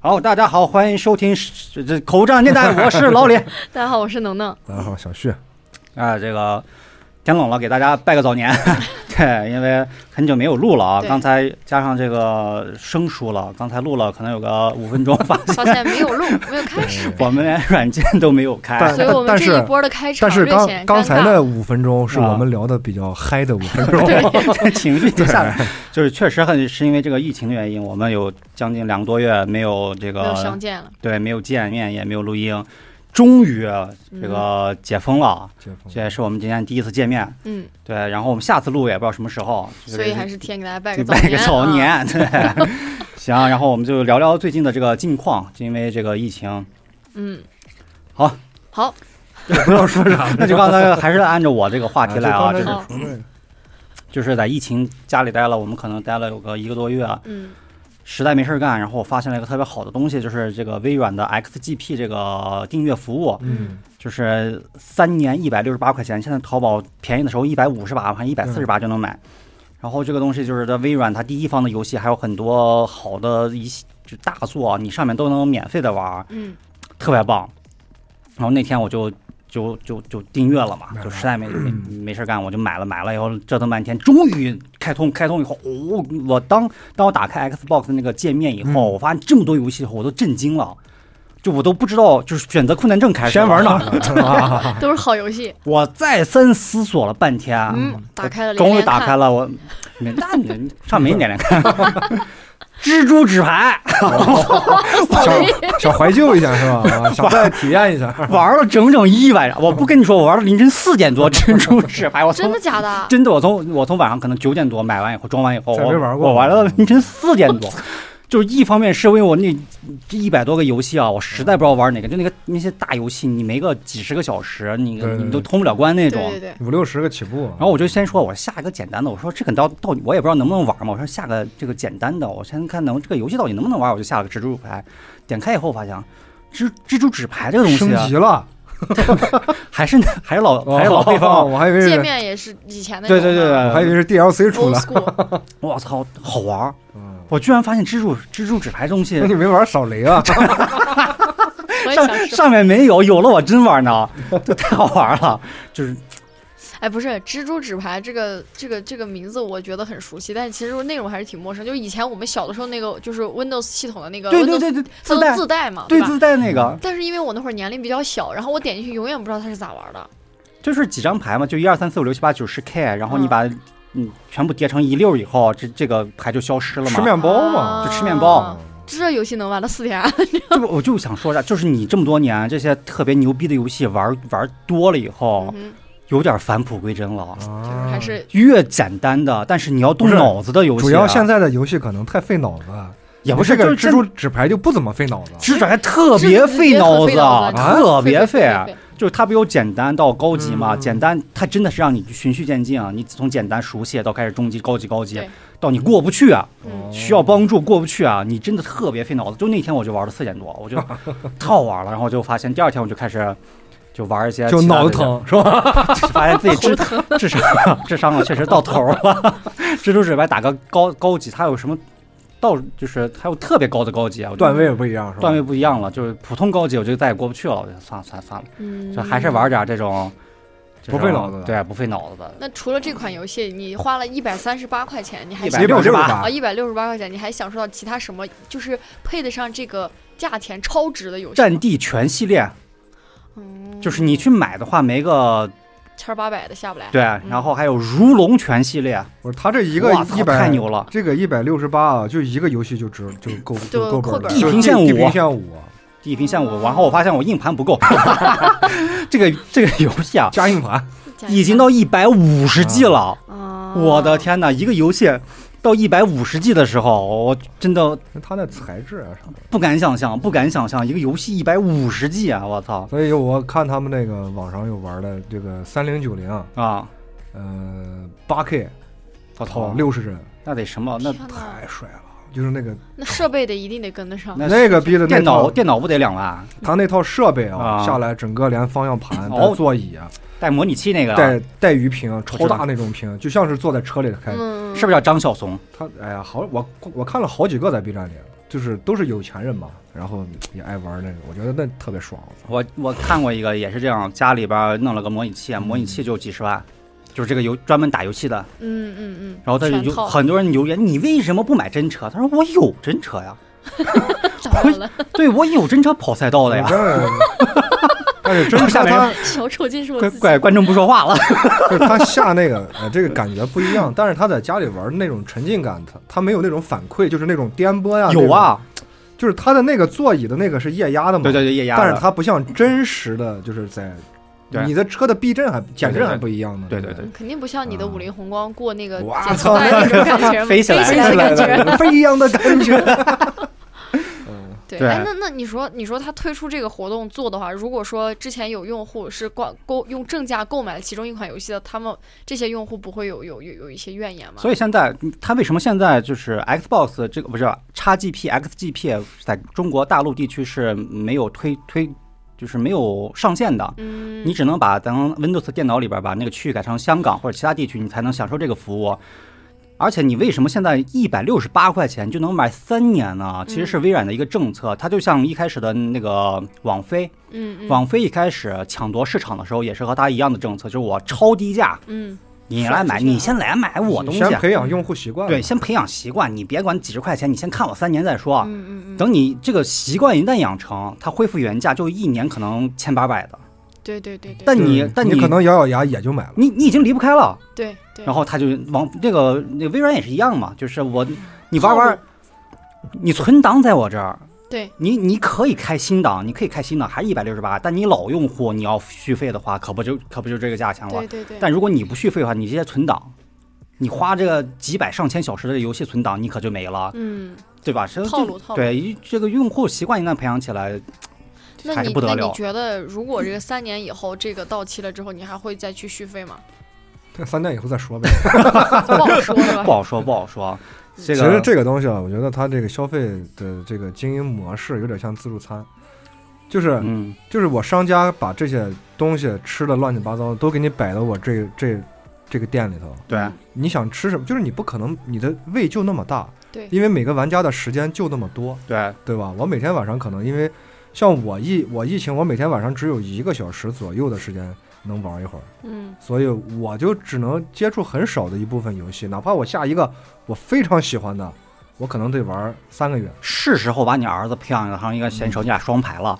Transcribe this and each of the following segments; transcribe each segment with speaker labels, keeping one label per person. Speaker 1: 好，大家好，欢迎收听这这口罩年代，我是老 李
Speaker 2: 大家好，我是能 能。
Speaker 3: 大家好，小旭，
Speaker 1: 啊。这个天冷了，给大家拜个早 年。对，因为很久没有录了啊，
Speaker 2: 对
Speaker 1: 刚才加上这个生疏了，刚才录了可能有个五分钟，发现
Speaker 2: 发现没有录，没有开始，
Speaker 1: 我们连软件都没有开
Speaker 3: 但。
Speaker 2: 所以我们
Speaker 3: 嗯但
Speaker 2: 这一
Speaker 3: 是
Speaker 2: 波的开场
Speaker 3: 但是
Speaker 2: 略
Speaker 3: 刚
Speaker 2: 显尴尬。
Speaker 3: 刚才那五分钟是我
Speaker 1: 啊
Speaker 3: 们聊的比较嗨的五分钟，
Speaker 1: 这情绪一下来，就是确实很是因为这个疫情的原因，我们有将近两个多月没有这
Speaker 2: 没有
Speaker 1: 个
Speaker 2: 相见了，
Speaker 1: 对没有见面，也没有录音，终于啊
Speaker 2: 嗯
Speaker 1: 这个解封了，
Speaker 3: 解封
Speaker 1: 这也是我们今天第一次见面。
Speaker 2: 嗯，
Speaker 1: 对，然后我们下次录也不知道什么时候，
Speaker 2: 所以还是提前给大家拜
Speaker 1: 就
Speaker 2: 个
Speaker 1: 拜个早
Speaker 2: 早年啊。
Speaker 1: 年。对，行，然后我们就聊聊最近的这个近况，因为这个疫情，
Speaker 2: 嗯，
Speaker 1: 好，
Speaker 2: 好，
Speaker 3: 不要说啥
Speaker 1: 那就刚才还是按照我这个话题来啊，
Speaker 3: 就
Speaker 1: 就
Speaker 3: 刚才
Speaker 1: 是
Speaker 2: 好
Speaker 1: 就是在疫情家里待了，我们可能待了有个一个多月，啊
Speaker 2: 嗯，
Speaker 1: 实在没事儿干，然后我发现了一个特别好的东西，就是这个微软的 XGP 这个订阅服务，
Speaker 3: 嗯，
Speaker 1: 就是三年一百六十八块钱，现在淘宝便宜的时候一百五十
Speaker 3: 嗯
Speaker 1: 八，好像一百四十八就能买。然后这个东西就是在微软它第一方的游戏还有很多好的一系就大作，啊你上面都能免费的玩儿，
Speaker 2: 嗯，
Speaker 1: 特别棒。然后那天我就就就就订阅了嘛
Speaker 3: 买，了嗯
Speaker 1: 就实在没没没事儿干，我就买了，买了以后折腾半天，终于开通，开通以后，哦，我当当我打开 Xbox 那个界面以后，
Speaker 3: 嗯
Speaker 1: 我发现这么多游戏以后，我都震惊了。就我都不知道，就是选择困难症开始
Speaker 3: 嗯先玩
Speaker 1: 了
Speaker 3: 哪 儿呢？啊
Speaker 2: 都是好游戏。
Speaker 1: 我再三思索了半天，啊
Speaker 2: 嗯，打开了，连
Speaker 1: 终于
Speaker 2: 连
Speaker 1: 打
Speaker 2: 看
Speaker 1: 开。了我，没那你上没脸脸 看，蜘蛛纸牌
Speaker 3: 想想怀旧一下是吧？ 啊想再体验一下，
Speaker 1: 玩了整整一晚上，我不跟你说，我玩到凌晨四点多蜘蛛纸牌，我
Speaker 2: 真
Speaker 1: 从
Speaker 2: 的假的？
Speaker 1: 真的我从我从晚上可能九点多买完以后装完以后，
Speaker 3: 再
Speaker 1: 我
Speaker 3: 没玩过
Speaker 1: 我玩到凌晨四点多。就是一方面是因为我那这一百多个游戏啊，我实在不知道玩哪个，就那个那些大游戏，你没个几十个小时，你
Speaker 3: 对对对
Speaker 1: 你都通不了关那
Speaker 2: 对
Speaker 1: 种。
Speaker 2: 对对，
Speaker 3: 五六十个起步，啊
Speaker 1: 然后我就先说，我下一个简单的，我说这个到到底我也不知道能不能玩嘛，我说下个这个简单的，我先看能这个游戏到底能不能玩，我就下了个蜘蛛牌，点开以后发现。蜘蜘蛛纸牌这个东西
Speaker 3: 升
Speaker 1: 啊
Speaker 3: 级，了，
Speaker 1: 还是那还是老还是老配
Speaker 3: 哦
Speaker 1: 方，
Speaker 3: 我还以为
Speaker 2: 界
Speaker 3: 是，
Speaker 2: 面也是以前的。
Speaker 1: 对对对对，
Speaker 3: 我还以为是 DLC 出
Speaker 2: Old
Speaker 3: 了，
Speaker 2: school，
Speaker 3: 哦
Speaker 1: 我操，好玩儿！
Speaker 2: 哦
Speaker 3: 嗯
Speaker 1: 我居然发现蜘蛛蜘蛛纸牌这东西
Speaker 3: 那你没玩扫雷啊？
Speaker 2: 我也想
Speaker 1: 上
Speaker 2: 说，
Speaker 1: 上面没有，有了我真玩呢，这太好玩了。就是
Speaker 2: 哎，不是蜘蛛纸牌这个这个这个名字，我觉得很熟悉，但是其实内容还是挺陌生。就是以前我们小的时候那个，就是 Windows 系统的那个，
Speaker 1: 对对，对对，
Speaker 2: 它
Speaker 1: 自带
Speaker 2: 能自带嘛，
Speaker 1: 对
Speaker 2: 吧？
Speaker 1: 自带那个，
Speaker 2: 但是因为我那会儿年龄比较小，然后我点进去永远不知道它是咋玩的。
Speaker 1: 就是几张牌嘛，就一二三四五六七八九十 K，然后你
Speaker 2: 嗯
Speaker 1: 把嗯全部叠成一溜儿以后，这这个牌就消失了
Speaker 3: 吃
Speaker 1: 嘛。
Speaker 3: 面包嘛，
Speaker 1: 就吃面包啊
Speaker 2: 啊这游戏能玩到四天，
Speaker 1: 这不我就想说啥，就是你这么多年这些特别牛逼的游戏玩玩多了以后，
Speaker 2: 嗯
Speaker 1: 有点返璞归真了。
Speaker 2: 哼
Speaker 3: 啊
Speaker 2: 哦还是
Speaker 1: 越简单的，但是你要动
Speaker 3: 不是
Speaker 1: 脑子的游戏啊，
Speaker 3: 主要现在的游戏可能太费脑子了，
Speaker 1: 也不
Speaker 3: 这
Speaker 1: 是
Speaker 3: 个
Speaker 1: 就是
Speaker 3: 蜘蛛纸牌就不怎么费脑子，啊
Speaker 1: 蜘蛛还特别费脑子，
Speaker 2: 啊
Speaker 1: 特别
Speaker 2: 费
Speaker 1: 费。啊就是它不由简单到高级嘛，
Speaker 3: 嗯
Speaker 1: 简单它真的是让你循序渐进啊，你从简单熟悉到开始中级、高级、高级
Speaker 2: 对，
Speaker 1: 到你过不去啊，
Speaker 2: 嗯
Speaker 1: 需要帮助过不去啊，你真的特别费脑子。就那天我就玩到四点多，我就 太好玩了，然后就发现第二天我就开始就玩一些
Speaker 3: 就
Speaker 1: 其他的
Speaker 3: 脑子疼是吧？
Speaker 1: 发现自己 智智商智商啊确实到头儿了。 蜘蛛纸牌打个高高级，它有什么到就是它有特别高的高级啊，我觉得
Speaker 3: 段位也不一样是吧？
Speaker 1: 段位不一样了，就是普通高级我就再也过不去了，我就算了算了算了，
Speaker 2: 嗯
Speaker 1: 就还是玩。点这种。这种
Speaker 3: 不费脑子的
Speaker 1: 对，不费脑子的，
Speaker 2: 那除了这款游戏，你花了一百三十八块钱，你还
Speaker 1: 一
Speaker 2: 享
Speaker 1: 百
Speaker 3: 六
Speaker 1: 十
Speaker 3: 十
Speaker 1: 八
Speaker 3: 八
Speaker 2: 啊一百六十八块钱，你还享受到其他什么？就是配得上这个价钱超值的游戏吗。
Speaker 1: 《战地》全系列，
Speaker 2: 嗯
Speaker 1: 就是你去买的话没个
Speaker 2: 千八百的下不来。
Speaker 1: 对，然后还有《如龙》全系列，
Speaker 3: 不是他这一个
Speaker 1: 哇操
Speaker 3: 一
Speaker 1: 太
Speaker 3: 百
Speaker 1: 牛了，
Speaker 3: 这个一百六十八啊，就一个游戏就值就够
Speaker 2: 就
Speaker 3: 够
Speaker 2: 扣
Speaker 3: 本了。
Speaker 2: 本
Speaker 1: 地平线
Speaker 3: 就地
Speaker 1: 五啊
Speaker 3: 地平线五，啊
Speaker 1: 《地平线五》，然后我发现我硬盘不够， 这个这个游戏啊，
Speaker 3: 加硬盘，
Speaker 2: 加一
Speaker 1: 已经
Speaker 2: 块
Speaker 1: 到一百五十 G 了，
Speaker 2: 啊！
Speaker 1: 我的天呐，一个游戏到一百五十 G 的时候，我真的
Speaker 3: 那它那材质啊啥的。
Speaker 1: 不敢想象，不敢想象一个游戏一百五十 G 啊！我操
Speaker 3: 所以我看他们那个网上有玩的这个三零九零，
Speaker 1: 啊！
Speaker 3: 呃，八 K
Speaker 1: 我
Speaker 3: 跑
Speaker 1: 操，
Speaker 3: 六十帧，
Speaker 1: 那得什么？那
Speaker 2: 天呐，
Speaker 3: 太帅了。就是那个
Speaker 2: 那设备得一定得跟得上。
Speaker 1: 那
Speaker 3: 那个逼的那
Speaker 1: 电
Speaker 3: 套
Speaker 1: 脑，电脑不得两万？
Speaker 3: 他那套设备啊
Speaker 1: 啊，
Speaker 3: 下来整个连方向盘、
Speaker 1: 哦
Speaker 3: 带座椅啊，
Speaker 1: 带模拟器那个啊，
Speaker 3: 带带鱼屏，
Speaker 1: 知道
Speaker 3: 超大那种屏，就像是坐在车里开。
Speaker 2: 嗯，
Speaker 1: 是不是叫张晓松？
Speaker 3: 他哎呀，好，我我看了好几个在 B 站里，就是都是有钱人嘛，然后也爱玩那个，我觉得那特别爽。
Speaker 1: 我我看过一个也是这样，家里边弄了个模拟器，啊
Speaker 3: 嗯
Speaker 1: 模拟器就几十万，就是这个游专门打游戏的。
Speaker 2: 嗯嗯嗯，
Speaker 1: 然后他就
Speaker 2: 全
Speaker 1: 有
Speaker 2: 套
Speaker 1: 很多人留言，你为什么不买真车？他说我有真车呀，
Speaker 2: 咋 了？
Speaker 1: 对我有真车跑赛道的呀。
Speaker 3: 但是真
Speaker 1: 下
Speaker 3: 下
Speaker 1: 面
Speaker 3: 他
Speaker 2: 小丑竟是我
Speaker 1: 怪
Speaker 2: 自己。
Speaker 1: 怪观众不说话了，
Speaker 3: 就是他下那个呃这个感觉不一样，但是他在家里玩那种沉浸感，他他没有那种反馈，就是那种颠簸呀。
Speaker 1: 有啊，
Speaker 3: 那种，就是他的那个座椅的那个是液压的嘛。
Speaker 1: 对对对，液压的，
Speaker 3: 但是它不像真实的，就是在
Speaker 1: 对
Speaker 3: 你的车的避震还减震
Speaker 1: 对
Speaker 3: 还
Speaker 1: 对
Speaker 3: 不一样呢。
Speaker 1: 对对
Speaker 3: 不
Speaker 1: 对
Speaker 2: 嗯肯定不像你的
Speaker 3: 啊
Speaker 2: 五菱宏光过那个
Speaker 3: 哇
Speaker 2: 减速
Speaker 3: 操
Speaker 2: 带那种感 觉，
Speaker 1: 飞起来
Speaker 2: 飞
Speaker 1: 飞
Speaker 2: 的
Speaker 1: 起
Speaker 2: 感觉。
Speaker 3: 对，飞一样的感觉。嗯，
Speaker 2: 对，
Speaker 1: 对
Speaker 2: 哎，那那你说，你说他推出这个活动做的话，如果说之前有用户是购购用正价购买了其中一款游戏的，他们这些用户不会有有有有一些怨言吗？
Speaker 1: 所以现在它为什么现在就是 Xbox 这个不是 XGP、XGP 在中国大陆地区是没有推推，就是没有上线的。
Speaker 2: 嗯，
Speaker 1: 你只能把咱 Windows 电脑里边把那个区域改成香港或者其他地区，你才能享受这个服务。而且你为什么现在一百六十八块钱就能买三年呢？其实
Speaker 2: 嗯
Speaker 1: 是微软的一个政策，它就像一开始的那个网飞，
Speaker 2: 嗯嗯
Speaker 1: 网飞一开始抢夺市场的时候也是和它一样的政策，就是我超低价，
Speaker 2: 嗯，
Speaker 1: 你来买，
Speaker 2: 是是
Speaker 1: 你先来买 我东西，啊
Speaker 3: 先培养用户习惯。
Speaker 1: 对，，先培养习惯，你别管几十块钱，你先看我三年再说。
Speaker 2: 嗯嗯嗯，
Speaker 1: 等你这个习惯一旦养成，它恢复原价就一年可能千八百的，
Speaker 2: 对对对对，
Speaker 1: 但你
Speaker 3: 对
Speaker 1: 但
Speaker 3: 你
Speaker 1: 你
Speaker 3: 可能咬咬牙也就买了。
Speaker 1: 你你已经离不开了。
Speaker 2: 对对，
Speaker 1: 然
Speaker 2: 后
Speaker 1: 后他就往这个那个微软也是一样嘛，就是我
Speaker 2: 嗯
Speaker 1: 你玩玩，你存档在我这儿，
Speaker 2: 对
Speaker 1: 你你可以开新档，你可以开新档，还是一百六十八，但你老用户你要续费的话，可不就可不就这个价钱了
Speaker 2: 对。对对，
Speaker 1: 但如果你不续费的话，你这些存档，你花这个几百上千小时的游戏存档，你可就没了。
Speaker 2: 嗯，
Speaker 1: 对吧？是
Speaker 2: 套路套路
Speaker 1: 对，这个用户习惯一旦培养起来，
Speaker 2: 那
Speaker 1: 还是
Speaker 2: 你
Speaker 1: 不得
Speaker 2: 那你
Speaker 1: 了
Speaker 2: 觉得，如果这个三年以后这个到期了之后，你还会再去续 费吗？
Speaker 3: 三年以后再说呗。
Speaker 2: 不好说是
Speaker 1: 不
Speaker 2: 吧？
Speaker 1: 好说，不好说。
Speaker 2: 嗯
Speaker 1: 这
Speaker 3: 其实
Speaker 1: 个
Speaker 3: 这个东西啊，我觉得它这个消费的这个经营模式有点像自助餐，就是
Speaker 1: 嗯，
Speaker 3: 就是我商家把这些东西吃的乱七八糟都给你摆到我这这这个店里头，
Speaker 2: 嗯
Speaker 1: 对，
Speaker 3: 你想吃什么？就是你不可能，你的胃就那么大，
Speaker 2: 对
Speaker 3: 因为每个玩家的时间就那么多，
Speaker 1: 对，
Speaker 3: 对吧？我每天晚上可能因为像我疫我疫情，我每天晚上只有一个小时左右的时间能玩一会儿，
Speaker 2: 嗯
Speaker 3: 所以我就只能接触很少的一部分游戏，哪怕我下一个我非常喜欢的，我可能得玩三 个月。
Speaker 1: 是时候把你儿子培养成一个选手，你俩双排了。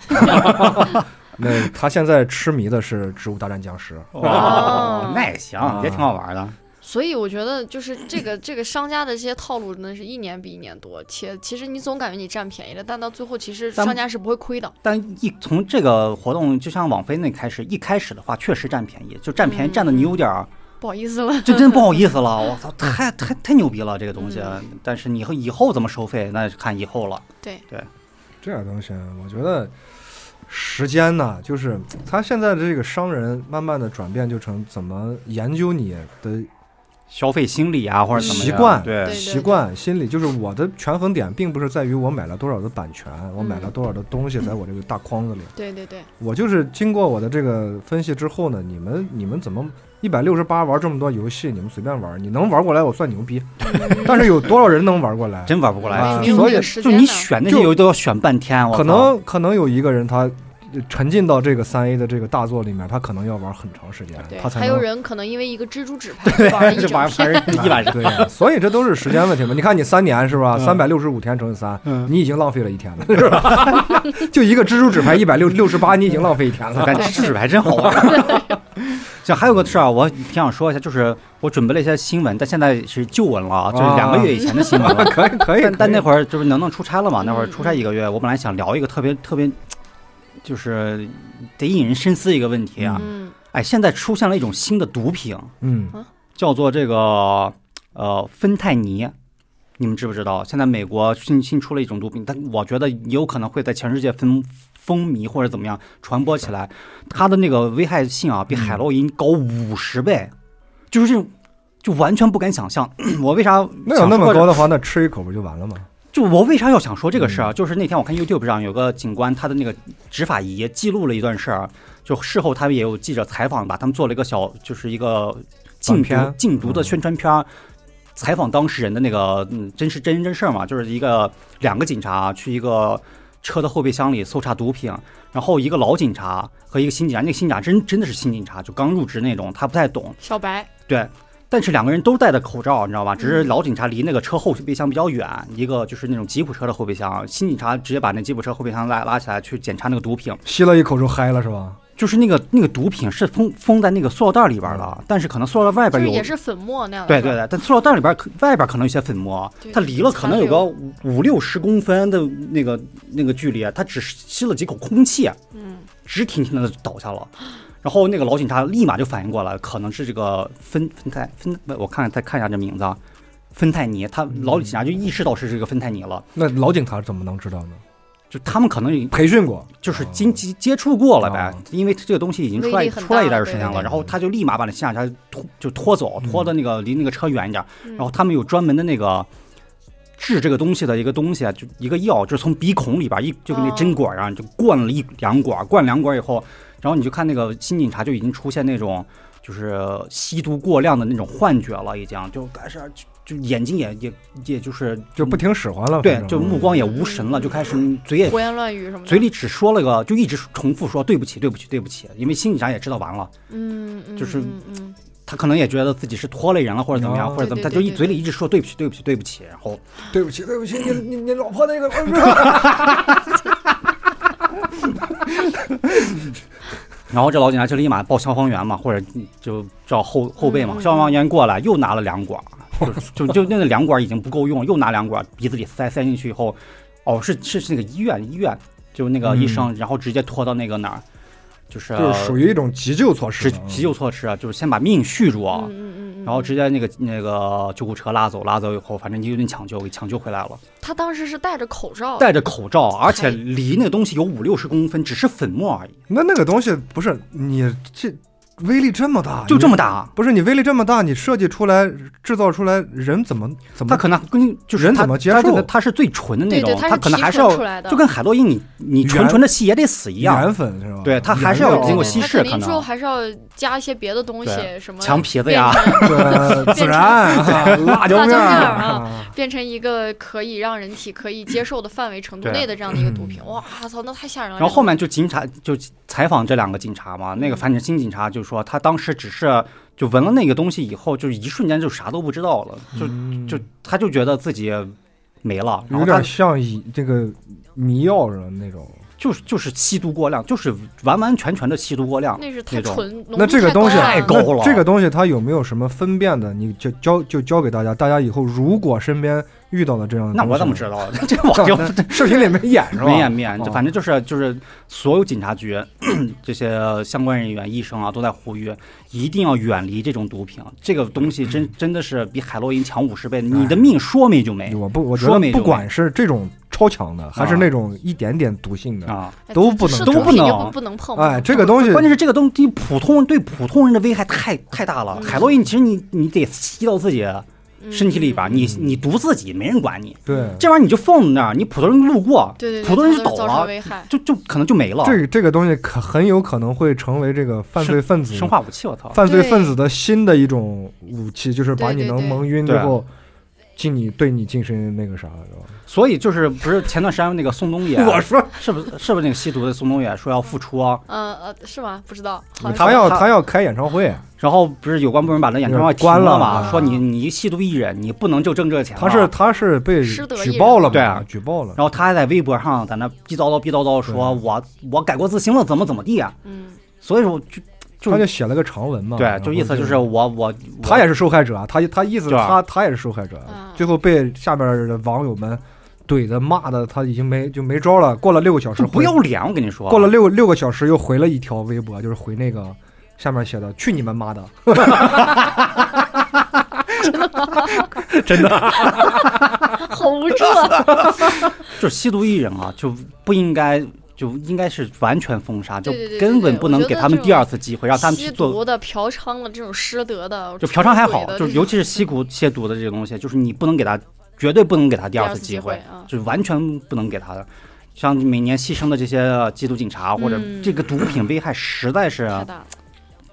Speaker 3: 那他现在痴迷的是《植物大战僵尸》，
Speaker 2: 哦
Speaker 1: 那也行，也挺好玩的。
Speaker 2: 所以我觉得就是这个这个商家的这些套路，真的是一年比一年多。且其实你总感觉你占便宜了，但到最后其实
Speaker 1: 咱们
Speaker 2: 商家是不会亏的。
Speaker 1: 但一从这个活动，就像网飞那开始，一开始的话确实占便宜，就占便
Speaker 2: 嗯
Speaker 1: 宜占的你有点儿，
Speaker 2: 不好意思了，
Speaker 1: 就真不好意思了。我操，太
Speaker 2: 嗯
Speaker 1: 太太牛逼了这个东西。但是你以后以后怎么收费，那就看以后了。
Speaker 3: 这点东西，我觉得时间呢，就是他现在的这个商人慢慢的转变，就成怎么研究你的
Speaker 1: 消费心理啊，或者怎么样
Speaker 3: 习惯
Speaker 2: 对
Speaker 1: 对，
Speaker 3: 习惯、心理。就是我的权衡点，并不是在于我买了多少的版权，我买了多少的东西在我这个大框子里。
Speaker 2: 对对对，
Speaker 3: 我就是经过我的这个分析之后呢，你们你们怎么一百六十八玩这么多游戏，你们随便玩，你能玩过来我算牛逼，但是有多少人能玩过来？
Speaker 1: 真玩不过来。
Speaker 3: 啊
Speaker 2: 没有
Speaker 3: 所
Speaker 2: 那
Speaker 3: 以
Speaker 2: 个时
Speaker 1: 就
Speaker 2: 间
Speaker 1: 你
Speaker 2: 呢。
Speaker 1: 选那些游戏都要选半天，啊我操
Speaker 3: 可能可能有一个人他沉浸到这个三 A 的这个大作里面，他可能要玩很长时间
Speaker 2: 对，，
Speaker 3: 他才
Speaker 2: 还有
Speaker 3: 能。
Speaker 2: 人可能因为一个蜘蛛纸 牌玩了一
Speaker 1: 这玩
Speaker 2: 整
Speaker 1: 意儿
Speaker 2: 天。
Speaker 1: 玩 儿一晚上。
Speaker 3: 对呀，所以这都是时间问题嘛。你看你三年是吧？
Speaker 1: 嗯
Speaker 3: 三百六十五天乘以三，
Speaker 1: 嗯，
Speaker 3: 你已经浪费了一天了， 是吧？就一个蜘蛛纸牌一百六六十八，你已经浪费一 天了。
Speaker 1: 但吃纸牌真好玩。 这还有个事儿啊，我挺想说一下，就是我准备了一些新闻，但现在是旧闻了啊，就是两个月以前的新 闻了。
Speaker 3: 可以可以，
Speaker 1: 但但那
Speaker 3: 可以
Speaker 1: 会儿就是能能出差了嘛，那会儿
Speaker 2: 嗯
Speaker 1: 出差一个月，我本来想聊一个特别特别，就是得引人深思一个问题啊。
Speaker 2: 嗯，
Speaker 1: 哎，现在出现了一种新的毒品，
Speaker 3: 嗯
Speaker 1: 叫做这个呃芬太尼，你们知不知道？现在美国新新出了一种毒品，但我觉得有可能会在全世界风风靡或者怎么样传播起来。它的那个危害性啊，比海
Speaker 3: 嗯
Speaker 1: 洛因高五十倍，就是这种。就完全不敢想象， 我为啥
Speaker 3: 那有那
Speaker 1: 想
Speaker 3: 么
Speaker 1: 说这
Speaker 3: 高的话，那吃一口不就完了吗？
Speaker 1: 就我为啥要想说这个事
Speaker 3: 嗯
Speaker 1: 儿啊？就是那天我看 YouTube 上有个警官，他的那个执法仪记录了一段事儿，就事后他们也有记者采访吧，他们做了一个小，就是一个禁
Speaker 3: 短片
Speaker 1: 毒禁毒的宣传片儿。采访当事人的那个，嗯，真是真人真事儿嘛，就是一个两个警察去一个车的后备箱里搜查毒品，然后一个老警察和一个新警察，那个新警察真真的是新警察，就刚入职那种，他不太懂，
Speaker 2: 小白，
Speaker 1: 对。但是两个人都戴的口罩，你知道
Speaker 2: 嗯
Speaker 1: 吧？只是老警察离那个车后备箱比较远，一个就是那种吉普车的后备箱，新警察直接把那吉普车后备箱拉拉起来去检查那个毒品，
Speaker 3: 吸了一口就嗨了是吧？
Speaker 1: 就是那个那个毒品是封封在那个塑料袋里边了，但是可能塑料袋外
Speaker 2: 就
Speaker 1: 边
Speaker 2: 是
Speaker 1: 有
Speaker 2: 嗯也啊是粉末那样的。
Speaker 1: 对对对，但塑料袋里边可外边可能有些粉末啊
Speaker 2: 对，
Speaker 1: 它离了可能有个五五六十公分的那个那个距离，啊它只吸了几口空气，啊
Speaker 2: 嗯，
Speaker 1: 直挺挺的倒下了。 然后那个老警察立马就反应过来，可能是这个芬芬泰芬，不我看再看一下这名字啊，芬太尼。他
Speaker 3: 嗯
Speaker 1: 老警察就意识到是这个芬太尼了，
Speaker 3: 那老警察怎么能知道呢？
Speaker 1: 就他们可能
Speaker 3: 培训过，
Speaker 1: 就是
Speaker 3: 哦
Speaker 1: 经接接触过了呗
Speaker 3: 哦，
Speaker 1: 因为这个东西已经出
Speaker 2: 威
Speaker 1: 来
Speaker 2: 力很大
Speaker 1: 出来一段时间
Speaker 2: 对对
Speaker 1: 了，
Speaker 2: 对
Speaker 1: 然后他就立马把那下家拖就拖走，
Speaker 3: 嗯
Speaker 1: 拖到那个离那个车远一点，
Speaker 2: 嗯
Speaker 1: 然后他们有专门的那个治这个东西的一个东西，啊就一个药，就是从鼻孔里边一就跟那
Speaker 2: 哦
Speaker 1: 针管儿啊，就灌了一两管儿，灌两管儿以后，然后你就看那个新警察就已经出现那种就是吸毒过量的那种幻觉了，已经就开始啊就就眼睛也也也就是
Speaker 3: 就不听使唤了。
Speaker 1: 对
Speaker 3: 反，正
Speaker 1: 就目光也无神了，就开始嘴也
Speaker 2: 胡言乱语什么的。
Speaker 1: 嘴里只说了个，就一直重复说对不起，对不起，对不起，因为新警察也知道完了，
Speaker 2: 嗯，嗯，
Speaker 1: 就是
Speaker 2: 嗯嗯，
Speaker 1: 他可能也觉得自己是拖累人了或者怎么样，
Speaker 3: 哦
Speaker 1: 或者怎么，
Speaker 2: 对对
Speaker 1: 他就一
Speaker 2: 对对
Speaker 1: 嘴里一直说对不起，对不起，对不起，然后
Speaker 3: 对不起，对不起，你你你老婆 那个，
Speaker 1: 啊然后这老警察就立马报消防员嘛，或者就叫后后备嘛，
Speaker 2: 嗯嗯
Speaker 1: 消防员过来又拿了两管，就就就那个两管已经不够 用，又拿两管鼻子里塞塞进去以后，哦是是是那个医院医院就那个医
Speaker 2: 嗯
Speaker 1: 生，然后直接拖到那个哪儿，就是
Speaker 3: 就是属于一种急救措施嗯
Speaker 1: 急
Speaker 3: 嘛。
Speaker 1: 急救措施啊，就是先把命续住啊。
Speaker 2: 嗯嗯嗯嗯，
Speaker 1: 然后
Speaker 2: 嗯
Speaker 1: 直接那个那个救护车拉走，拉走以后，反正就有点抢救，给抢救回来了，
Speaker 2: 他当时是戴着口罩，
Speaker 1: 戴着口罩，而且
Speaker 2: 哎
Speaker 1: 离那个东西有五六十公分，只是粉末而已，
Speaker 3: 那那个东西不是你这威力这么大，
Speaker 1: 就这么
Speaker 3: 大，
Speaker 1: 大。
Speaker 3: 不是你威力这么大，你设计出来、制造出来，人怎么怎么
Speaker 1: 它可能跟就是
Speaker 3: 人
Speaker 1: 它
Speaker 3: 怎么接
Speaker 1: 它这
Speaker 3: 受
Speaker 1: 个它是最纯的那
Speaker 2: 对
Speaker 1: 种
Speaker 2: 对，，
Speaker 1: 它
Speaker 2: 是
Speaker 1: 可能
Speaker 2: 提
Speaker 1: 还是
Speaker 2: 纯
Speaker 1: 要
Speaker 2: 出来的，
Speaker 1: 就跟海洛因你你纯
Speaker 3: 原
Speaker 1: 纯的吸也得死一样，
Speaker 3: 缘分是吧？
Speaker 1: 对他还是要
Speaker 2: 对
Speaker 1: 有
Speaker 2: 对
Speaker 1: 经过
Speaker 2: 对
Speaker 1: 稀
Speaker 2: 他
Speaker 1: 释
Speaker 2: 肯
Speaker 1: 可
Speaker 2: 定之后
Speaker 1: 能
Speaker 2: 还是要加一些别的东
Speaker 1: 对
Speaker 2: 西，什么
Speaker 1: 墙皮子呀
Speaker 2: 变成
Speaker 3: 对孜然、啊辣
Speaker 2: 辣椒
Speaker 3: 椒面
Speaker 2: 面
Speaker 3: 儿
Speaker 2: 儿
Speaker 3: 啊
Speaker 2: 啊，变成一个可以让人体可以接受的范围程度
Speaker 1: 对嗯
Speaker 2: 内的这样的一个毒品，哇操，那太吓人了。
Speaker 1: 然后后面就警察就采访这两个警察嘛，那个
Speaker 2: 嗯
Speaker 1: 反正新警察就说他当时只是就闻了那个东西以后，就一瞬间就啥都不知道了，就
Speaker 3: 嗯
Speaker 1: 就他就觉得自己没了，然
Speaker 3: 有
Speaker 1: 后他
Speaker 3: 点像以这个迷药似的那种。
Speaker 1: 就是就是吸毒过量，就是完完全全的吸毒过量。
Speaker 2: 那是太
Speaker 1: 啊那种
Speaker 2: 纯，浓
Speaker 3: 那这个
Speaker 2: 度
Speaker 3: 东西
Speaker 1: 太
Speaker 2: 太
Speaker 1: 高
Speaker 2: 高
Speaker 1: 了
Speaker 2: 了，
Speaker 1: 够
Speaker 3: 那这个东西它有没有什么分辨的？你就教就教给大家，大家以后如果身边遇到了这样的，
Speaker 1: 那我怎么知？ 道？ 这我就
Speaker 3: 视频里面演是吧？
Speaker 1: 没眼面，
Speaker 3: 哦
Speaker 1: 就反正就是就是所有警察局 这些相关人员、医生啊，都在呼吁一定要远离这种毒品。这个东西
Speaker 3: 嗯
Speaker 1: 真真的是比海洛因强五十倍，你的
Speaker 3: 哎
Speaker 1: 命说没就没
Speaker 3: 我不，我觉
Speaker 1: 说
Speaker 3: 得
Speaker 1: 没就
Speaker 3: 不管是这种超强的，还是那种一点点毒性的，
Speaker 1: 啊！
Speaker 2: 哎
Speaker 3: 都
Speaker 2: 这
Speaker 3: 不能
Speaker 2: 这
Speaker 1: 都
Speaker 2: 毒
Speaker 1: 不
Speaker 2: 品
Speaker 1: 能
Speaker 2: 就不不能碰。
Speaker 3: 哎，这个东西
Speaker 1: 关键是这个东西普通人对普通人的危害太太大了。
Speaker 2: 嗯
Speaker 1: 海洛因其实你你得吸到自己
Speaker 2: 个
Speaker 1: 身体里边，
Speaker 2: 嗯、
Speaker 1: 你你毒自己没人管你，
Speaker 3: 对
Speaker 1: 这玩意儿你就放在那儿，你普通人路过，
Speaker 2: 对对对，
Speaker 1: 普通人啊就
Speaker 2: 它
Speaker 1: 走
Speaker 2: 都是造成
Speaker 1: 了，
Speaker 2: 危害。
Speaker 1: 就就可能就没了。
Speaker 3: 这个这个东西可很有可能会成为这个犯罪分子
Speaker 1: 啊生化啊武器，我操！
Speaker 3: 犯罪
Speaker 2: 对
Speaker 3: 分子的新的一种武器，就是把
Speaker 2: 对
Speaker 3: 你
Speaker 2: 对
Speaker 3: 能
Speaker 2: 对
Speaker 3: 蒙晕之
Speaker 1: 对啊
Speaker 3: 后，进你对你进行那个啥，是吧？，
Speaker 1: 所以就是不是前段时间那个宋冬野啊
Speaker 3: 我说
Speaker 1: 是不是是不是那个吸毒的宋冬野说要复出啊？
Speaker 2: 呃呃，是吗？不知道，好像
Speaker 1: 嗯他
Speaker 3: 他要
Speaker 1: 他
Speaker 3: 他要开演唱会，
Speaker 1: 然后不是有关部门把那演 唱会停
Speaker 3: 关了
Speaker 1: 嘛？
Speaker 3: 啊
Speaker 1: 说你你吸毒艺人，你不能就挣这个钱了。
Speaker 3: 他是他是被
Speaker 2: 失德艺
Speaker 3: 举
Speaker 2: 人
Speaker 3: 报了嘛？
Speaker 1: 啊对啊
Speaker 3: 举报了。
Speaker 1: 然后他还在微博上在那逼叨叨逼叨叨说，
Speaker 3: 对
Speaker 1: 我我改过自新了，怎么怎么地啊？
Speaker 2: 嗯，
Speaker 1: 所以说就就
Speaker 3: 他就写了个长文嘛，
Speaker 1: 对
Speaker 3: 然，后
Speaker 1: 就意思就是我我
Speaker 3: 他也是受害者啊，他他意思
Speaker 1: 对啊
Speaker 3: 他他也是受害者
Speaker 2: 啊，
Speaker 3: 最后被下面的网友们怼的骂的，他已经没就没招了。过了六个小时
Speaker 1: 就
Speaker 3: 回，
Speaker 1: 不要脸，我跟你说。
Speaker 3: 过了六六个小时又回了一条微博，就是回那个下面写的“去你们妈的
Speaker 2: 好无助啊！
Speaker 1: 就是吸毒艺人啊，就不应该。就应该是完全封杀，就
Speaker 2: 对对对对
Speaker 1: 根本
Speaker 2: 对
Speaker 1: 不能
Speaker 2: 我觉
Speaker 1: 给
Speaker 2: 得
Speaker 1: 他们
Speaker 2: 这
Speaker 1: 第二次机 会，让他们去
Speaker 2: 吸
Speaker 1: 做
Speaker 2: 毒的、嫖娼的这种失德的，
Speaker 1: 就嫖娼还好
Speaker 2: 出轨，的
Speaker 1: 就是
Speaker 2: 这
Speaker 1: 尤
Speaker 2: 种
Speaker 1: 其 是吸毒、吸毒的这个东西，就是你不能给他，绝对不能给他第
Speaker 2: 第
Speaker 1: 二
Speaker 2: 二
Speaker 1: 次
Speaker 2: 次机
Speaker 1: 会，
Speaker 2: 啊。
Speaker 1: 就是完全不能给他的。像每年牺牲的这些缉毒警察，或者
Speaker 2: 嗯
Speaker 1: 这个毒品危害实在是
Speaker 2: 太大了，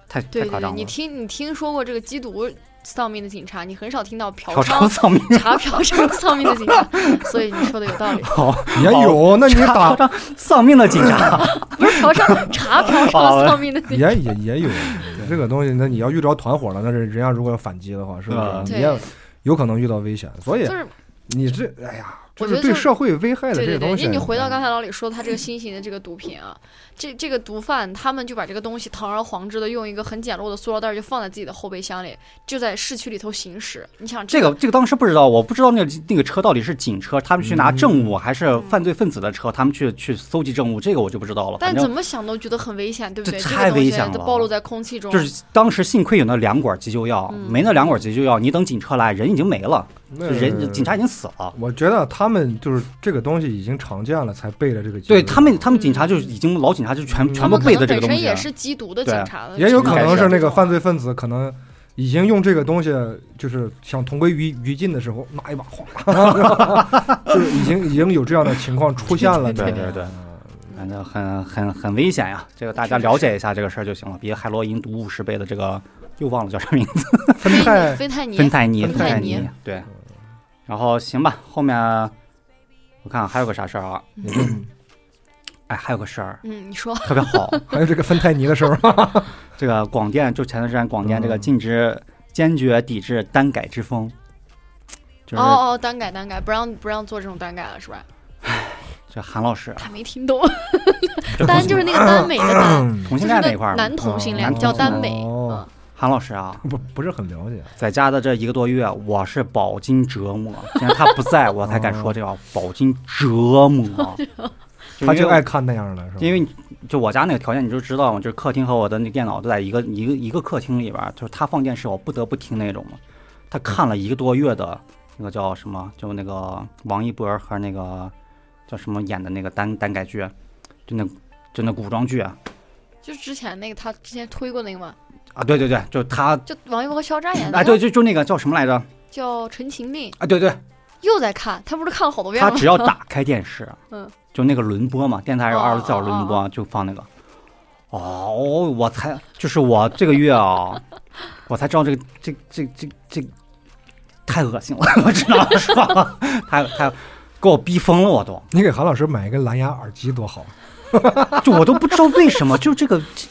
Speaker 1: 太
Speaker 2: 对
Speaker 1: 太
Speaker 2: 对
Speaker 1: 夸
Speaker 2: 对，
Speaker 1: 张
Speaker 2: 你
Speaker 1: 了。
Speaker 2: 听你听说过这个缉毒丧命的警察，你很少听到嫖
Speaker 1: 嫖娼
Speaker 2: 娼、
Speaker 1: 丧 命。
Speaker 2: 查嫖 娼、丧命的警察，所以你说的有道 理。
Speaker 1: 好，
Speaker 3: 也有，那你
Speaker 1: 嫖
Speaker 3: 打
Speaker 1: 娼丧命的警察，
Speaker 2: 不是嫖娼，查嫖
Speaker 1: 好
Speaker 2: 娼、
Speaker 1: 了
Speaker 2: 丧命的警察。
Speaker 3: 也也也有这个东西，那你要遇着团伙了，那是人家如果要反击的话，是不
Speaker 1: 嗯
Speaker 3: 是？
Speaker 2: 对
Speaker 3: 你也有可能遇到危险，所以
Speaker 2: 就是
Speaker 3: 你这哎呀，
Speaker 2: 我
Speaker 3: 就
Speaker 2: 觉得
Speaker 3: 是对
Speaker 2: 就是
Speaker 3: 社会危害的
Speaker 2: 对
Speaker 3: 这
Speaker 2: 对对，
Speaker 3: 个东
Speaker 2: 那
Speaker 3: 西。
Speaker 2: 你回
Speaker 1: 嗯
Speaker 2: 到刚才老李说的，他这个新型的这个毒品啊，这这个毒贩他们就把这个东西堂而皇之的用一个很简陋的塑料袋儿就放在自己的后备箱里，就在市区里头行驶。你想
Speaker 1: 这个这个当时不知道，我不知道那个那个车到底是警车，他们去拿
Speaker 3: 嗯
Speaker 1: 证物，还是犯罪分子的车，他们去去搜集证物，这个我就不知道了。反
Speaker 2: 但
Speaker 1: 正
Speaker 2: 怎么想都觉得很危险，对不
Speaker 1: 这
Speaker 2: 对？
Speaker 1: 太危险
Speaker 2: 这个东西
Speaker 1: 了哦
Speaker 2: 它暴露在空气中，
Speaker 1: 就是当时幸亏有那两管急救药，
Speaker 2: 嗯
Speaker 1: 没那两管急救药，你等警车来，人已经没了，
Speaker 3: 那
Speaker 1: 就人警察已经死了。
Speaker 3: 嗯我觉得他们就是这个东西已经常见了，才背了这个。啊
Speaker 1: 对他们，他们警察
Speaker 2: 嗯
Speaker 1: 就已经老警察就全
Speaker 3: 嗯
Speaker 1: 全
Speaker 2: 他
Speaker 1: 部
Speaker 2: 们可
Speaker 1: 背
Speaker 2: 能
Speaker 1: 着这个
Speaker 2: 本
Speaker 1: 东
Speaker 2: 身
Speaker 1: 西
Speaker 2: 也
Speaker 1: 了，
Speaker 2: 是缉毒的
Speaker 1: 对
Speaker 2: 警察的，
Speaker 3: 也有
Speaker 1: 这
Speaker 3: 可
Speaker 1: 种
Speaker 3: 能
Speaker 1: 感
Speaker 3: 是
Speaker 1: 觉
Speaker 3: 那个犯罪分子可能。已经用这个东西，就是想同归于于尽的时候，拿一把哗， 就是已经已经有这样的情况出现了。
Speaker 1: 对
Speaker 3: 你知
Speaker 1: 对
Speaker 3: 道
Speaker 1: 对
Speaker 3: 吗，
Speaker 1: 反正很很很危险呀、这个大家了解一下这个事儿就行了，别海洛因毒五十倍的这个又忘了叫啥名字，
Speaker 3: 芬
Speaker 2: 非
Speaker 3: 太
Speaker 2: 非泰尼
Speaker 1: 芬太尼，
Speaker 3: 芬
Speaker 1: 太
Speaker 2: 太尼
Speaker 1: 对。然后行吧，后面我看还有个啥事儿啊？
Speaker 3: 嗯
Speaker 1: 哎，还有个事儿
Speaker 2: 嗯，你说
Speaker 1: 特别 好，
Speaker 3: 还有这个芬太尼的时候，
Speaker 1: 这个广电就前段时间广电这个禁止坚决抵制单改之风，就是
Speaker 2: 哦哦，单改单改，不让不让做这种单改了是吧？
Speaker 1: 这韩老师
Speaker 2: 他没听懂， 单就是那个耽美的单，
Speaker 3: 嗯
Speaker 1: 同
Speaker 2: 就
Speaker 1: 性
Speaker 2: 是
Speaker 1: 恋那一块儿嘛，
Speaker 2: 男同性
Speaker 1: 哦
Speaker 2: 恋
Speaker 1: 男
Speaker 2: 叫
Speaker 1: 同性
Speaker 2: 耽美，
Speaker 3: 哦
Speaker 2: 嗯，
Speaker 1: 韩老师啊，
Speaker 3: 不不是很了解。
Speaker 1: 在家的这一个多月，我是饱经折磨。既然他不在，我才敢说这话，饱经折磨。因
Speaker 3: 他
Speaker 1: 为
Speaker 3: 就爱看那样的，是吧？
Speaker 1: 因为你就我家那个条件，你就知道嘛，就是客厅和我的那电脑都在一个一个一个客厅里边儿，就是他放电视，我不得不听那种嘛。他看了一个多月的那个叫什么，就那个王一博和那个叫什么演的那个单单改剧，就那就那古装剧啊，
Speaker 2: 嗯就是之前那个他之前推过那个嘛，
Speaker 1: 啊对对对，就他
Speaker 2: 就王一博和肖战演的，
Speaker 1: 啊对，就就那个叫什么来着
Speaker 2: 叫《陈情令》，
Speaker 1: 啊对对，
Speaker 2: 又在看，他不是看了好多遍
Speaker 1: 他
Speaker 2: 吗？
Speaker 1: 只要打开电视，
Speaker 2: 嗯，
Speaker 1: 就那个轮播嘛，电台有
Speaker 2: 哦
Speaker 1: 二十四小时轮播，就放那个。哦，我才就是我这个月啊， 我才知道这个这这这这太恶心了， 我只能说， 太太给我逼疯了，我都
Speaker 3: 你给韩老师买一个蓝牙耳机多好，啊
Speaker 1: 就我都不知道为什么，就这个， 这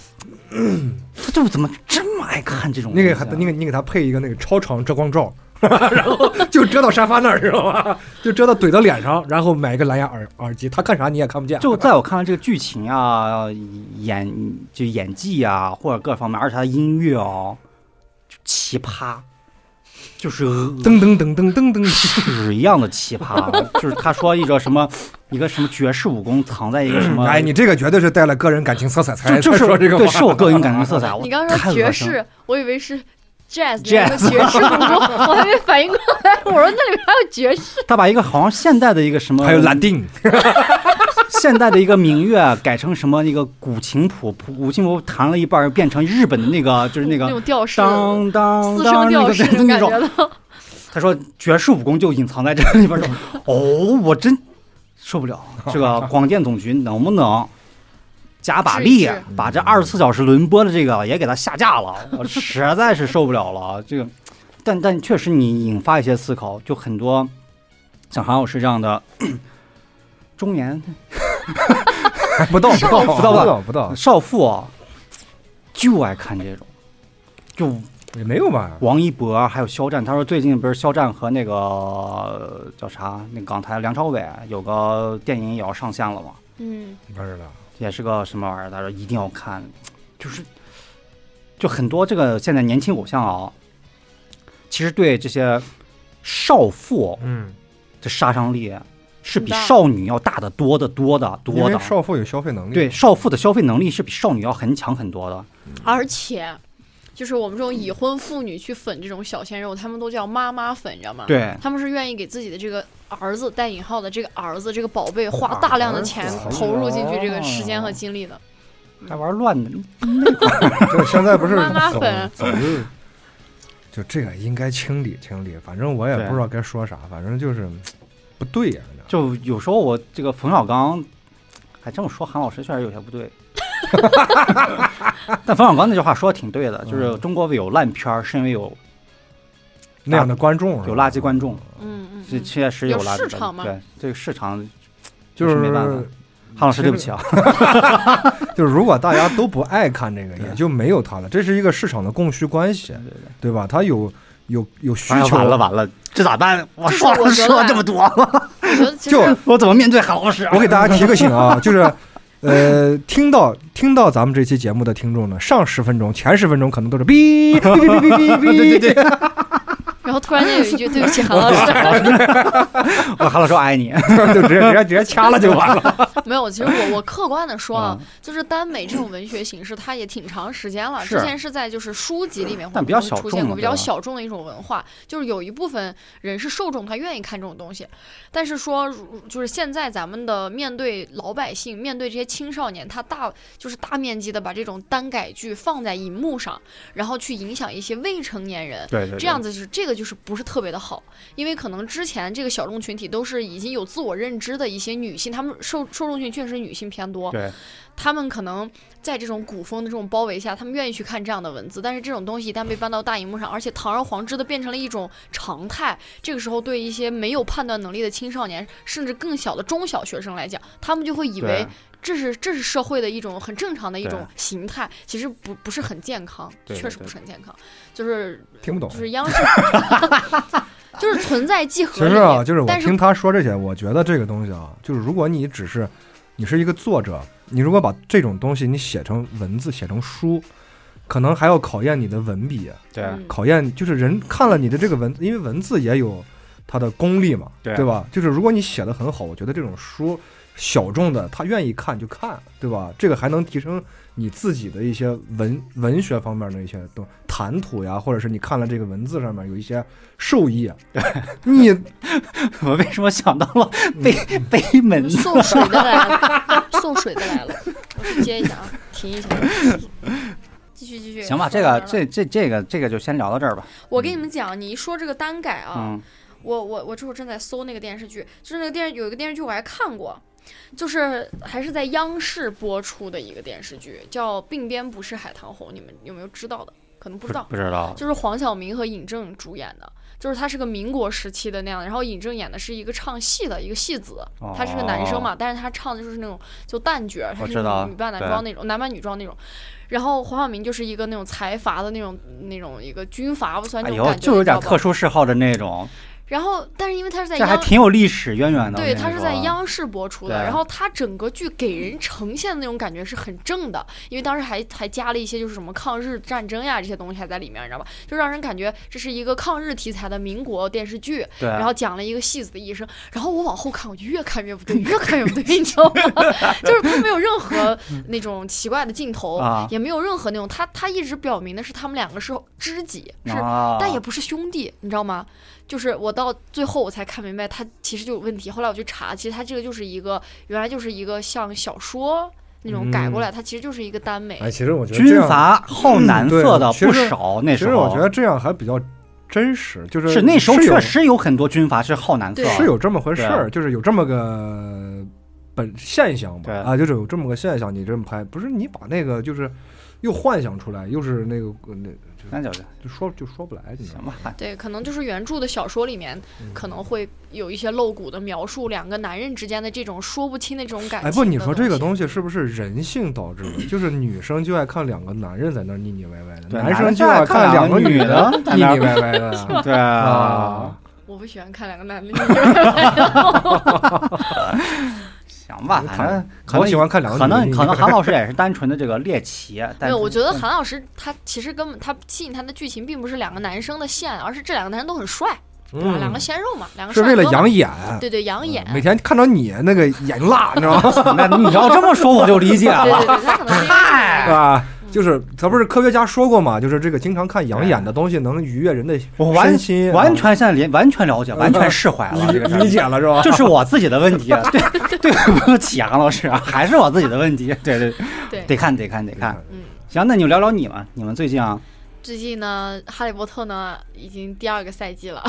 Speaker 1: 他就怎么这么爱看这种东
Speaker 3: 你
Speaker 1: 西
Speaker 3: 给
Speaker 1: 啊？
Speaker 3: 他，你给你给他配一个那个超长遮光罩， 然后就遮到沙发那儿，知道吧？就遮到怼到脸上，然后买一个蓝牙耳耳机，他看啥你也看不 见。
Speaker 1: 就在我看来，这个剧情啊、演就演技啊，或者各方面，而且它的音乐哦，就奇葩，就是
Speaker 3: 噔噔噔噔噔噔，
Speaker 1: 屎一样的奇葩。就是他说一个什么，一个什么绝世武功藏在一个什么，
Speaker 3: 哎，你这个绝对是带了个人感情色彩才
Speaker 1: 就就是
Speaker 3: 才说这个
Speaker 1: 对，
Speaker 3: 话。
Speaker 1: 是我个人感情 色彩。我
Speaker 2: 你刚刚
Speaker 1: 太
Speaker 2: 说
Speaker 1: 恶
Speaker 2: 爵
Speaker 1: 心了
Speaker 2: 士，我以为是 jazz 那个爵士 舞步，我还没反应过来，我说那里面还有爵士，
Speaker 1: 他把一个好像现代的一个什么，
Speaker 3: 还有蓝定，
Speaker 1: 现代的一个民乐改成什么那个古琴谱，谱古琴谱弹了一半儿变成日本的那个，就是那
Speaker 2: 那
Speaker 1: 个
Speaker 2: 种调式，
Speaker 1: 当当
Speaker 2: 四
Speaker 1: 当
Speaker 2: 声
Speaker 1: 那
Speaker 2: 调
Speaker 1: 个
Speaker 2: 式那
Speaker 1: 那
Speaker 2: 种感
Speaker 1: 种
Speaker 2: 觉。到。
Speaker 1: 他说绝世武功就隐藏在这里 边儿。哦，我真受不了，这个广电总局能不能加把力啊
Speaker 2: 制一制，
Speaker 1: 把这二十四小时轮播的这个也给它下架了？我实在是受不了了。这个，但但确实你引发一些思考，就很多像韩老师这样的中年
Speaker 3: 不到
Speaker 1: 少
Speaker 3: 不到
Speaker 1: 妇
Speaker 3: 不到不到，
Speaker 1: 少妇啊，就爱看这种，就
Speaker 3: 也没有吧？
Speaker 1: 王一博啊还有肖战，他说最近不是肖战和那个呃叫啥那个港台梁朝伟有个电影也要上线了嘛，
Speaker 2: 嗯，
Speaker 3: 不知道。
Speaker 1: 也是个什么玩意儿，他说一定要看，就是就很多这个现在年轻偶像啊，其实对这些少妇
Speaker 3: 嗯，
Speaker 1: 的杀伤力是比
Speaker 2: 很大
Speaker 1: 少女要大得多得多的
Speaker 3: 因
Speaker 1: 多
Speaker 3: 为
Speaker 1: 的，
Speaker 3: 少妇有消费能力。
Speaker 1: 对少妇的消费能力是比少女要很强很多的，
Speaker 2: 而且。就是我们这种已婚妇女去粉这种小鲜肉，他们都叫妈妈粉，你知道吗？，
Speaker 1: 对。
Speaker 2: 他们是愿意给自己的这个儿子（带引号的这个儿子）这个宝贝花大量的钱
Speaker 3: 儿子哦
Speaker 2: 投入进去这个时间和精力的。
Speaker 1: 还玩乱的，
Speaker 3: 这现在不 是
Speaker 2: 妈妈
Speaker 3: 走
Speaker 2: 粉
Speaker 3: 走就就这个应该清理清理，反正我也
Speaker 1: 对
Speaker 3: 不知道该说啥，反正就是嗯不对呀、你知道吗
Speaker 1: 就有时候我这个冯小刚，还这么说韩老师确实有些不对。
Speaker 2: 嗯
Speaker 1: 但冯小刚那句话说的挺对的，就是中国有烂片儿是因为有
Speaker 3: 那样的观众是吧
Speaker 1: 有垃圾观众，
Speaker 2: 嗯嗯
Speaker 1: 这
Speaker 2: 嗯，
Speaker 1: 确实有
Speaker 2: 有
Speaker 1: 垃圾
Speaker 2: 市
Speaker 1: 观众
Speaker 2: 场吗
Speaker 1: 对，这个市场
Speaker 3: 就
Speaker 1: 没办法
Speaker 3: 是
Speaker 1: 韩老师，对不起啊，
Speaker 3: 就是如果大家都不爱看 这个，
Speaker 1: 对
Speaker 3: 也就没有它了。这是一个市场的供需关系，对吧？它有有有需
Speaker 1: 哎呀
Speaker 3: 求，
Speaker 1: 完了完了，这咋办？我
Speaker 2: 就是
Speaker 1: 说
Speaker 2: 我
Speaker 1: 了
Speaker 2: 觉得
Speaker 1: 说了这么多了，
Speaker 2: 我觉得其实
Speaker 3: 就
Speaker 1: 我怎么面对韩老师啊？
Speaker 3: 我给大家提个醒 啊，就是。呃，听到听到咱们这期节目的听众呢，上十分钟、前十分钟可能都是哔哔哔哔哔哔， 对对对，
Speaker 2: 然后突然间有一句对不起韩老 师，
Speaker 1: 我韩老师我爱你，
Speaker 3: 就直接直接直接掐了就完了。
Speaker 2: 没有，其实我我客观的说啊
Speaker 1: 嗯，
Speaker 2: 就是耽美这种文学形式，它也挺长时间了。
Speaker 1: 是
Speaker 2: 之前是在就是书籍里面会
Speaker 1: 但比较小
Speaker 2: 出
Speaker 1: 众
Speaker 2: 现
Speaker 1: 嘛
Speaker 2: 过比
Speaker 1: 对吧
Speaker 2: 较小众的一种文化，就是有一部分人是受众，他愿意看这种东西。但是说，如就是现在咱们的面对老百姓，面对这些青少年，他大就是大面积的把这种耽改剧放在荧幕上，然后去影响一些未成年人。
Speaker 1: 对对对，
Speaker 2: 这样子就是这个就是不是特别的好，因为可能之前这个小众群体都是已经有自我认知的一些女性，她们受受众群确实女性偏多，
Speaker 1: 对
Speaker 2: 她们可能在这种古风的这种包围下，她们愿意去看这样的文字，但是这种东西一旦被搬到大荧幕上，而且堂而皇之的变成了一种常态，这个时候对一些没有判断能力的青少年，甚至更小的中小学生来讲，他们就会以为
Speaker 1: 对
Speaker 2: 这是这是社会的一种很正常的一
Speaker 1: 对
Speaker 2: 种形态，其实不不是很健康，
Speaker 1: 对对
Speaker 2: 确实
Speaker 1: 对
Speaker 2: 不是很健康，就是
Speaker 3: 听不懂
Speaker 2: 就，是央视， 就是存在即
Speaker 3: 其
Speaker 2: 合
Speaker 3: 实
Speaker 2: 理。
Speaker 3: 啊，就是我
Speaker 2: 但是
Speaker 3: 听他说这些，我觉得这个东西啊，就是如果你只是你是一个作者，你如果把这种东西你写成文字、写成书，可能还要考验你的文笔，
Speaker 1: 对
Speaker 2: 嗯
Speaker 3: 考验就是人看了你的这个文，因为文字也有它的功力嘛，
Speaker 1: 对
Speaker 3: 吧？就是如果你写的很好，我觉得这种书小众的，他愿意看就看，对吧？这个还能提升你自己的一些文文学方面的一些东谈吐呀，或者是你看了这个文字上面有一些受益。啊 你
Speaker 1: 我为什么想到了北 北门？
Speaker 2: 送水的来了，送水的来了，我去接一下啊，停一下，继续继续。
Speaker 1: 行吧，
Speaker 2: 说
Speaker 1: 这
Speaker 2: 到
Speaker 1: 个
Speaker 2: 哪儿了
Speaker 1: 这这这个这个就先聊到这儿吧。
Speaker 2: 我跟你们讲，你一说这个耽改啊，
Speaker 1: 嗯，
Speaker 2: 我我我这会儿正在搜那个电视剧，就是那个电视有一个电视剧我还看过，就是还是在央视播出的一个电视剧，叫《鬓边不是海棠红》，你们有没有知道的？可能不知道，
Speaker 1: 不知道，
Speaker 2: 就是黄晓明和尹正主演的，就是他是个民国时期的那样的，然后尹正演的是一个唱戏的一个戏子，
Speaker 1: 哦
Speaker 2: 他是个男生嘛，但是他唱的就是那种就旦角，他
Speaker 1: 我
Speaker 2: 是
Speaker 1: 知道
Speaker 2: 女女扮男
Speaker 1: 对
Speaker 2: 装那种，男扮女装那种。然后黄晓明就是一个那种财阀的那种那种一个军阀不算
Speaker 1: 哎
Speaker 2: 那种
Speaker 1: 呦，
Speaker 2: 感觉，
Speaker 1: 就有
Speaker 2: 你知
Speaker 1: 点
Speaker 2: 道吧
Speaker 1: 特殊嗜好的那种，
Speaker 2: 然后，但是因为他是在
Speaker 1: 这还
Speaker 2: 央
Speaker 1: 挺有历史渊源的。
Speaker 2: 对，
Speaker 1: 我跟
Speaker 2: 它
Speaker 1: 你
Speaker 2: 是
Speaker 1: 说
Speaker 2: 在央视播出的，
Speaker 1: 啊对
Speaker 2: 然后它整个剧给人呈现的那种感觉是很正的，因为当时还还加了一些就是什么抗日战争呀这些东西还在里面，你知道吧？就让人感觉这是一个抗日题材的民国电视剧，
Speaker 1: 对，
Speaker 2: 然后讲了一个戏子的一生，然后我往后看，我就越看越不对，越看越不 对，你知道吗？ 就是他没有任何那种奇怪的镜头，
Speaker 1: 啊
Speaker 2: 也没有任何那种，他他一直表明的是他们两个是知己，是
Speaker 1: 啊，
Speaker 2: 但也不是兄弟，你知道吗？就是我到最后我才看明白，他其实就有问题。后来我去查，其实他这个就是一个原来就是一个像小说那种改过来，它其实就是一个耽美。
Speaker 3: 嗯哎，其实我觉得这
Speaker 1: 军
Speaker 3: 样，
Speaker 1: 阀好男色的
Speaker 3: 嗯对
Speaker 1: 不
Speaker 3: 其实
Speaker 1: 少，那
Speaker 3: 其
Speaker 1: 时
Speaker 3: 实
Speaker 1: 候
Speaker 3: 我觉得这样还比较真实，就是
Speaker 1: 是那时候
Speaker 3: 是有
Speaker 1: 确实有很多军阀是好男色，
Speaker 2: 对
Speaker 3: 是有这么回事
Speaker 1: 对
Speaker 3: 儿，就是有这么个本现象吧
Speaker 1: 对，
Speaker 3: 啊，就是有这么个现象，你这么拍，不是你把那个就是又幻想出来，又是那个呃那
Speaker 1: 那就是
Speaker 3: 就说就说不来，你知道
Speaker 1: 行
Speaker 3: 吗？
Speaker 1: 吧。
Speaker 2: 对，可能就是原著的小说里面
Speaker 3: 嗯
Speaker 2: 可能会有一些露骨的描述，两个男人之间的这种说不清的这种感情。
Speaker 3: 哎，不，你说这个
Speaker 2: 西，
Speaker 3: 东西是不是人性导致 的？就是女生就爱看两个男人在那儿腻腻歪歪的，
Speaker 1: 对
Speaker 3: 男
Speaker 1: 男
Speaker 3: 生
Speaker 1: 人
Speaker 3: 就
Speaker 1: 就爱
Speaker 3: 爱
Speaker 1: 看
Speaker 3: 看
Speaker 1: 两
Speaker 3: 两
Speaker 1: 个
Speaker 3: 个
Speaker 1: 女
Speaker 3: 女
Speaker 1: 的
Speaker 3: 的
Speaker 1: 在
Speaker 3: 腻
Speaker 1: 那儿
Speaker 3: 腻歪 歪的
Speaker 1: 对
Speaker 3: 啊。
Speaker 2: 我不喜欢看两个 男的。
Speaker 1: 行吧，
Speaker 3: 我
Speaker 1: 反
Speaker 3: 看
Speaker 1: 正可
Speaker 3: 啊我
Speaker 1: 能
Speaker 3: 喜欢看两个
Speaker 1: 可能
Speaker 3: 女的
Speaker 1: 可能韩老师也是单纯的这个猎奇，
Speaker 2: 没
Speaker 1: 但嗯
Speaker 2: 有，我觉得
Speaker 1: 但
Speaker 2: 韩老师他其实根本他吸引他的剧情并不是两个男生的线，而是这两个男人都很帅，对吧？嗯两个鲜肉嘛，两个
Speaker 3: 嗯是
Speaker 2: 帅
Speaker 3: 为了
Speaker 2: 哥嘛
Speaker 3: 养嗯眼，
Speaker 2: 对对养眼，
Speaker 3: 每天看着你那个眼 辣，你知道吗？
Speaker 1: 那你要这么说我就理解
Speaker 2: 对
Speaker 1: 了。
Speaker 2: 对对，他可能是因为这个原
Speaker 3: 是
Speaker 2: 因
Speaker 3: 吧？
Speaker 2: 嗯
Speaker 3: 就是咱不是科学家说过嘛，就是这个经常看养眼的东西能愉悦人的
Speaker 1: 哎我完
Speaker 3: 身心，
Speaker 1: 完全现在理完全了解，
Speaker 3: 嗯
Speaker 1: 完全释怀了。这个事
Speaker 3: 理
Speaker 1: 儿
Speaker 3: 理解了 是吧？
Speaker 1: 这是我自己的问题，啊对对不起啊，韩老师啊，还是我 自己的问题。对对，
Speaker 2: 对
Speaker 1: 得看得看得看。
Speaker 2: 嗯，
Speaker 1: 行，那你就聊聊你吧，你们最近啊，
Speaker 2: 最近呢，《哈利波特》呢已经第二个赛季了，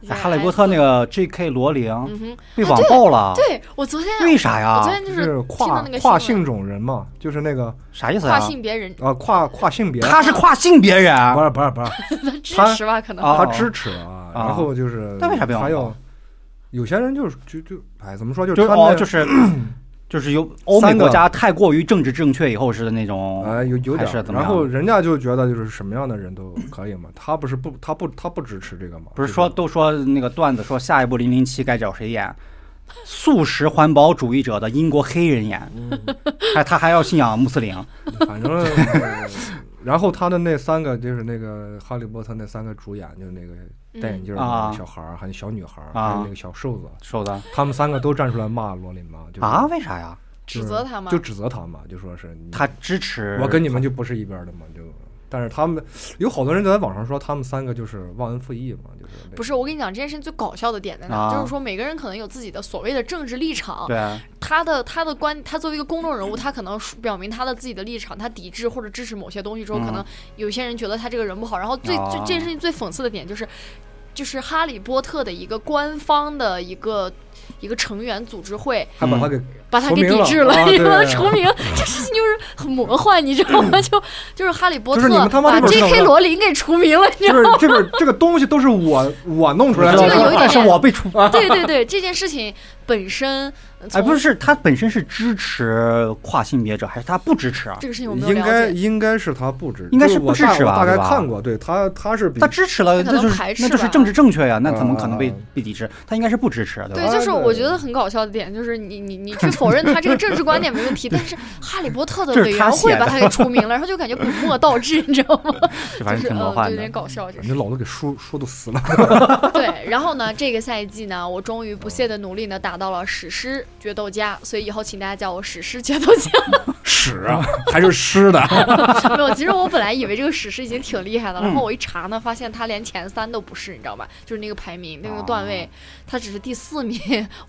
Speaker 2: 已经
Speaker 1: 哎哈利波特》那个 J.K. 罗琳
Speaker 2: 嗯哼，
Speaker 1: 被网暴了，
Speaker 2: 对我昨天
Speaker 1: 为啥
Speaker 2: 我
Speaker 1: 呀
Speaker 2: 昨？天就
Speaker 3: 就是是
Speaker 2: 听到
Speaker 3: 跨
Speaker 2: 那个
Speaker 3: 跨
Speaker 2: 新
Speaker 3: 性种人嘛，就是那个
Speaker 1: 啥意思
Speaker 2: 跨
Speaker 1: 呀？
Speaker 2: 性别人
Speaker 3: 呃跨跨性别，
Speaker 1: 他是跨性别人，
Speaker 3: 不是不是不是，
Speaker 2: 的支
Speaker 3: 他
Speaker 2: 持吧，可能
Speaker 1: 啊
Speaker 3: 他支持啊，
Speaker 1: 啊
Speaker 3: 然后就是
Speaker 1: 那为啥被网
Speaker 3: 还
Speaker 1: 暴
Speaker 3: 有有些人就是就就哎怎么说就
Speaker 1: 就是
Speaker 3: 穿
Speaker 1: 哦，
Speaker 3: 的
Speaker 1: 就是就是有欧美
Speaker 3: 三个
Speaker 1: 国家太过于政治正确以后似的那种，
Speaker 3: 哎有有
Speaker 1: 还
Speaker 3: 点
Speaker 1: 是
Speaker 3: 儿，
Speaker 1: 怎么
Speaker 3: 然
Speaker 1: 样
Speaker 3: 后人家就觉得就是什么样的人都可以嘛，他不是不他不他不支持这个嘛，
Speaker 1: 不是
Speaker 3: 对
Speaker 1: 说
Speaker 3: 吧
Speaker 1: 都说那个段子说下一部零零七该找谁演？素食环保主义者的英国黑人演，
Speaker 3: 嗯
Speaker 1: 还他还要信仰穆斯林，
Speaker 3: 反 正呃然后他的那三个就是那个哈利波特那三个主演就是那个戴眼
Speaker 2: 嗯
Speaker 3: 镜
Speaker 1: 嗯
Speaker 3: 儿的
Speaker 1: 啊
Speaker 3: 小孩儿，还有小女孩儿，
Speaker 1: 啊
Speaker 3: 还有那个小瘦子，
Speaker 1: 瘦子
Speaker 3: 他们三个都站出来骂罗琳嘛，就是
Speaker 1: 啊？，为啥呀？
Speaker 2: 指
Speaker 3: 就是
Speaker 2: 责他啊吗
Speaker 3: 就？指责他嘛，就说是你
Speaker 1: 他支持
Speaker 3: 我跟你们就不是一边儿的嘛，就。但是他们有好多人在网上说他们三个就是忘恩负义嘛，就是那
Speaker 2: 不是，我跟你讲，这件事情最搞笑的点在哪？
Speaker 1: 啊
Speaker 2: 就是说，每个人可能有自己的所谓的政治立场，
Speaker 1: 对啊
Speaker 2: 他的他的观，他作为一个公众人物，他可能说表明他的自己的立场，他抵制或者支持某些东西之后，
Speaker 1: 嗯
Speaker 2: 可能有些人觉得他这个人不好。然后最最
Speaker 1: 啊
Speaker 2: 这件事情
Speaker 3: 哦
Speaker 2: 最讽刺的点就是，就是哈利波特的一个官方的一个一个成员组织会
Speaker 3: 还把他 给
Speaker 2: 把他
Speaker 3: 除
Speaker 2: 给
Speaker 3: 名
Speaker 2: 抵
Speaker 3: 了
Speaker 2: 制 了，
Speaker 3: 啊
Speaker 2: 你把他
Speaker 3: 对
Speaker 2: 除名，这事情就是很魔幻，你知道吗？ 就就是哈利波
Speaker 3: 就是你
Speaker 2: 特
Speaker 3: 们他妈
Speaker 2: 把
Speaker 3: 这本事
Speaker 2: J.K.
Speaker 3: 怎么
Speaker 2: 罗琳给除名了， 你知道吗
Speaker 3: 就是这个这个东西都 是我我弄出来的，
Speaker 2: 这个有一点
Speaker 1: 但是我被出啊
Speaker 2: 对对对，这件事情本身，呃
Speaker 1: 哎，
Speaker 2: 从
Speaker 1: 不是，他本身是支持跨性别者，还是他不支持啊？
Speaker 2: 这个事情我没有
Speaker 3: 应
Speaker 2: 了解，
Speaker 3: 该应该是他不支持，
Speaker 1: 应该是
Speaker 3: 就是
Speaker 1: 不支持吧
Speaker 3: 我大我大概
Speaker 1: 对吧
Speaker 3: 看过，对他他是比
Speaker 1: 他支持了，
Speaker 2: 可
Speaker 1: 那
Speaker 2: 能
Speaker 1: 就是
Speaker 2: 排斥
Speaker 1: 那就是
Speaker 2: 吧
Speaker 1: 政治正确呀，那怎么可能被
Speaker 3: 啊
Speaker 1: 被抵制？他应该是不支持，对
Speaker 2: 对，
Speaker 1: 吧？
Speaker 2: 就是
Speaker 3: 啊
Speaker 2: 我
Speaker 3: 对
Speaker 2: 觉得
Speaker 1: 嗯
Speaker 2: 很搞笑的点，就是你你你去否认他这个政治观点没 问题，但是哈利波特的
Speaker 1: 这是
Speaker 2: 委
Speaker 1: 他
Speaker 2: 员会
Speaker 1: 写
Speaker 2: 把
Speaker 1: 的
Speaker 2: 他给除名了，然后就感觉本末倒置，你知道吗？
Speaker 1: 这
Speaker 2: 就
Speaker 1: 反
Speaker 2: 是
Speaker 1: 正挺魔
Speaker 2: 嗯，就
Speaker 1: 幻
Speaker 2: 有
Speaker 1: 的
Speaker 2: 点。搞笑，这
Speaker 3: 你
Speaker 2: 是。
Speaker 3: 老子给说说都死了，
Speaker 2: 对，然后呢，这个赛季呢，我终于不懈的努力呢，达到了史诗决斗家，所以以后请大家叫我史诗决斗家。
Speaker 3: 屎啊，还是湿的，
Speaker 2: 啊没有，其实我本来以为这个史诗已经挺厉害的，
Speaker 1: 嗯
Speaker 2: 然后我一查呢，发现他连前三都不是，你知道吧？就是那个排名、那个段
Speaker 1: 哦
Speaker 2: 位， 他只是第四名，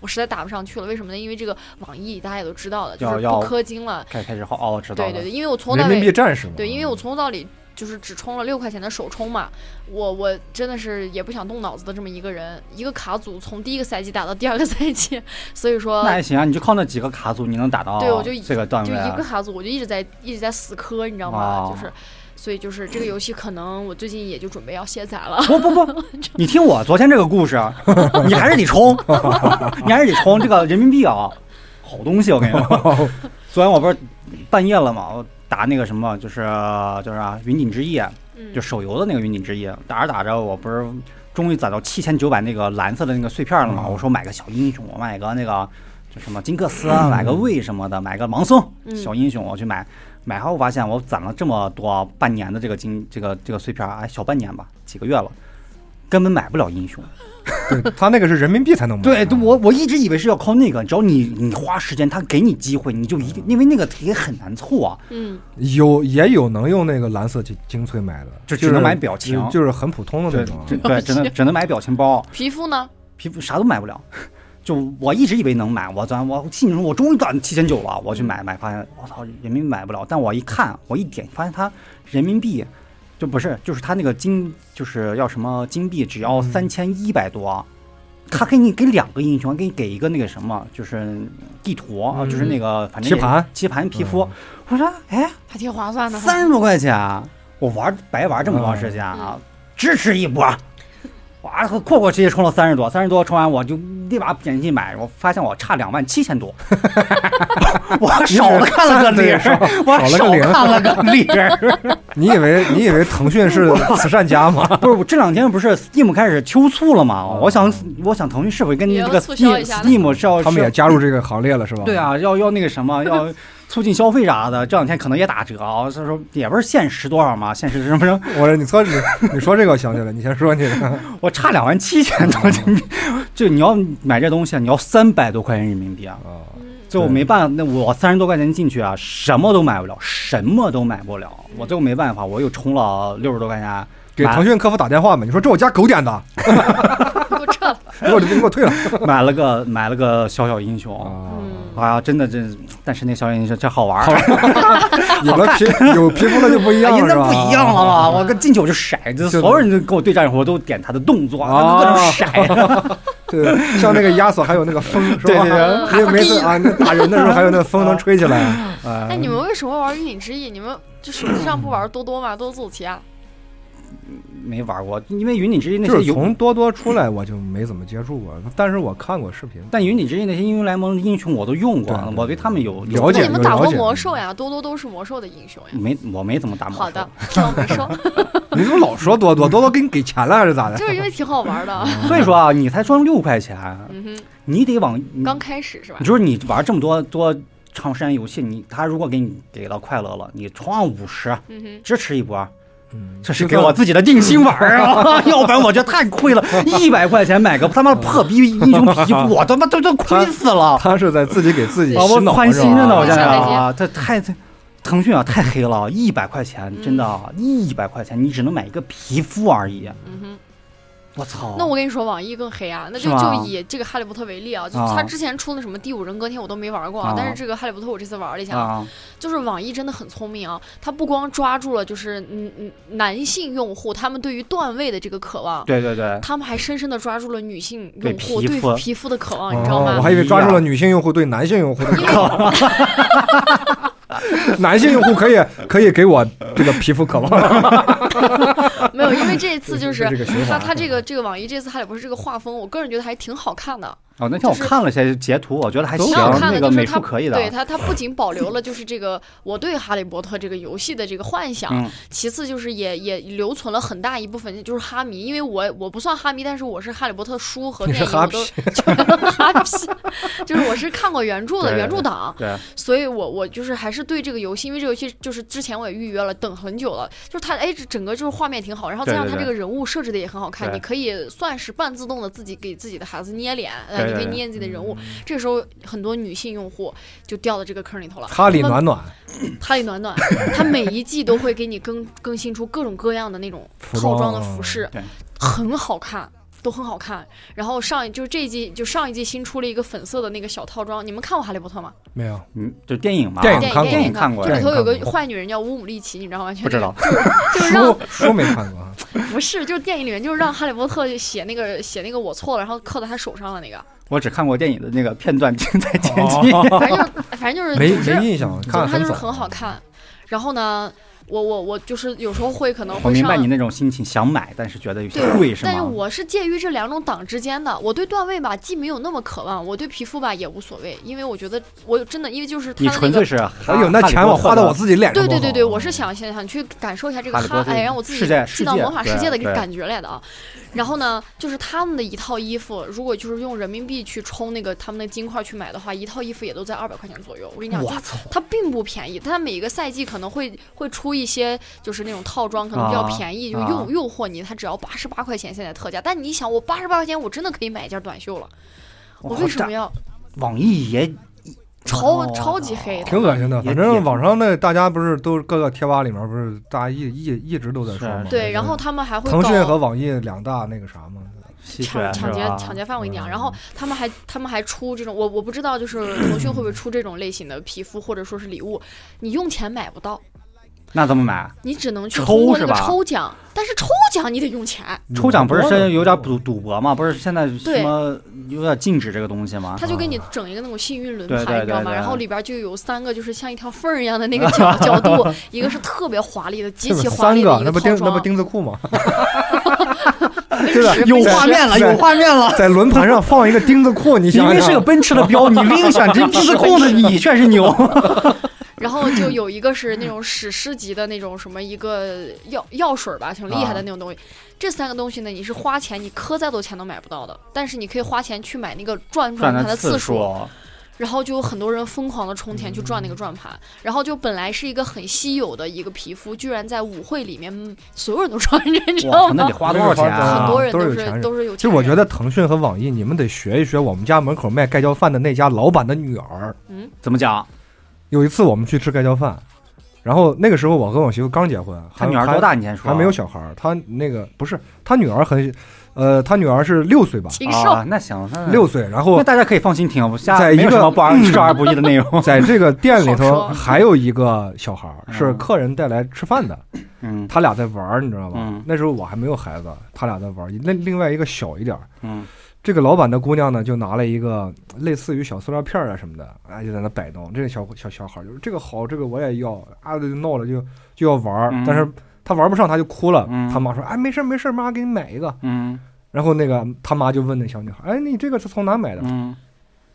Speaker 2: 我实在打不上去了。为什么呢？因为这个网易大家也都知道了，就
Speaker 1: 要
Speaker 2: 是
Speaker 1: 要
Speaker 2: 不氪金了。
Speaker 1: 开开始后哦，知道
Speaker 2: 对
Speaker 1: 了。
Speaker 2: 对对，因为我从头
Speaker 3: 人
Speaker 2: 到
Speaker 3: 民币
Speaker 2: 尾，
Speaker 3: 战士嘛，
Speaker 2: 对，因为我从头到尾就是只充了六块钱的首充嘛，我我真的是也不想动脑子的这么一个人，一个卡组从第一个赛季打到第二个赛季，所以说
Speaker 1: 那也行啊，你就靠那几个卡组，你能打到
Speaker 2: 对我就
Speaker 1: 这个段
Speaker 2: 就
Speaker 1: 位
Speaker 2: 一
Speaker 1: 啊
Speaker 2: 个。卡组，我就一直在一直在死磕，你知道吗？
Speaker 3: 哦
Speaker 2: 就是，所以就是这个游戏可能我最近也就准备要卸载了。
Speaker 1: 不不不，你听我昨天这个故事，啊 你还是得 充，你还是得充这个人民币啊，好东西我跟你 说。昨天我不是半夜了嘛，我打那个什么，就是就是啊，云顶之夜，
Speaker 2: 嗯
Speaker 1: 就手游的那个云顶之夜，打着打着，我不是终于攒到七千九百那个蓝色的那个碎片了嘛？
Speaker 3: 嗯
Speaker 1: 我说买个小英雄，我买个那个就什么金克斯啊，买个魏什么的，买个盲僧
Speaker 2: 嗯
Speaker 1: 小英雄，我去买。买后我发现我攒了这么多半年的这个金这个这个碎片，哎，小半年吧，几个月了，根本买不了英雄。嗯
Speaker 3: 对他那个是人民币才能买，啊
Speaker 1: 对，我我一直以为是要靠那个，只要你你花时间，他给你机会，你就一定，因为那个也很难凑啊。
Speaker 2: 嗯，
Speaker 3: 有也有能用那个蓝色精精粹买的，
Speaker 1: 就
Speaker 3: 就是
Speaker 1: 只能买表情
Speaker 3: 就就是很普通的
Speaker 1: 对
Speaker 3: 那种，啊
Speaker 1: 只对，只能只能买表情包。
Speaker 2: 皮肤呢？
Speaker 1: 皮肤啥都买不了。就我一直以为能买，我昨天我心里说，我终于攒七千九了，我去买买，发现我操，人民币买不了。但我一看，我一点发现它人民币就不是，就是它那个金就是要什么金币，只要
Speaker 3: 嗯
Speaker 1: 三千一百多，它给你给两个英雄，还给你给一个那个什么，就是地图，啊，
Speaker 3: 嗯
Speaker 1: 就是那个反正
Speaker 3: 棋盘嗯
Speaker 1: 棋盘皮肤。我说，哎，
Speaker 2: 还挺划算的哈。
Speaker 1: 三十多块钱，啊我玩白玩这么长时间啊，
Speaker 2: 嗯
Speaker 1: 支持一波。哇，阔阔直接充了三十多，三十多充完我就立马点进去买，我发现我差两万七千多，我少了看了个零
Speaker 3: 少，
Speaker 1: 我
Speaker 3: 少了个零
Speaker 1: 少看了个零。
Speaker 3: 你以为你以为腾讯是 慈善家吗？
Speaker 1: 不是，我这两天不是 Steam 开始秋促了吗？
Speaker 3: 嗯
Speaker 1: 我想，我想腾讯是不是跟
Speaker 2: 也
Speaker 1: 这
Speaker 2: 要
Speaker 1: 个
Speaker 2: 促销一
Speaker 1: Steam
Speaker 2: 下了
Speaker 1: Steam 哦是要
Speaker 3: 他们也加入这个行列了是吧？
Speaker 1: 对，啊，要要那个什么，要促进消费啥的，这两天可能也打折啊，所以说也不是限时多少嘛，限时什么什么
Speaker 3: 我说你说你你说这个我想起来，你先说你 的，
Speaker 1: 我差两万七千多人民币，就你要买这东西，你要三百多块钱人民币啊！
Speaker 3: 啊，
Speaker 2: 嗯，
Speaker 1: 最后没办法，那我三十多块钱进去啊，什么都买不了，什么都买不了。我最后没办法，我又充了六十多块钱，
Speaker 3: 给腾讯客服打电话嘛，你说这我家狗点的，
Speaker 2: 给我撤了，
Speaker 3: 给我给我退了
Speaker 1: 买了个 买了个小小英雄。
Speaker 3: 啊！
Speaker 2: 嗯，
Speaker 1: 啊，真的这，但是那小小英雄真好玩儿，
Speaker 3: 有了皮有皮肤了就不一样
Speaker 1: 哎呀
Speaker 3: 了，
Speaker 1: 那
Speaker 3: 是吧
Speaker 1: 不一样了嘛！我跟进去我就甩，就
Speaker 3: 就
Speaker 1: 所有人都跟我对战以后我都点他的动作，
Speaker 3: 啊
Speaker 1: 各种甩。
Speaker 3: 对，像那个亚索还有那个风，是吧？
Speaker 1: 对对
Speaker 2: 对
Speaker 3: 因为每次啊，那打人的时候还有那个风能吹起来。
Speaker 1: 嗯
Speaker 2: 哎，你们为什么玩《云影之弈》？你们就手机上不玩多多吗？多多走棋啊？
Speaker 1: 没玩过，因为云顶之弈那
Speaker 3: 就
Speaker 1: 些
Speaker 3: 是
Speaker 1: 游，
Speaker 3: 从多多出来，我就没怎么接触过，但是我看过视频。
Speaker 1: 但云顶之弈那些英雄联盟的英雄我都用过
Speaker 3: 对对，
Speaker 1: 我对他们有有
Speaker 3: 了解
Speaker 2: 你们
Speaker 3: 有
Speaker 2: 打
Speaker 3: 了
Speaker 2: 过
Speaker 3: 解嗯
Speaker 2: 魔兽呀？多多都是魔兽的英雄呀。
Speaker 1: 没我没怎么打魔兽。
Speaker 2: 好的，那我们说，
Speaker 3: 你怎么老说多多？多多给你给钱了还是咋
Speaker 1: 嗯
Speaker 3: 的？
Speaker 2: 就是因为挺好玩的。
Speaker 1: 所以说啊，你才赚六块钱，
Speaker 2: 嗯哼，
Speaker 1: 你得往你
Speaker 2: 刚开始是吧？
Speaker 1: 就是你玩这么多多长时间游戏，你他如果给你给了快乐了，你创五十
Speaker 2: 嗯哼，
Speaker 1: 支持一波，
Speaker 3: 嗯
Speaker 1: 这是给我自己的定心丸儿啊！ 要不然我觉得太亏了，一百块钱买个他妈破逼英雄皮肤，我他妈都都亏死了，
Speaker 3: 他是在自己给自己
Speaker 1: 啊，我
Speaker 3: 洗脑哦
Speaker 1: 宽心着呢，我
Speaker 2: 现
Speaker 1: 现在
Speaker 2: 在
Speaker 1: 啊，这太这。腾讯啊，太黑了！一百块钱，真的啊，一百块钱你只能买一个皮肤而已。
Speaker 2: 嗯哼。
Speaker 1: 我操！
Speaker 2: 那我跟你说，网易更黑啊！那就是
Speaker 1: 哦吗
Speaker 2: 就以这个《哈利波特》为例啊，就
Speaker 1: 啊
Speaker 2: 他之前出的什么《第五人格天》我都没玩过
Speaker 1: 啊
Speaker 2: 但是这个《哈利波特》我这次玩了一下，
Speaker 1: 啊，
Speaker 2: 就是网易真的很聪明啊，它不光抓住了就是嗯嗯男性用户他们对于段位的这个渴望，
Speaker 1: 对对对，
Speaker 2: 他们还深深的抓住了女性
Speaker 1: 对
Speaker 2: 用户
Speaker 1: 皮
Speaker 2: 对
Speaker 1: 肤
Speaker 2: 皮肤的渴望，你知道
Speaker 3: 哦，我
Speaker 2: 吗？
Speaker 3: 还以为抓
Speaker 1: 哎
Speaker 3: 住了女性用户对男性用户的渴望。 男性用户可以可以给我这个皮肤渴望，
Speaker 2: 没有，因为这一次就是
Speaker 3: 这个循
Speaker 2: 他
Speaker 3: 环。
Speaker 2: 他这个这个网易这次哈利波特这个画风，我个人觉得还挺好看的，
Speaker 1: 哦，那天我
Speaker 2: 就是
Speaker 1: 看了一下截图，我觉得还
Speaker 3: 都
Speaker 1: 行
Speaker 2: 挺好，看
Speaker 1: 那
Speaker 2: 的。
Speaker 1: 个
Speaker 2: 就
Speaker 1: 美
Speaker 2: 是
Speaker 1: 术
Speaker 2: 他
Speaker 1: 可以的。
Speaker 2: 对他他不仅保留了就是这个我对哈利波特这个游戏的这个幻想，
Speaker 1: 嗯，
Speaker 2: 其次就是也也留存了很大一部分就是哈迷，因为我我不算哈迷，但是我是哈利波特书和
Speaker 3: 你
Speaker 2: 电
Speaker 3: 是
Speaker 2: 影我
Speaker 3: 哈
Speaker 2: 都就是哈皮，就是我是看过原著的
Speaker 1: 对
Speaker 2: 原著党，
Speaker 1: 对，
Speaker 2: 所以我我就是还是对这个游戏，因为这个游戏就是之前我也预约了，等很久了，就是它哎这整个就是画面挺好，然后再
Speaker 1: 对
Speaker 2: 让
Speaker 1: 对
Speaker 2: 它
Speaker 1: 对
Speaker 2: 这个人物设置的也很好看，
Speaker 1: 对
Speaker 2: 你可以算是半自动的自己给自己的孩子捏脸，呃，
Speaker 1: 对对
Speaker 2: 你可以
Speaker 1: 对嗯
Speaker 2: 捏自己的人物，这个时候很多女性用户就掉到这个坑里头了，
Speaker 3: 哈里
Speaker 2: 他们
Speaker 3: 暖暖
Speaker 2: 哈利暖暖，它每一季都会给你更更新出各种各样的那种
Speaker 3: 服
Speaker 2: 套装的
Speaker 3: 装
Speaker 2: 服饰
Speaker 1: 对，
Speaker 2: 很好看，都很好看。然后上一就是这一季，就上一季新出了一个粉色的那个小套装，你们看过《哈利波特》吗？
Speaker 3: 没有？
Speaker 1: 嗯，就电影嘛，
Speaker 3: 电
Speaker 2: 电
Speaker 3: 看
Speaker 2: 影
Speaker 3: 过
Speaker 2: 影
Speaker 1: 看过
Speaker 2: 就
Speaker 1: 电
Speaker 2: 里
Speaker 3: 影
Speaker 2: 头有
Speaker 3: 看
Speaker 2: 个
Speaker 3: 过
Speaker 2: 坏女人叫乌姆利奇，你知道吗？
Speaker 1: 不知道，
Speaker 2: 就是让
Speaker 3: 书书没看过，
Speaker 2: 不是就是电影里面就是让哈利波特写那个写那个我错了，然后刻在他手上了那个，
Speaker 1: 我只看过电影的那个片段， 正在剪辑。
Speaker 3: 哦
Speaker 2: 反正就是反正就是
Speaker 3: 没
Speaker 2: 总之
Speaker 3: 没印象，
Speaker 2: 总
Speaker 3: 看
Speaker 2: 之
Speaker 3: 得
Speaker 2: 它就
Speaker 3: 很
Speaker 2: 是
Speaker 3: 早。
Speaker 2: 很好看。然后呢，我我我就是有时候会可能
Speaker 1: 我
Speaker 2: 会
Speaker 1: 明白
Speaker 2: 上
Speaker 1: 你。那种心情，想买，但是觉得有些
Speaker 2: 对
Speaker 1: 贵，是
Speaker 2: 但是
Speaker 1: 吗？
Speaker 2: 我是介于这两种档之间的，我对段位吧既没有那么渴望，我对皮肤吧也无所谓，因为我觉得我真的因为就是它
Speaker 1: 你
Speaker 2: 那个啊
Speaker 1: 纯粹是哈，
Speaker 3: 哎呦，那
Speaker 1: 哈利
Speaker 3: 钱我
Speaker 1: 波特
Speaker 3: 花到
Speaker 1: 的
Speaker 3: 我自己脸上
Speaker 2: 对
Speaker 3: 多好啊。
Speaker 2: 对对对，我是想想想去感受一下这个
Speaker 1: 哈利波
Speaker 2: 哈
Speaker 1: 特，
Speaker 2: 哎，让我自己
Speaker 1: 世界
Speaker 2: 进到
Speaker 1: 世界
Speaker 2: 魔法世界的
Speaker 1: 对
Speaker 2: 感觉来的啊。然后呢，就是他们的一套衣服，如果就是用人民币去充那个他们的金块去买的话，一套衣服也都在二百块钱左右。我跟你讲，就
Speaker 1: 我
Speaker 2: 是
Speaker 1: 操，
Speaker 2: 它并不便宜，但它每一个赛季可能会会出一些就是那种套装，可能比较便宜，
Speaker 1: 啊
Speaker 2: 就诱诱惑你，它只要八十八块钱现在特价。但你想，我八十八块钱我真的可以买一件短袖了，我为什么
Speaker 1: 这
Speaker 2: 要
Speaker 1: 网易也
Speaker 2: 超
Speaker 1: 哦
Speaker 2: 超级黑的？
Speaker 3: 挺恶心的，
Speaker 1: 也
Speaker 3: 反正网上那大家不是都各个贴吧里面不是大家一一一直都在说嘛
Speaker 1: 是，
Speaker 2: 对，然后他们还会
Speaker 3: 腾讯
Speaker 2: 搞
Speaker 3: 和网易两大那个啥嘛，
Speaker 1: 吸血
Speaker 2: 抢
Speaker 1: 啊是
Speaker 2: 抢劫
Speaker 1: 吧
Speaker 2: 抢劫犯，我跟你讲，
Speaker 3: 嗯
Speaker 2: 然后他们还他们还出这种，我我不知道就是腾讯会不会出这种类型的皮肤或者说是礼物，你用钱买不到，
Speaker 1: 那怎么买？
Speaker 2: 你只能去
Speaker 1: 抽
Speaker 2: 通过那
Speaker 1: 是
Speaker 2: 个
Speaker 1: 吧啊
Speaker 2: 抽奖，但是抽奖你得用钱。
Speaker 3: 嗯
Speaker 1: 抽奖不是现在有点赌赌博嘛？不是现在什
Speaker 2: 对
Speaker 1: 么有点禁止这个东西吗？
Speaker 2: 他就给你整一个那种幸运轮
Speaker 1: 对对
Speaker 2: 盘，你知道
Speaker 1: 对
Speaker 2: 吗？
Speaker 1: 对
Speaker 2: 然后里边就有三个，就是像一条缝儿一样的那个角角度， 一个是特别华丽的，极
Speaker 3: 这
Speaker 2: 其
Speaker 3: 不
Speaker 2: 华
Speaker 3: 三
Speaker 2: 丽的
Speaker 3: 个，
Speaker 2: 一
Speaker 3: 那不
Speaker 2: 套
Speaker 3: 钉那不
Speaker 2: 装，
Speaker 3: 钉子裤吗？对吧？
Speaker 1: 有
Speaker 2: 奔驰
Speaker 1: 画面了， 有画面了。
Speaker 3: 在轮盘上放一个钉 子裤，你
Speaker 1: 你
Speaker 3: 想
Speaker 1: 因
Speaker 3: 想，啊
Speaker 1: 为是个奔驰的标，你另想这钉子裤的你确实牛。
Speaker 2: 然后就有一个是那种史诗级的那种什么一个药药水儿吧，挺厉害的那种东西。这三个东西呢，你是花钱，你磕再多钱都买不到的，但是你可以花钱去买那个转转
Speaker 1: 赚
Speaker 2: 盘
Speaker 1: 的
Speaker 2: 的
Speaker 1: 次
Speaker 2: 次数，
Speaker 1: 数，
Speaker 2: 然后就有很多人疯狂的充钱去转那个转盘，然后就本来是一个很稀有的一个皮肤，居然在舞会里面嗯所有人都穿着，你知道
Speaker 1: 哇，
Speaker 2: 吗？
Speaker 1: 那得花多少钱 啊？
Speaker 2: 很多人
Speaker 3: 都是有钱
Speaker 2: 是
Speaker 3: 人
Speaker 2: 都是有
Speaker 3: 其实
Speaker 2: 钱人。
Speaker 3: 我觉得腾讯和网易，你们得学一学我们家门口卖盖浇饭的那家老板的女儿。
Speaker 1: 怎么讲？
Speaker 3: 有一次我们去吃盖浇饭，然后那个时候我跟我媳妇刚结婚，
Speaker 1: 他
Speaker 3: 还
Speaker 1: 女儿多？大？你先
Speaker 3: 还
Speaker 1: 说。
Speaker 3: 还没有小孩儿，她那个不是她女儿很呃，他女儿是六岁吧，
Speaker 2: 禽兽
Speaker 1: 啊，那行，那
Speaker 3: 六岁，然后
Speaker 1: 那大家可以放心听，我下
Speaker 3: 在一
Speaker 1: 没有什
Speaker 3: 个
Speaker 1: 么不二少儿不宜的内 容。
Speaker 3: 在这个店里
Speaker 2: 好
Speaker 3: 头
Speaker 2: 说
Speaker 3: 还有一个小孩儿是
Speaker 1: 嗯
Speaker 3: 客人带来吃饭的，
Speaker 1: 嗯
Speaker 3: 他俩在玩儿，你知道吧？
Speaker 1: 嗯
Speaker 3: 那时候我还没有孩子，他俩在玩儿。那另外一个小一点儿，
Speaker 1: 嗯
Speaker 3: 这个老板的姑娘呢，就拿了一个类似于小塑料片儿啊什么的，哎，就在那摆弄。这个小小小孩儿就是这个好，这个我也要啊，就闹了就就要玩儿，
Speaker 1: 嗯
Speaker 3: 但是他玩不上，他就哭了。
Speaker 1: 嗯
Speaker 3: 他妈说：“哎，没事儿没事儿，妈给你买一个。
Speaker 1: 嗯”
Speaker 3: 然后那个他妈就问那小女孩：“哎，你这个是从哪买的？”
Speaker 1: 嗯，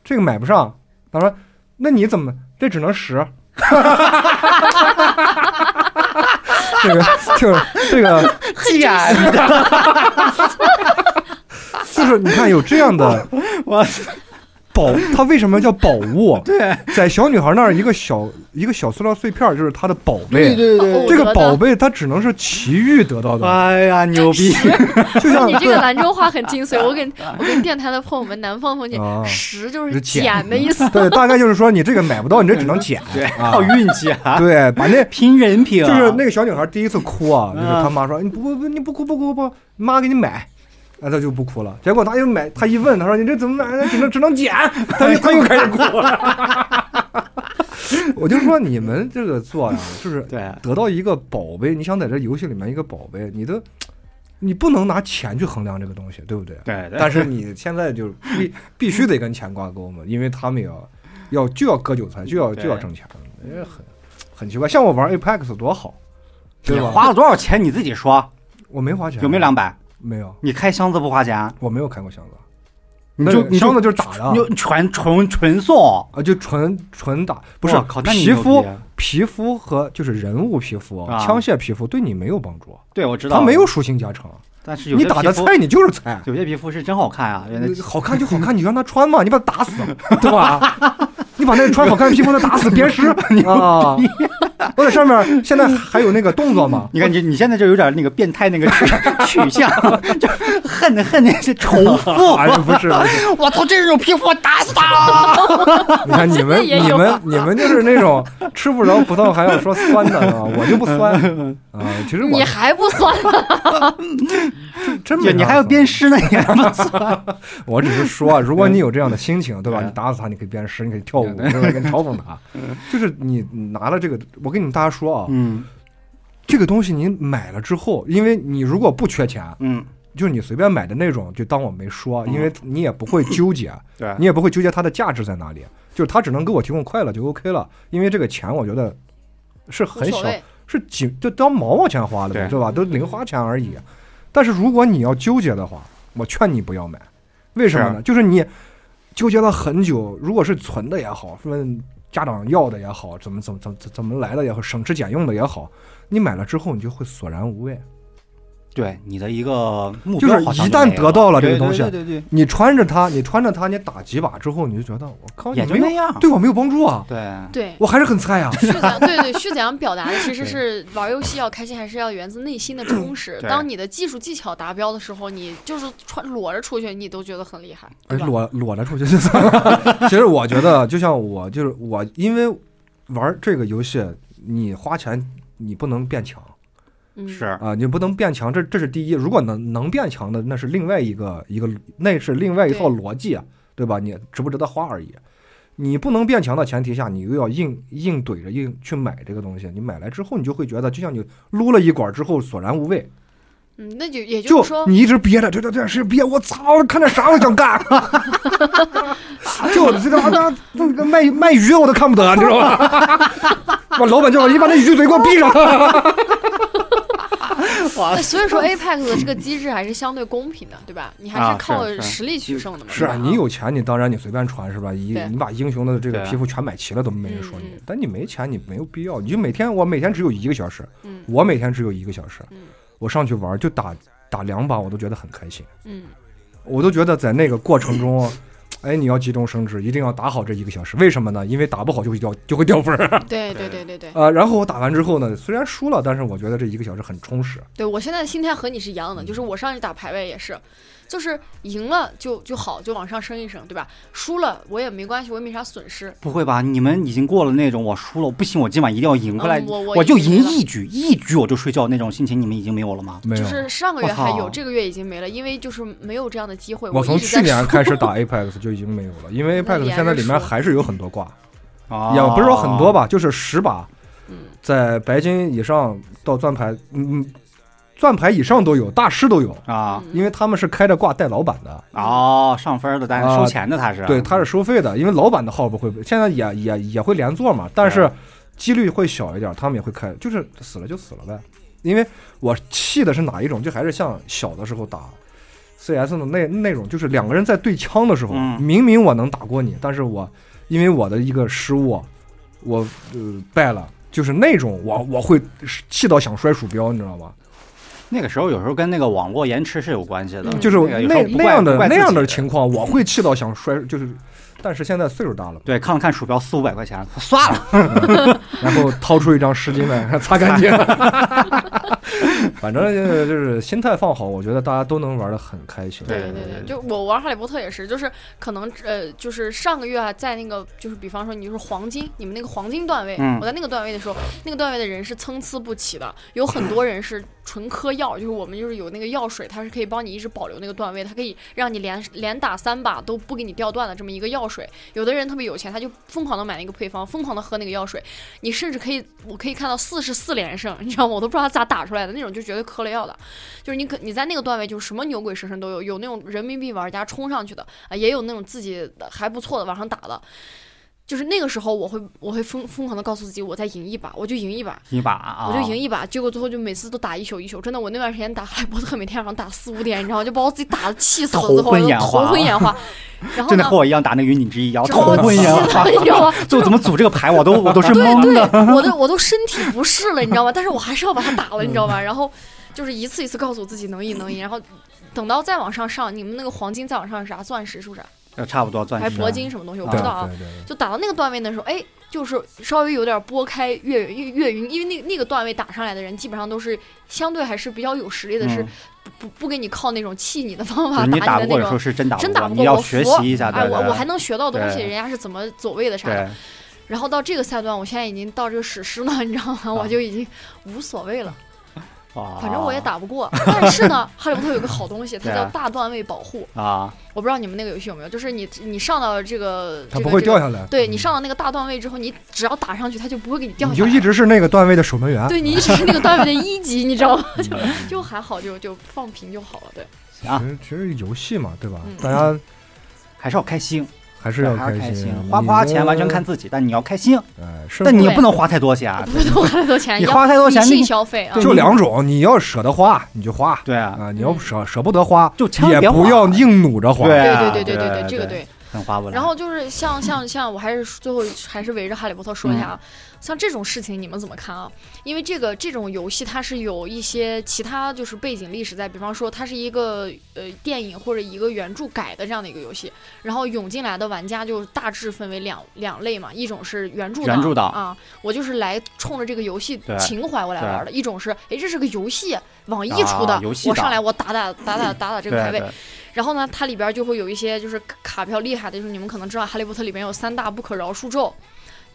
Speaker 3: 这个买不上。他说：“那你怎么？这只 能十。”这个就是这个，
Speaker 1: 既然
Speaker 3: 就是你看有这样的
Speaker 1: 我
Speaker 3: 宝，它为什么叫宝物？
Speaker 1: 对
Speaker 3: 在小女孩那儿，一个小一个小塑料碎片儿就是她的宝
Speaker 1: 对
Speaker 3: 贝。
Speaker 1: 对
Speaker 2: 对
Speaker 1: 对，
Speaker 2: 对
Speaker 3: 这个宝贝它只能是奇遇得到的，
Speaker 1: 哎呀牛逼！
Speaker 3: 就像
Speaker 2: 你这个兰州话很精 髓，我跟我跟电台的朋友们南方风情
Speaker 3: 啊，
Speaker 2: 十哦就是是
Speaker 3: 捡
Speaker 2: 捡的意思。
Speaker 3: 对，大概就是说你这个买不到，你这只能捡。
Speaker 1: 对，
Speaker 3: 啊
Speaker 1: 靠运气啊，
Speaker 3: 对，把那
Speaker 1: 拼人品啊，
Speaker 3: 就是那个小女孩第一次哭啊，就是
Speaker 1: 啊
Speaker 3: 她妈说你不不不你不哭不哭不，妈给你买。啊，她就不哭了。结果她又买，她一问，她说：“你这怎么买的？只能只能捡。”她又她又 开始哭了。我就说你们这个做呀，就是
Speaker 1: 对
Speaker 3: 得到一个宝贝，你想在这游戏里面一个宝贝，你的你不能拿钱去衡量这个东西，对不对？
Speaker 1: 对对，
Speaker 3: 但是你现在就必必须得跟钱挂钩嘛，因为他们也要要就要割韭菜，就要
Speaker 1: 对
Speaker 3: 就要挣钱，也很很奇怪。像我玩 Apex 多好，对
Speaker 1: 你
Speaker 3: 吧？
Speaker 1: 花了多少钱你自己说，
Speaker 3: 我没花钱，
Speaker 1: 有没有两百？
Speaker 3: 没有，
Speaker 1: 你开箱子不花钱，啊
Speaker 3: 我没有开过箱子，
Speaker 1: 你
Speaker 3: 那
Speaker 1: 就
Speaker 3: 个
Speaker 1: 你
Speaker 3: 箱
Speaker 1: 就
Speaker 3: 子就是啊打
Speaker 1: 你
Speaker 3: 的
Speaker 1: 就纯纯纯送，
Speaker 3: 啊，就纯纯打，不是
Speaker 1: 我靠，那你
Speaker 3: 皮
Speaker 1: 牛逼
Speaker 3: 肤皮肤和就是人物皮肤、
Speaker 1: 啊
Speaker 3: 枪械皮肤对你没有帮助，
Speaker 1: 对我知道，
Speaker 3: 它没有，属性加成，
Speaker 1: 但是有
Speaker 3: 你
Speaker 1: 些
Speaker 3: 打
Speaker 1: 皮
Speaker 3: 的
Speaker 1: 肤
Speaker 3: 菜你就是菜。
Speaker 1: 有些皮肤是真好看啊，原来
Speaker 3: 呃好看就好看，你让他穿嘛，你把他打死，对吧？ 你把那个穿好看的披风的打死，鞭尸啊！ 我在上面，现在还有那个动作嘛？
Speaker 1: 你看你你现在就有点那个变态那个取取向， 就恨的恨那些重复。
Speaker 3: 哎，不是，不是
Speaker 1: 我操，这种皮肤我打死他！
Speaker 3: 你看 你们、
Speaker 2: 真的也
Speaker 3: 你
Speaker 2: 有
Speaker 3: 们、你们就是那种吃不着葡萄还要说酸的啊！我就不酸啊！其实我
Speaker 2: 你还不算，
Speaker 3: 真没
Speaker 1: 就
Speaker 3: 啥
Speaker 1: 你还要
Speaker 3: 酸
Speaker 1: 鞭尸呢，你
Speaker 3: 我只是说啊，如果你有这样的心情，对吧？
Speaker 1: 嗯
Speaker 3: 你打死他，你可以鞭尸，你可以跳舞，对吧？你可以嘲讽他， 就是你拿了这个，我跟你们大家说啊，
Speaker 1: 嗯
Speaker 3: 这个东西你买了之后，因为你如果不缺钱，
Speaker 1: 嗯，
Speaker 3: 就是你随便买的那种，就当我没说，啊
Speaker 1: 嗯
Speaker 3: 因为你也不会纠结，啊
Speaker 1: 对
Speaker 3: 你也不会纠结它的价值在哪里，就是它只能给我提供快乐就 OK 了，因为这个钱我觉得是
Speaker 2: 无
Speaker 3: 很
Speaker 2: 所
Speaker 3: 小，
Speaker 2: 谓。
Speaker 3: 是几就当毛毛钱花的呗，
Speaker 1: 对
Speaker 3: 对吧？都零花钱而已。啊但是如果你要纠结的话，我劝你不要买，为什么呢？就是你纠结了很久，如果是存的也好，问家长要的也好，怎么怎么怎么怎么来的也好，省吃俭用的也好，你买了之后你就会索然无味。
Speaker 1: 对你的一个目
Speaker 3: 就是
Speaker 1: 标好像
Speaker 3: 一旦
Speaker 1: 没有
Speaker 3: 得到了这个
Speaker 1: 对
Speaker 3: 东西
Speaker 1: 对对对
Speaker 3: 你穿着它，你穿着它，你打几把之后，你就觉得我靠，
Speaker 1: 对，也
Speaker 3: 你
Speaker 1: 就
Speaker 3: 没有
Speaker 1: 那样。
Speaker 3: 对我没有帮助啊，
Speaker 1: 对，
Speaker 2: 对，
Speaker 3: 我还是很菜啊。
Speaker 2: 旭子阳对对，旭子阳表达的其实是玩游戏要开心，还是要源自内心的充实。
Speaker 1: 对
Speaker 2: 当你的技术技巧达标的时候，你就是穿裸着出去，你都觉得很厉害，对
Speaker 3: 而
Speaker 2: 吧？
Speaker 3: 哎裸裸着出去就算了。 其实我觉得，就像我，就是我，因为玩这个游戏，你花钱，你不能变强
Speaker 2: 嗯，
Speaker 1: 是
Speaker 3: 啊、你不能变强，这这是第一。如果能能变强的，那是另外一个一个，那是另外一套
Speaker 2: 对
Speaker 3: 逻辑，啊，对吧？你值不值得花而已。你不能变强的前提下，你又要硬硬怼着硬去买这个东西。你买来之后，你就会觉得，就像你撸了一管之后索然无味，
Speaker 2: 嗯，那就也就
Speaker 3: 就是
Speaker 2: 说，
Speaker 3: 你一直憋着，这这这是憋，我操，我看点啥我想干， 就这他妈那个卖卖鱼我都看不得，你知道吧？ 把老板叫我，你把那鱼嘴给我闭上。
Speaker 2: 那所以说 Apex 的这个机制还是相对公平的，对吧？你还
Speaker 1: 啊
Speaker 2: 是靠
Speaker 1: 是是
Speaker 2: 实力取胜的嘛。
Speaker 3: 是啊，
Speaker 2: 对吧
Speaker 3: 你有钱，你当然你随便穿是吧？一
Speaker 2: 对
Speaker 3: 你把英雄的这个
Speaker 1: 对啊
Speaker 3: 皮肤全买齐了都没人说你
Speaker 2: 嗯嗯，
Speaker 3: 但你没钱，你没有必要。你就每天我每天只有一个小时，
Speaker 2: 嗯
Speaker 3: 我每天只有一个小时
Speaker 2: 嗯，
Speaker 3: 我上去玩就打打两把，我都觉得很开心。
Speaker 2: 嗯，
Speaker 3: 我都觉得在那个过程中，哎，你要急中生智，一定要打好这一个小时。为什么呢？因为打不好就会掉，就会掉 分儿。
Speaker 2: 对对
Speaker 1: 对
Speaker 2: 对对对
Speaker 3: 呃，然后我打完之后呢，虽然输了，但是我觉得这一个小时很充实。
Speaker 2: 对，我现在的心态和你是一样的，就是我上去打排位也是，就是赢了就就好，就往上升一升，对吧？输了我也没关系，我也没啥损失。
Speaker 1: 不会吧？你们已经过了那种我输了，我不行，我今晚一定要赢回来，
Speaker 2: 嗯我我
Speaker 1: 我就
Speaker 2: 已经
Speaker 1: 赢
Speaker 2: 了
Speaker 1: 一局，一局我就睡觉那种心情，你们已经没有了吗？
Speaker 3: 没有
Speaker 2: 就。是上个月还
Speaker 1: 我靠
Speaker 2: 有，这个月已经没了，因为就是没有这样的机会。
Speaker 3: 我从
Speaker 2: 一直在
Speaker 3: 去年
Speaker 2: 输
Speaker 3: 开始打 Apex 就已经没有了，因
Speaker 2: 那
Speaker 3: 为 Apex
Speaker 2: 连
Speaker 3: 现在
Speaker 2: 着
Speaker 3: 里面
Speaker 2: 输
Speaker 3: 还是有很多挂，
Speaker 1: 啊
Speaker 3: 也不是说很多，吧，就是十把
Speaker 2: 嗯，
Speaker 3: 在白金以上到钻牌，嗯，嗯钻牌以上都有，大师都有，
Speaker 1: 啊
Speaker 2: 嗯
Speaker 3: 因为他们是开着挂带老板的，
Speaker 1: 哦，上分儿的，但是
Speaker 3: 啊
Speaker 1: 收钱的他是，
Speaker 3: 对，他是收费的，因为老板的号不会，现在也也也会连坐嘛，但
Speaker 1: 啊
Speaker 3: 是几率会小一点，他们也会开，就是死了就死了呗。因为我气的是哪一种，就还是像小的时候打 CS 的那那种，就是两个人在对枪的时候，
Speaker 1: 嗯
Speaker 3: 明明我能打过你，但是我因为我的一个失误，我呃败了。就是那种我我会气到想摔鼠标，你知道吗？
Speaker 1: 嗯那个时候有时候跟那个网络延迟是有关系的，
Speaker 2: 嗯
Speaker 3: 就是
Speaker 1: 那个有时
Speaker 3: 那
Speaker 1: 候不
Speaker 3: 那
Speaker 1: 怪
Speaker 3: 样的
Speaker 1: 不怪自
Speaker 3: 那
Speaker 1: 己
Speaker 3: 样的情况，我会气到想摔。就是，但是现在岁数大了嘛，
Speaker 1: 对，看了看鼠标四五百块钱，算了，
Speaker 3: 然后掏出一张湿巾来 擦干净。反正就是就是心态放好，我觉得大家都能玩的很开心。
Speaker 2: 对
Speaker 1: 对
Speaker 2: 对
Speaker 1: 对对
Speaker 2: 就我玩哈利波特也是，就是可能呃，就是上个月啊，在那个就是比方说你就是黄金，你们那个黄金段位，
Speaker 1: 嗯
Speaker 2: 我在那个段位的时候，那个段位的人是参差不齐的，有很多人是纯嗑药，就是我们就是有那个药水，它是可以帮你一直保留那个段位，它可以让你连 连打三把都不给你掉段的这么一个药水。有的人特别有钱，他就疯狂的买那个配方，疯狂的喝那个药水，你甚至可以，我可以看到四十四连胜，你知道吗？我都不知道他咋打出来的那种，就绝对嗑了药的。就是你可你在那个段位，就是什么牛鬼蛇神都有，有那种人民币玩家冲上去的啊，也有那种自己还不错的往上打的。就是那个时候，我会我会疯疯狂的告诉自己，我再赢一把，我就赢一把，
Speaker 1: 一把啊，
Speaker 2: 我就赢一把。结果最后就每次都打一宿一宿，真的，我那段时间打哈利波特，每天晚上打四五点，你知道吗？就把我自己打的气死了，
Speaker 1: 头
Speaker 2: 最后我
Speaker 1: 昏
Speaker 2: 都
Speaker 1: 眼
Speaker 2: 头
Speaker 1: 花
Speaker 2: 昏 眼花。然后
Speaker 1: 真
Speaker 2: 呢
Speaker 1: 的，和我一样打那个云顶之一样，
Speaker 2: 然后
Speaker 1: 头昏眼花
Speaker 2: 气，得你知道吗？
Speaker 1: 就怎么组这个牌我都我都是懵的。
Speaker 2: 我都我都身体不适了，你知道吗？但是我还是要把它打了，你知道
Speaker 1: 嗯
Speaker 2: 吗？然后就是一次一次告诉我自己能赢能赢，然后等到再往上上，你们那个黄金再往上是啥？钻石是不是？
Speaker 1: 呃差不多钻
Speaker 2: 还
Speaker 1: 石，
Speaker 2: 是铂金什么东西？我
Speaker 3: 对
Speaker 2: 不
Speaker 3: 对
Speaker 2: 知道啊。
Speaker 3: 对对。
Speaker 2: 就打到那个段位的时候，哎，就是稍微有点拨开岳云岳云，因为那那个段位打上来的人，基本上都是相对还是比较有实力的，
Speaker 1: 嗯
Speaker 2: 是不不不给你靠那种气你的方
Speaker 1: 就
Speaker 2: 法
Speaker 1: 是你
Speaker 2: 打
Speaker 1: 不
Speaker 2: 你
Speaker 1: 过的时
Speaker 2: 的那
Speaker 1: 候
Speaker 2: 种。
Speaker 1: 是真打
Speaker 2: 真
Speaker 1: 过，
Speaker 2: 不
Speaker 1: 你
Speaker 2: 过，
Speaker 1: 要
Speaker 2: 我
Speaker 1: 学
Speaker 2: 服
Speaker 1: 习一下，
Speaker 2: 哎，
Speaker 1: 对
Speaker 2: 我
Speaker 1: 对
Speaker 2: 我还能学到东西，
Speaker 1: 对
Speaker 2: 人家是怎么走位的啥的
Speaker 1: 对。，
Speaker 2: 然后到这个赛段，我现在已经到这个史诗了，你知道吗？我就已经无所谓了，
Speaker 1: 啊
Speaker 2: 反正我也打不过。但是呢，哈利波特有个好东西，它
Speaker 1: 对
Speaker 2: 叫
Speaker 1: 啊
Speaker 2: 大段位保护。
Speaker 1: 啊，
Speaker 2: 我不知道你们那个游戏有没有，就是你你上到这个，
Speaker 3: 它
Speaker 2: 这
Speaker 3: 不
Speaker 2: 个
Speaker 3: 会
Speaker 2: 这个
Speaker 3: 掉下来。
Speaker 2: 对你上到那个大段位之后，你只要打上去，它就不会给你掉
Speaker 3: 你
Speaker 2: 下
Speaker 3: 就
Speaker 2: 来。
Speaker 3: 一直是那个段位的守门
Speaker 1: 啊
Speaker 3: 员。
Speaker 2: 对你一直是那个段位的一级，你知道吗？
Speaker 1: 嗯
Speaker 2: 就就还好，就就放平就好了。 对，
Speaker 1: 啊
Speaker 3: 其实其实游戏嘛，对吧
Speaker 2: 嗯？
Speaker 3: 大家
Speaker 1: 还是要开心，
Speaker 3: 还是要
Speaker 1: 还是开
Speaker 3: 心。
Speaker 1: 花不花钱完全看
Speaker 3: 你
Speaker 1: 自己，但你要开心，
Speaker 3: 的。哎，
Speaker 1: 但
Speaker 3: 是
Speaker 1: 你也不能花太多钱啊，
Speaker 2: 不多花太多钱，
Speaker 1: 你
Speaker 2: 要
Speaker 1: 花太多钱
Speaker 2: 理，
Speaker 1: 那
Speaker 2: 性
Speaker 1: 你
Speaker 2: 消费啊。
Speaker 1: 对
Speaker 3: 就两种，你要舍得花你就花
Speaker 1: 对啊，
Speaker 3: 啊，你要舍舍不得花，
Speaker 1: 就千万
Speaker 3: 也
Speaker 1: 别花
Speaker 3: 不要硬努着花。
Speaker 1: 对啊
Speaker 2: 对对对
Speaker 1: 对
Speaker 2: 对，这个
Speaker 1: 对
Speaker 2: 对。
Speaker 1: 很花不来。
Speaker 2: 然后就是 像像像，我还是最后还是围着哈利波特说一
Speaker 1: 嗯
Speaker 2: 下啊，像这种事情你们怎么看啊？因为这个这种游戏它是有一些其他就是背景历史在，比方说它是一个呃电影或者一个原著改的这样的一个游戏，然后涌进来的玩家就大致分为两两类嘛，一种是原著党
Speaker 1: 原著党
Speaker 2: 啊，我就是来冲着这个游戏
Speaker 1: 对
Speaker 2: 情怀我来玩的；一种是哎这是个游戏，网易出的，
Speaker 1: 啊游戏
Speaker 2: 我上
Speaker 1: 党
Speaker 2: 来我打打打打打打这
Speaker 1: 对
Speaker 2: 个排位，
Speaker 1: 对
Speaker 2: 然后呢，它里边就会有一些就是卡卡比较厉害的，就是你们可能知道《哈利波特》里面有三大不可饶恕咒，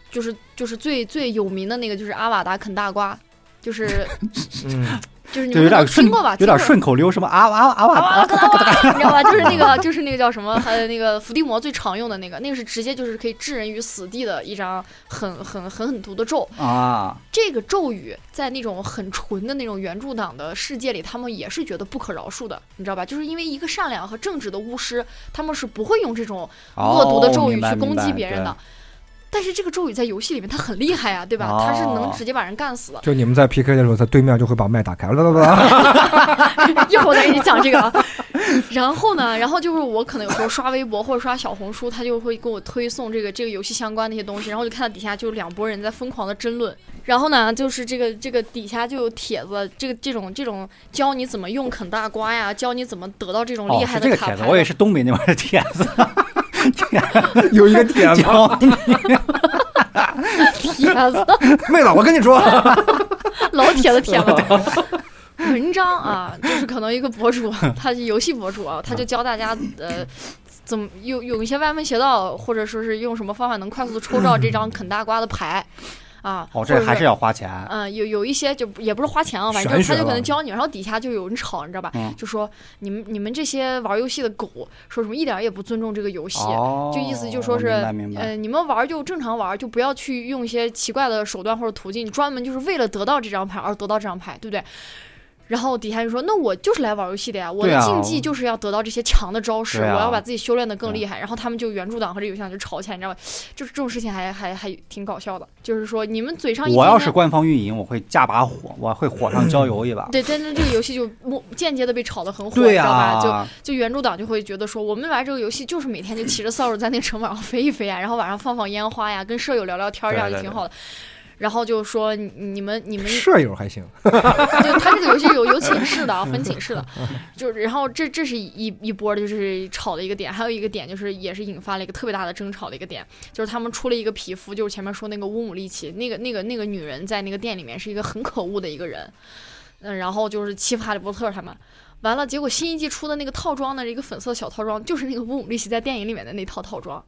Speaker 2: 就是就是最最有名的那个就是阿瓦达啃大瓜，就是
Speaker 3: 嗯，
Speaker 2: 就是你
Speaker 1: 就有
Speaker 2: 们可能
Speaker 1: 点顺
Speaker 2: 听过吧，
Speaker 1: 有点
Speaker 2: 听过
Speaker 1: 顺口溜，什么啊哇啊哇啊哇
Speaker 2: 啊，咯哒咯哒你知道吧？就是那个，就是那个叫什么，呃，那个伏地魔最常用的那个，那个是直接就是可以置人于死地的一张很很很狠毒的咒。
Speaker 1: 啊，
Speaker 2: 这个咒语在那种很纯的那种原著党的世界里，他们也是觉得不可饶恕的，你知道吧？就是因为一个善良和正直的巫师，他们是不会用这种
Speaker 1: 啊
Speaker 2: 恶
Speaker 1: 哦
Speaker 2: 毒的咒语去攻击别人的。但是这个咒语在游戏里面它很厉害啊，对吧？它是能
Speaker 1: 哦
Speaker 2: 直接把人干死的。
Speaker 3: 就你们在 PK 的时候，他对面就会把麦打开，啦啦啦啦
Speaker 2: 一会儿我再给你讲这个啊。 然后呢，然后就是我可能有时候刷微博或者刷小红书，他就会给我推送这个这个游戏相关的一些东西，然后我就看到底下就两拨人在疯狂的争论。然后呢，就是这个这个底下就有帖子，这个这种这种教你怎么用啃大瓜呀，教你怎么得到这种
Speaker 1: 哦，
Speaker 2: 厉
Speaker 1: 是
Speaker 2: 害
Speaker 1: 这
Speaker 2: 的
Speaker 1: 个
Speaker 2: 卡
Speaker 1: 帖子，
Speaker 2: 牌
Speaker 1: 我 也
Speaker 2: 的。
Speaker 1: 是东北那边的帖子，
Speaker 3: 有一个点子。
Speaker 1: 教你
Speaker 2: 帖子，
Speaker 3: 妹子，我跟你 说，
Speaker 1: 哦
Speaker 2: 老铁的帖子。文章啊，就是可能一个博主，他是游戏博主啊，他就教大家呃，怎么有有一些歪门邪道，或者说是用什么方法能快速抽到这张啃大瓜的牌啊。
Speaker 1: 哦，这还
Speaker 2: 是
Speaker 1: 是要花钱。
Speaker 2: 嗯，有有一些就也不是花钱啊，反正
Speaker 3: 玄
Speaker 2: 他
Speaker 3: 学
Speaker 2: 就可
Speaker 3: 吧
Speaker 2: 能教你，然后底下就有人吵，你知道吧？
Speaker 1: 嗯
Speaker 2: 就说你们你们这些玩游戏的狗，说什么一点儿也不尊重这个游戏，
Speaker 1: 哦，
Speaker 2: 就意思就说是
Speaker 1: 明白明白。
Speaker 2: 呃，你们玩儿就正常玩儿，就不要去用一些奇怪的手段或者途径，专门就是为了得到这张牌而得到这张牌，对不对？然后底下就说：“那我就是来玩儿游戏的呀，我
Speaker 1: 对
Speaker 2: 的
Speaker 1: 啊
Speaker 2: 竞技就是要得到这些强的招式，
Speaker 1: 对啊
Speaker 2: 我要把自己修炼的更
Speaker 1: 对
Speaker 2: 厉害。”然后他们就原著党和这游戏党就吵起来，你知道吧？就是这种事情还还还挺搞笑的，就是说你们嘴上一
Speaker 1: 我
Speaker 2: 天
Speaker 1: 要
Speaker 2: 天
Speaker 1: 是官方运营，我会加把火，我会火上浇油一把。
Speaker 2: 对，但是这个游戏就莫间接的被炒得嗯很火，
Speaker 1: 对啊
Speaker 2: 你知
Speaker 1: 呀、
Speaker 2: 道吧？就就原著党就会觉得说，我们玩这个游戏就是每天就骑着扫帚在那个城堡上飞一飞啊，然后晚上放放烟花呀，跟舍友聊聊天儿，这样
Speaker 1: 对
Speaker 2: 就
Speaker 1: 对
Speaker 2: 挺
Speaker 1: 对
Speaker 2: 好的。然后就说你你们你 们
Speaker 3: 舍友还行，
Speaker 2: 就他这个游戏有有寝室的啊，分寝室的，就是然后这这是一一波就是吵的一个点，还有一个点就是也是引发了一个特别大的争吵的一个点，就是他们出了一个皮肤，就是前面说那个乌姆利奇，那个那个那个女人在那个店里面是一个很可恶的一个人，嗯，然后就是欺负哈利波特他们。完了，结果新一季出的那个套装呢，一个粉色小套装，就是那个乌姆利奇在电影里面的那套套装。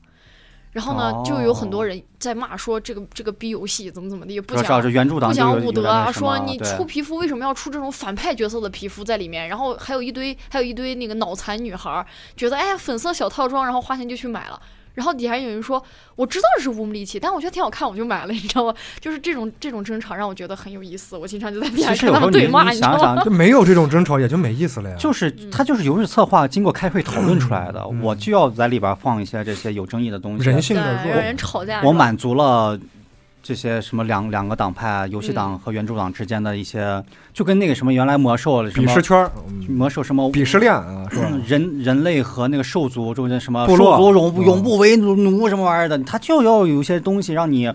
Speaker 2: 然后呢，就有很多人在骂说这个这个逼游戏怎么怎么地，不
Speaker 1: 知
Speaker 2: 讲
Speaker 1: 道这原著党
Speaker 2: 不
Speaker 1: 就有
Speaker 2: 讲武德啊，说你出
Speaker 1: 出
Speaker 2: 皮肤为什么要出这种反派角色的皮肤在里面？然后还有一堆还有一堆那个脑残女孩儿觉得哎呀粉色小套装，然后花钱就去买了。然后底下有人说我知道这是乌姆利奇，但我觉得挺好看，我就买了， 你知道吗？就是这种这种争吵让我觉得很有意思，我经常就在底下
Speaker 1: 其实有
Speaker 2: 看他
Speaker 1: 时候
Speaker 2: 们
Speaker 1: 你
Speaker 2: 对骂，
Speaker 1: 你
Speaker 2: 你知道
Speaker 1: 想
Speaker 2: 吗？
Speaker 1: 想，
Speaker 3: 这没有这种争吵也就没意思了呀。
Speaker 1: 就是
Speaker 2: 嗯
Speaker 1: 它就是游戏策划经过开会讨论出来的，
Speaker 3: 嗯
Speaker 1: 我就要在里边放一些这些有争议的东西，
Speaker 3: 人性
Speaker 2: 对，
Speaker 3: 的
Speaker 2: 让
Speaker 3: 弱，
Speaker 2: 人吵架。
Speaker 1: 我
Speaker 2: 是吧
Speaker 1: 满足了这些什么两两个党派，啊游戏党
Speaker 2: 嗯
Speaker 1: 和原著党之间的一些，就跟那个什么原来魔兽什
Speaker 3: 鄙
Speaker 1: 么
Speaker 3: 视圈儿，嗯
Speaker 1: 魔兽什么嗯
Speaker 3: 鄙视链啊，是吧？
Speaker 1: 人人类和那个兽族中间什么
Speaker 3: 部落
Speaker 1: 兽族永不
Speaker 3: 嗯
Speaker 1: 永不为奴什么玩意儿的，它就要有一些东西让你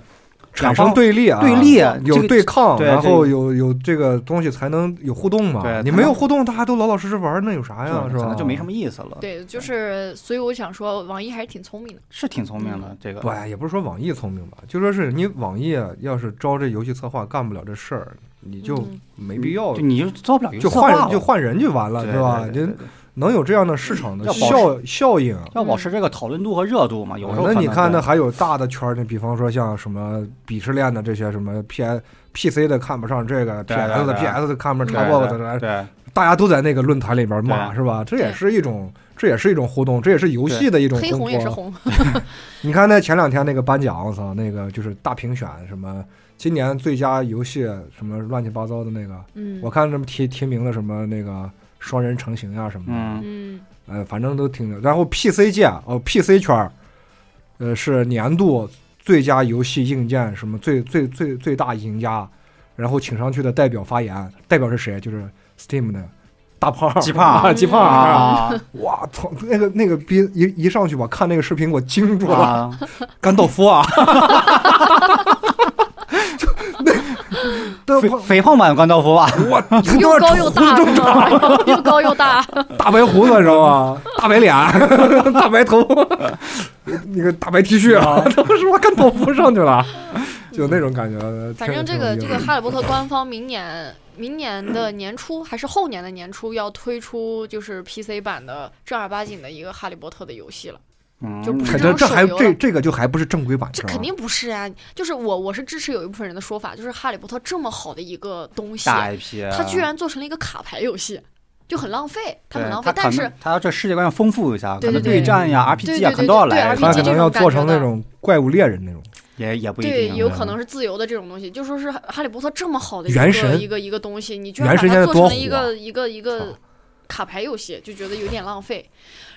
Speaker 3: 产生对立啊，
Speaker 1: 对立，这
Speaker 3: 有
Speaker 1: 个
Speaker 3: 对抗，
Speaker 1: 对
Speaker 3: 然后
Speaker 1: 这
Speaker 3: 有有这个东西才能有互动嘛。
Speaker 1: 对
Speaker 3: 你
Speaker 1: 才
Speaker 3: 没有
Speaker 1: 能
Speaker 3: 互动，大家都老老实实玩，那有啥哎呀？是
Speaker 1: 可
Speaker 3: 吧？
Speaker 1: 能就没什。么意思了。
Speaker 2: 对，就是所以我想说，网易还是挺聪明的。
Speaker 1: 是挺聪明
Speaker 2: 嗯
Speaker 1: 的这个。
Speaker 3: 对，也不是说网易聪明吧，就说是你网易啊要是招这游戏策划干不了这事儿，你就
Speaker 2: 嗯
Speaker 3: 没必要，
Speaker 1: 就你就做不了游戏
Speaker 3: 就
Speaker 1: 策划
Speaker 3: 换人
Speaker 1: 了
Speaker 3: 就换人就完了，
Speaker 1: 对
Speaker 3: 是吧？
Speaker 1: 对对
Speaker 3: 您
Speaker 1: 对对
Speaker 3: 能有这样的市场的
Speaker 1: 要保
Speaker 3: 效效应，啊
Speaker 1: 要
Speaker 2: 嗯
Speaker 1: 保持这个讨论度和热度嘛。有时候
Speaker 3: 嗯那
Speaker 1: 可
Speaker 3: 你
Speaker 1: 能
Speaker 3: 看，
Speaker 1: 对
Speaker 3: 那还有大的圈儿，你比方说像什么鄙视链的这些什么 P I P C 的看不上这个，P
Speaker 1: 对对
Speaker 3: S 的
Speaker 1: 对
Speaker 3: P S 的看不上
Speaker 1: 对
Speaker 3: Xbox
Speaker 1: 对
Speaker 3: 的，
Speaker 1: 对
Speaker 3: 大家都在那个论坛里边骂，
Speaker 1: 对
Speaker 3: 是吧？这也
Speaker 2: 对
Speaker 3: 是一种，这也是一种互动，这也是游戏的一种
Speaker 2: 黑
Speaker 3: 烘
Speaker 2: 红也是
Speaker 3: 托
Speaker 2: 红，
Speaker 3: 你看那前两天那个颁奖，我操，那个就是大评选，什么今年最佳游戏什么乱七八糟的那个，
Speaker 2: 嗯
Speaker 3: 我看什么提提名了什么那个双人成行呀、什么的，
Speaker 1: 嗯，
Speaker 2: 嗯
Speaker 3: 呃，反正都挺。然后 PC 界哦，PC 圈儿，呃，是年度最佳游戏硬件什么最最最最大赢家，然后请上去的代表发言，代表是谁？就是 Steam 的大胖儿
Speaker 1: 鸡胖
Speaker 3: 啊鸡
Speaker 2: 嗯
Speaker 3: 胖儿啊！
Speaker 1: 啊
Speaker 3: 哇操，那个那个逼一一上去吧，看那个视频给我惊住了，
Speaker 1: 啊，
Speaker 3: 甘道夫 啊！就那
Speaker 1: 肥
Speaker 3: 对
Speaker 1: 肥胖版关道夫吧，
Speaker 3: 我
Speaker 2: 又高又大，是吧又高又大，
Speaker 3: 大白胡子，你知道吗？大白脸， 大白头， 那个大白 T 恤啊， 他们说跟豆腐上去了，就那种感觉。呃
Speaker 2: 反正这个这个 《哈利波特》官方明年明年的年初还是后年的年初要推出就是 PC 版的正儿八经的一个《哈利波特》的游戏了，
Speaker 1: 嗯
Speaker 2: 就不是
Speaker 3: 反
Speaker 2: 这
Speaker 3: 正
Speaker 2: 种
Speaker 3: 这还
Speaker 2: 手游
Speaker 3: 这
Speaker 2: 了
Speaker 3: 这个就还不是正规版，
Speaker 2: 这
Speaker 3: 是吧
Speaker 2: 肯定不是呀、就是我我是支持有一部分人的说法，就是《哈利波特》这么好的一个东西，
Speaker 1: 大啊 IP，
Speaker 2: 它居然做成了一个卡牌游戏，就很浪费，它
Speaker 1: 对
Speaker 2: 很浪
Speaker 1: 它
Speaker 2: 费。但
Speaker 1: 可
Speaker 2: 是
Speaker 1: 能它要这世界观要丰富一下，
Speaker 2: 对
Speaker 1: 可能
Speaker 2: 对对
Speaker 1: 战呀、
Speaker 2: 对
Speaker 1: RPG
Speaker 2: 对
Speaker 1: 啊，
Speaker 2: 对
Speaker 1: 可能都要
Speaker 2: 对
Speaker 1: 来一
Speaker 2: 对
Speaker 3: 他
Speaker 1: 下，
Speaker 2: 这
Speaker 3: 可能
Speaker 2: 种
Speaker 3: 要
Speaker 2: 感
Speaker 3: 做
Speaker 2: 觉
Speaker 3: 成那
Speaker 2: 的
Speaker 3: 种怪物猎人那种。
Speaker 1: 也也不一
Speaker 2: 对，
Speaker 1: 定，
Speaker 2: 有可能是自由的这种东西，就说是《哈利波特》这么好的一
Speaker 3: 原
Speaker 2: 个
Speaker 3: 神
Speaker 2: 一个一个东西，你居然
Speaker 3: 原
Speaker 2: 把
Speaker 3: 神现
Speaker 2: 它
Speaker 3: 在
Speaker 2: 做成
Speaker 3: 多
Speaker 2: 了
Speaker 3: 火
Speaker 2: 一
Speaker 3: 啊
Speaker 2: 个一个一
Speaker 3: 操
Speaker 2: 个卡牌游戏，就觉得有点浪费。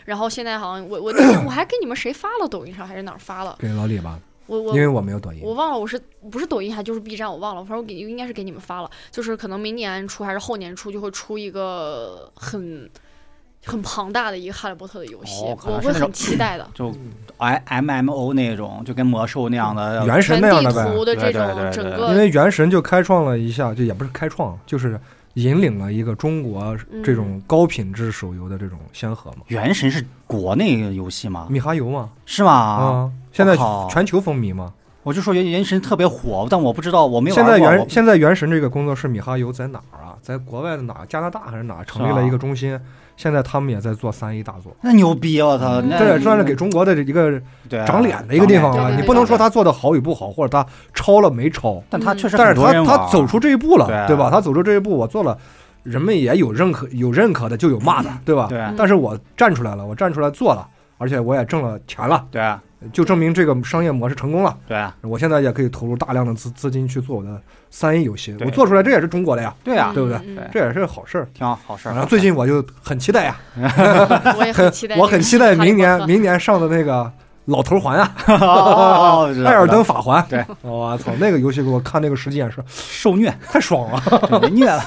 Speaker 2: 然后现在好像我我我还给你们谁发了抖音上还是哪儿发了，
Speaker 3: 给老李吧，
Speaker 2: 我我
Speaker 3: 因为我没有抖音，
Speaker 2: 我忘了我是不是抖音还就是 B 站我忘了，反正我给应该是给你们发了，就是可能明年初还是后年初就会出一个很很庞大的一个《哈利波特》的游戏，
Speaker 1: 哦可
Speaker 2: 我
Speaker 1: 能是
Speaker 2: 会
Speaker 1: 那
Speaker 2: 很
Speaker 1: 种
Speaker 2: 期待的。
Speaker 1: 就 I 哎 M M O 那种，就跟魔兽那样的，
Speaker 3: 原神
Speaker 2: 全
Speaker 3: 那样
Speaker 2: 地
Speaker 3: 的呗。
Speaker 2: 图的这
Speaker 1: 对对对
Speaker 2: 种
Speaker 1: 对
Speaker 2: 整
Speaker 1: 对
Speaker 2: 个
Speaker 3: 因为原神就开创了一下，就也不是开创，就是引领了一个中国
Speaker 2: 嗯
Speaker 3: 这种高品质手游的这种先河嘛。
Speaker 1: 原神是国内游戏吗？
Speaker 3: 米哈游嘛，
Speaker 1: 是吗？
Speaker 3: 嗯啊，现在
Speaker 1: 我靠
Speaker 3: 全球风靡嘛，
Speaker 1: 我就说原原神特别火，但我不知道，我没有
Speaker 3: 现
Speaker 1: 玩
Speaker 3: 在
Speaker 1: 过。
Speaker 3: 原
Speaker 1: 我
Speaker 3: 现在原神这个工作室米哈游在哪儿啊？在国外的哪儿？加拿大还是哪儿成立
Speaker 1: 是吧啊
Speaker 3: 了一个中心？现在他们也在做三 A 大作，
Speaker 1: 那牛逼，啊我操！
Speaker 2: 嗯
Speaker 1: 那
Speaker 3: 这算是给中国的一个
Speaker 1: 对啊
Speaker 3: 长脸的一个地方
Speaker 2: 长
Speaker 3: 了。
Speaker 2: 脸
Speaker 3: 你不能说
Speaker 1: 他，
Speaker 3: 他做的好与不好，或者他超了没超，
Speaker 1: 但
Speaker 2: 嗯
Speaker 1: 他确实
Speaker 3: 但
Speaker 1: 很
Speaker 3: 是
Speaker 1: 多
Speaker 3: 他
Speaker 1: 人玩，
Speaker 3: 他走出这一步了，
Speaker 1: 对啊
Speaker 3: 对吧？他走出这一步，我做了，人们也有认可，有认可的就有骂的，对吧？
Speaker 1: 对啊
Speaker 3: 但是我站出来了，我站出来做了，而且我也挣了钱了，
Speaker 1: 对啊
Speaker 3: 就证明这个商业模式成功了。
Speaker 1: 对啊
Speaker 3: 我现在也可以投入大量的资资金去做我的三 A 游戏，
Speaker 1: 对
Speaker 3: 我做出来这也是中国的呀，
Speaker 1: 对啊，
Speaker 3: 对不对
Speaker 2: 嗯嗯
Speaker 3: 这也是好事儿。
Speaker 1: 挺好，好事
Speaker 3: 然后
Speaker 1: 儿。
Speaker 3: 最近 我就很期待呀，
Speaker 2: 我也很期待这个哈利波
Speaker 3: 我
Speaker 2: 特，
Speaker 3: 很期待明年明年上的那个老头环啊，
Speaker 1: 哦知道
Speaker 3: 艾尔登法环。
Speaker 1: 对，
Speaker 3: 我操，那个游戏给我看那个实际演示
Speaker 1: 受虐，
Speaker 3: 太爽了。
Speaker 1: 对虐了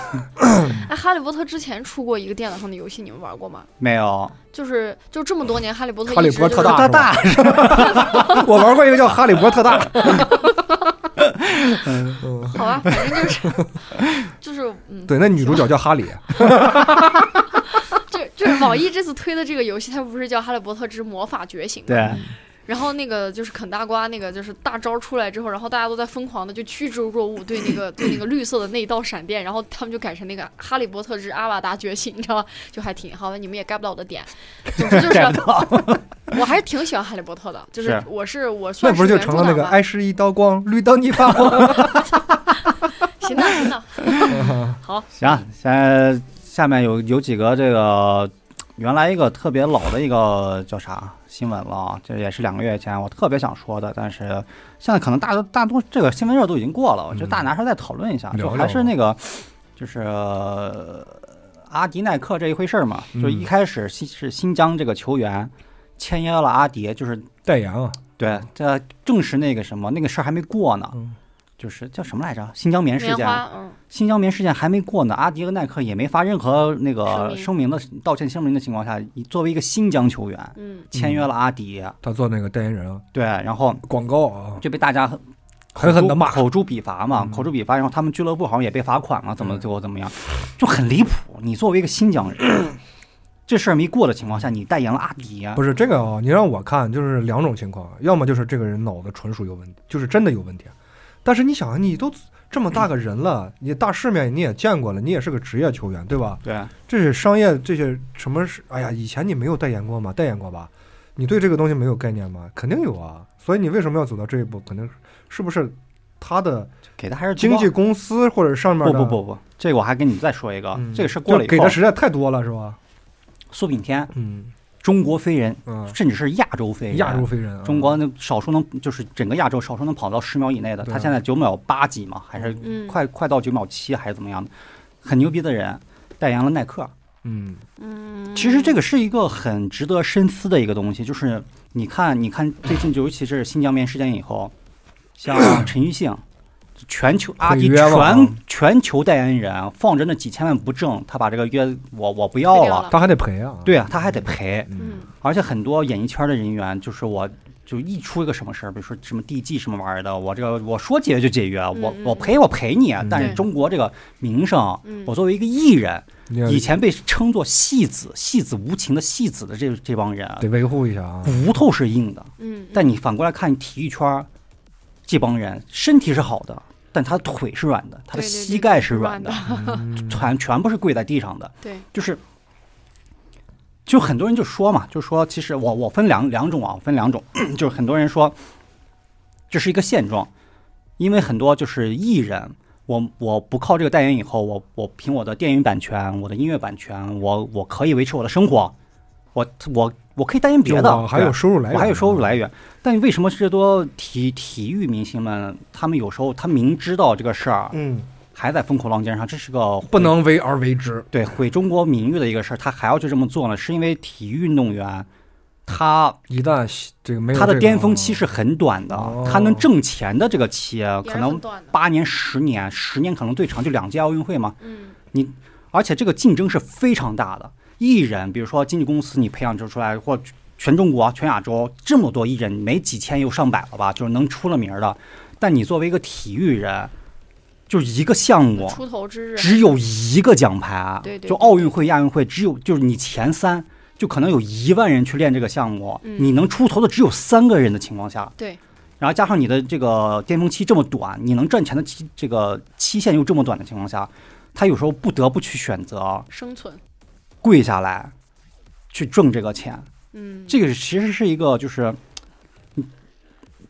Speaker 2: 哎，哈利波特之前出过一个电脑上的游戏，你们玩过吗？
Speaker 1: 没有？
Speaker 2: 就是就这么多年，哈利波特
Speaker 3: 哈利
Speaker 2: 一直
Speaker 3: 波
Speaker 2: 就
Speaker 3: 特
Speaker 2: 是
Speaker 3: 大
Speaker 1: 他大是
Speaker 3: 我玩过一个叫《哈利波特大》 嗯，
Speaker 2: 好吧，反正就是就是嗯，
Speaker 3: 对，那女主角叫哈利，
Speaker 2: 这就是网易这次推的这个游戏，它不是叫《哈利波特之魔法觉醒》吗？
Speaker 1: 对，
Speaker 2: 然后那个就是啃大瓜，那个就是大招出来之后，然后大家都在疯狂的就趋之若鹜，对那个对那个绿色的那一道闪电，然后他们就改成那个《哈利波特之阿瓦达觉醒》，你知道吧？就还挺好的，你们也 get 不到我的点。总之就 是
Speaker 1: 盖不到。
Speaker 2: 我还是挺喜欢《哈利波特》的，就是
Speaker 1: 是
Speaker 2: 我是我 算
Speaker 3: 那
Speaker 2: 是
Speaker 3: 不是就
Speaker 2: 原著
Speaker 3: 成了那
Speaker 2: 党
Speaker 3: 个
Speaker 2: 吧
Speaker 3: 爱是一道光，绿到你发 光？
Speaker 2: 行的行的，好，
Speaker 1: 行，啊现在下面有有几个这个原来一个特别老的一个叫啥新闻了啊，这也是两个月前我特别想说的，但是现在可能大多大多这个新闻热度已经过了，我觉得大拿出来再讨论一下，
Speaker 3: 嗯聊
Speaker 1: 就
Speaker 3: 聊
Speaker 1: 还是那个就是。呃阿迪耐克这一回事儿嘛，
Speaker 3: 嗯
Speaker 1: 就一开始新是新疆这个球员签约了阿迪，就是
Speaker 3: 代言啊，
Speaker 1: 对，这正是那个什么那个事儿还没过呢，
Speaker 3: 嗯
Speaker 1: 就是叫什么来着？新疆棉事
Speaker 2: 棉
Speaker 1: 件，啊
Speaker 2: 花，嗯，
Speaker 1: 新疆棉事件还没过呢，阿迪和耐克也没发任何那个
Speaker 2: 声明
Speaker 1: 声明的道歉声明的情况下，以作为一个新疆球员
Speaker 2: 嗯，
Speaker 1: 签约了阿迪，
Speaker 3: 他做那个代言人啊，
Speaker 1: 对，然后
Speaker 3: 广告啊，
Speaker 1: 就被大家
Speaker 3: 狠狠的骂，
Speaker 1: 口诛笔伐嘛，
Speaker 3: 嗯
Speaker 1: 口诛笔伐，然后他们俱乐部好像也被罚款了，怎么最后怎么样，就很离谱。你作为一个新疆人， 这事儿没过的情况下，你代言了阿迪，
Speaker 3: 不是这个啊，你让我看就是两种情况，要么就是这个人脑子纯属有问题，就是真的有问题。但是你想啊，你都这么大个人了，你大世面你也见过了，你也是个职业球员，对吧？
Speaker 1: 对，
Speaker 3: 这是商业这些什么是？哎呀，以前你没有代言过吗？代言过吧？你对这个东西没有概念吗？肯定有啊。所以你为什么要走到这一步？肯定是是不是他的
Speaker 1: 给的还是多
Speaker 3: 经纪。公司或者上面
Speaker 1: 不
Speaker 3: 的
Speaker 1: 不不不，这个我还跟你再说一个，
Speaker 3: 嗯
Speaker 1: 这个事过了
Speaker 3: 就
Speaker 1: 以
Speaker 3: 给
Speaker 1: 后
Speaker 3: 的，实在太多了是吧？
Speaker 1: 苏炳添，
Speaker 3: 嗯
Speaker 1: 中国飞人，
Speaker 3: 嗯，
Speaker 1: 甚至是亚洲飞人，
Speaker 3: 亚洲飞人啊，
Speaker 1: 哎中国那少数能就是整个亚洲少数能跑到十秒以内的，
Speaker 3: 对啊
Speaker 1: 他现在九秒八几嘛，还是
Speaker 2: 嗯
Speaker 1: 快快到九秒七还是怎么样的，很牛逼的人代言了耐克。
Speaker 3: 嗯
Speaker 2: 嗯，
Speaker 1: 其实这个是一个很值得深思的一个东西，就是你看，你看最近尤其是新疆棉事件以后， 像陈奕迅，全球阿迪
Speaker 3: 毁约了啊
Speaker 1: 全全球代言人放着那几千万不挣，他把这个约我我不要
Speaker 2: 废掉
Speaker 1: 了，
Speaker 2: 了
Speaker 3: 他还得赔啊。
Speaker 1: 对啊，他还得赔。
Speaker 3: 嗯，
Speaker 2: 嗯，
Speaker 1: 而且很多演艺圈的人员，就是我就一出一个什么事儿，比如说什么地基什么玩意儿的，我这个我说解约就解约，啊我
Speaker 2: 嗯嗯
Speaker 1: 我赔我赔你啊
Speaker 3: 嗯。
Speaker 1: 但是
Speaker 2: 对
Speaker 1: 中国这个名声啊
Speaker 2: 嗯，
Speaker 1: 我作为一个艺人，
Speaker 3: 你也
Speaker 1: 以前被称作戏子，戏子无情的戏子的这这帮人，
Speaker 3: 得维护一下啊。
Speaker 1: 骨头是硬的，
Speaker 2: 嗯，
Speaker 1: 但你反过来看体育圈儿，这帮人身体是好的，但他的腿是软的，他的
Speaker 2: 对对对
Speaker 1: 膝盖是
Speaker 2: 软
Speaker 1: 软的，
Speaker 3: 嗯
Speaker 1: 全全部是跪在地上的。
Speaker 2: 对，
Speaker 1: 就是，就很多人就说嘛，就说其实我我分两两种啊，我分两种， 就是很多人说这是一个现状，因为很多就是艺人，我我不靠这个代言以后，我我凭我的电影版权、我的音乐版权，我我可以维持我的生活，我我我可以代言别
Speaker 3: 就
Speaker 1: 的，
Speaker 3: 我还有
Speaker 1: 对啊
Speaker 3: 收入来源，啊
Speaker 1: 我还有收入来源。但为什么这多体体育明星们，他们有时候他明知道这个事儿，
Speaker 3: 嗯，
Speaker 1: 还在风口浪尖上，这是个
Speaker 3: 不能为而为之。
Speaker 1: 对毁中国名誉的一个事儿，他还要去这么做呢，是因为体育运动员他
Speaker 3: 一旦这个没有
Speaker 1: 他的
Speaker 3: 这个
Speaker 1: 巅峰期是很短的
Speaker 3: 哦，
Speaker 1: 他能挣钱的这个期可能
Speaker 2: 短的，
Speaker 1: 八年、十年，十年可能最长就两届奥运会嘛，
Speaker 2: 嗯
Speaker 1: 而且这个竞争是非常大的。艺人，比如说经纪公司，你培养出来或全中国、全亚洲这么多艺人，没几千有上百了吧，就是能出了名儿的。但你作为一个体育人，就一个项目，
Speaker 2: 出头之日，
Speaker 1: 只有一个奖牌，
Speaker 2: 对对
Speaker 1: 就
Speaker 2: 对
Speaker 1: 奥运会、亚运会，只有就是你前三，就可能有一万人去练这个项目，
Speaker 2: 嗯
Speaker 1: 你能出头的只有三个人的情况下，
Speaker 2: 对，
Speaker 1: 然后加上你的这个巅峰期这么短，你能赚钱的期这个期限又这么短的情况下，他有时候不得不去选择
Speaker 2: 生存，
Speaker 1: 跪下来去挣这个钱。
Speaker 2: 嗯，
Speaker 1: 这个其实是一个就是嗯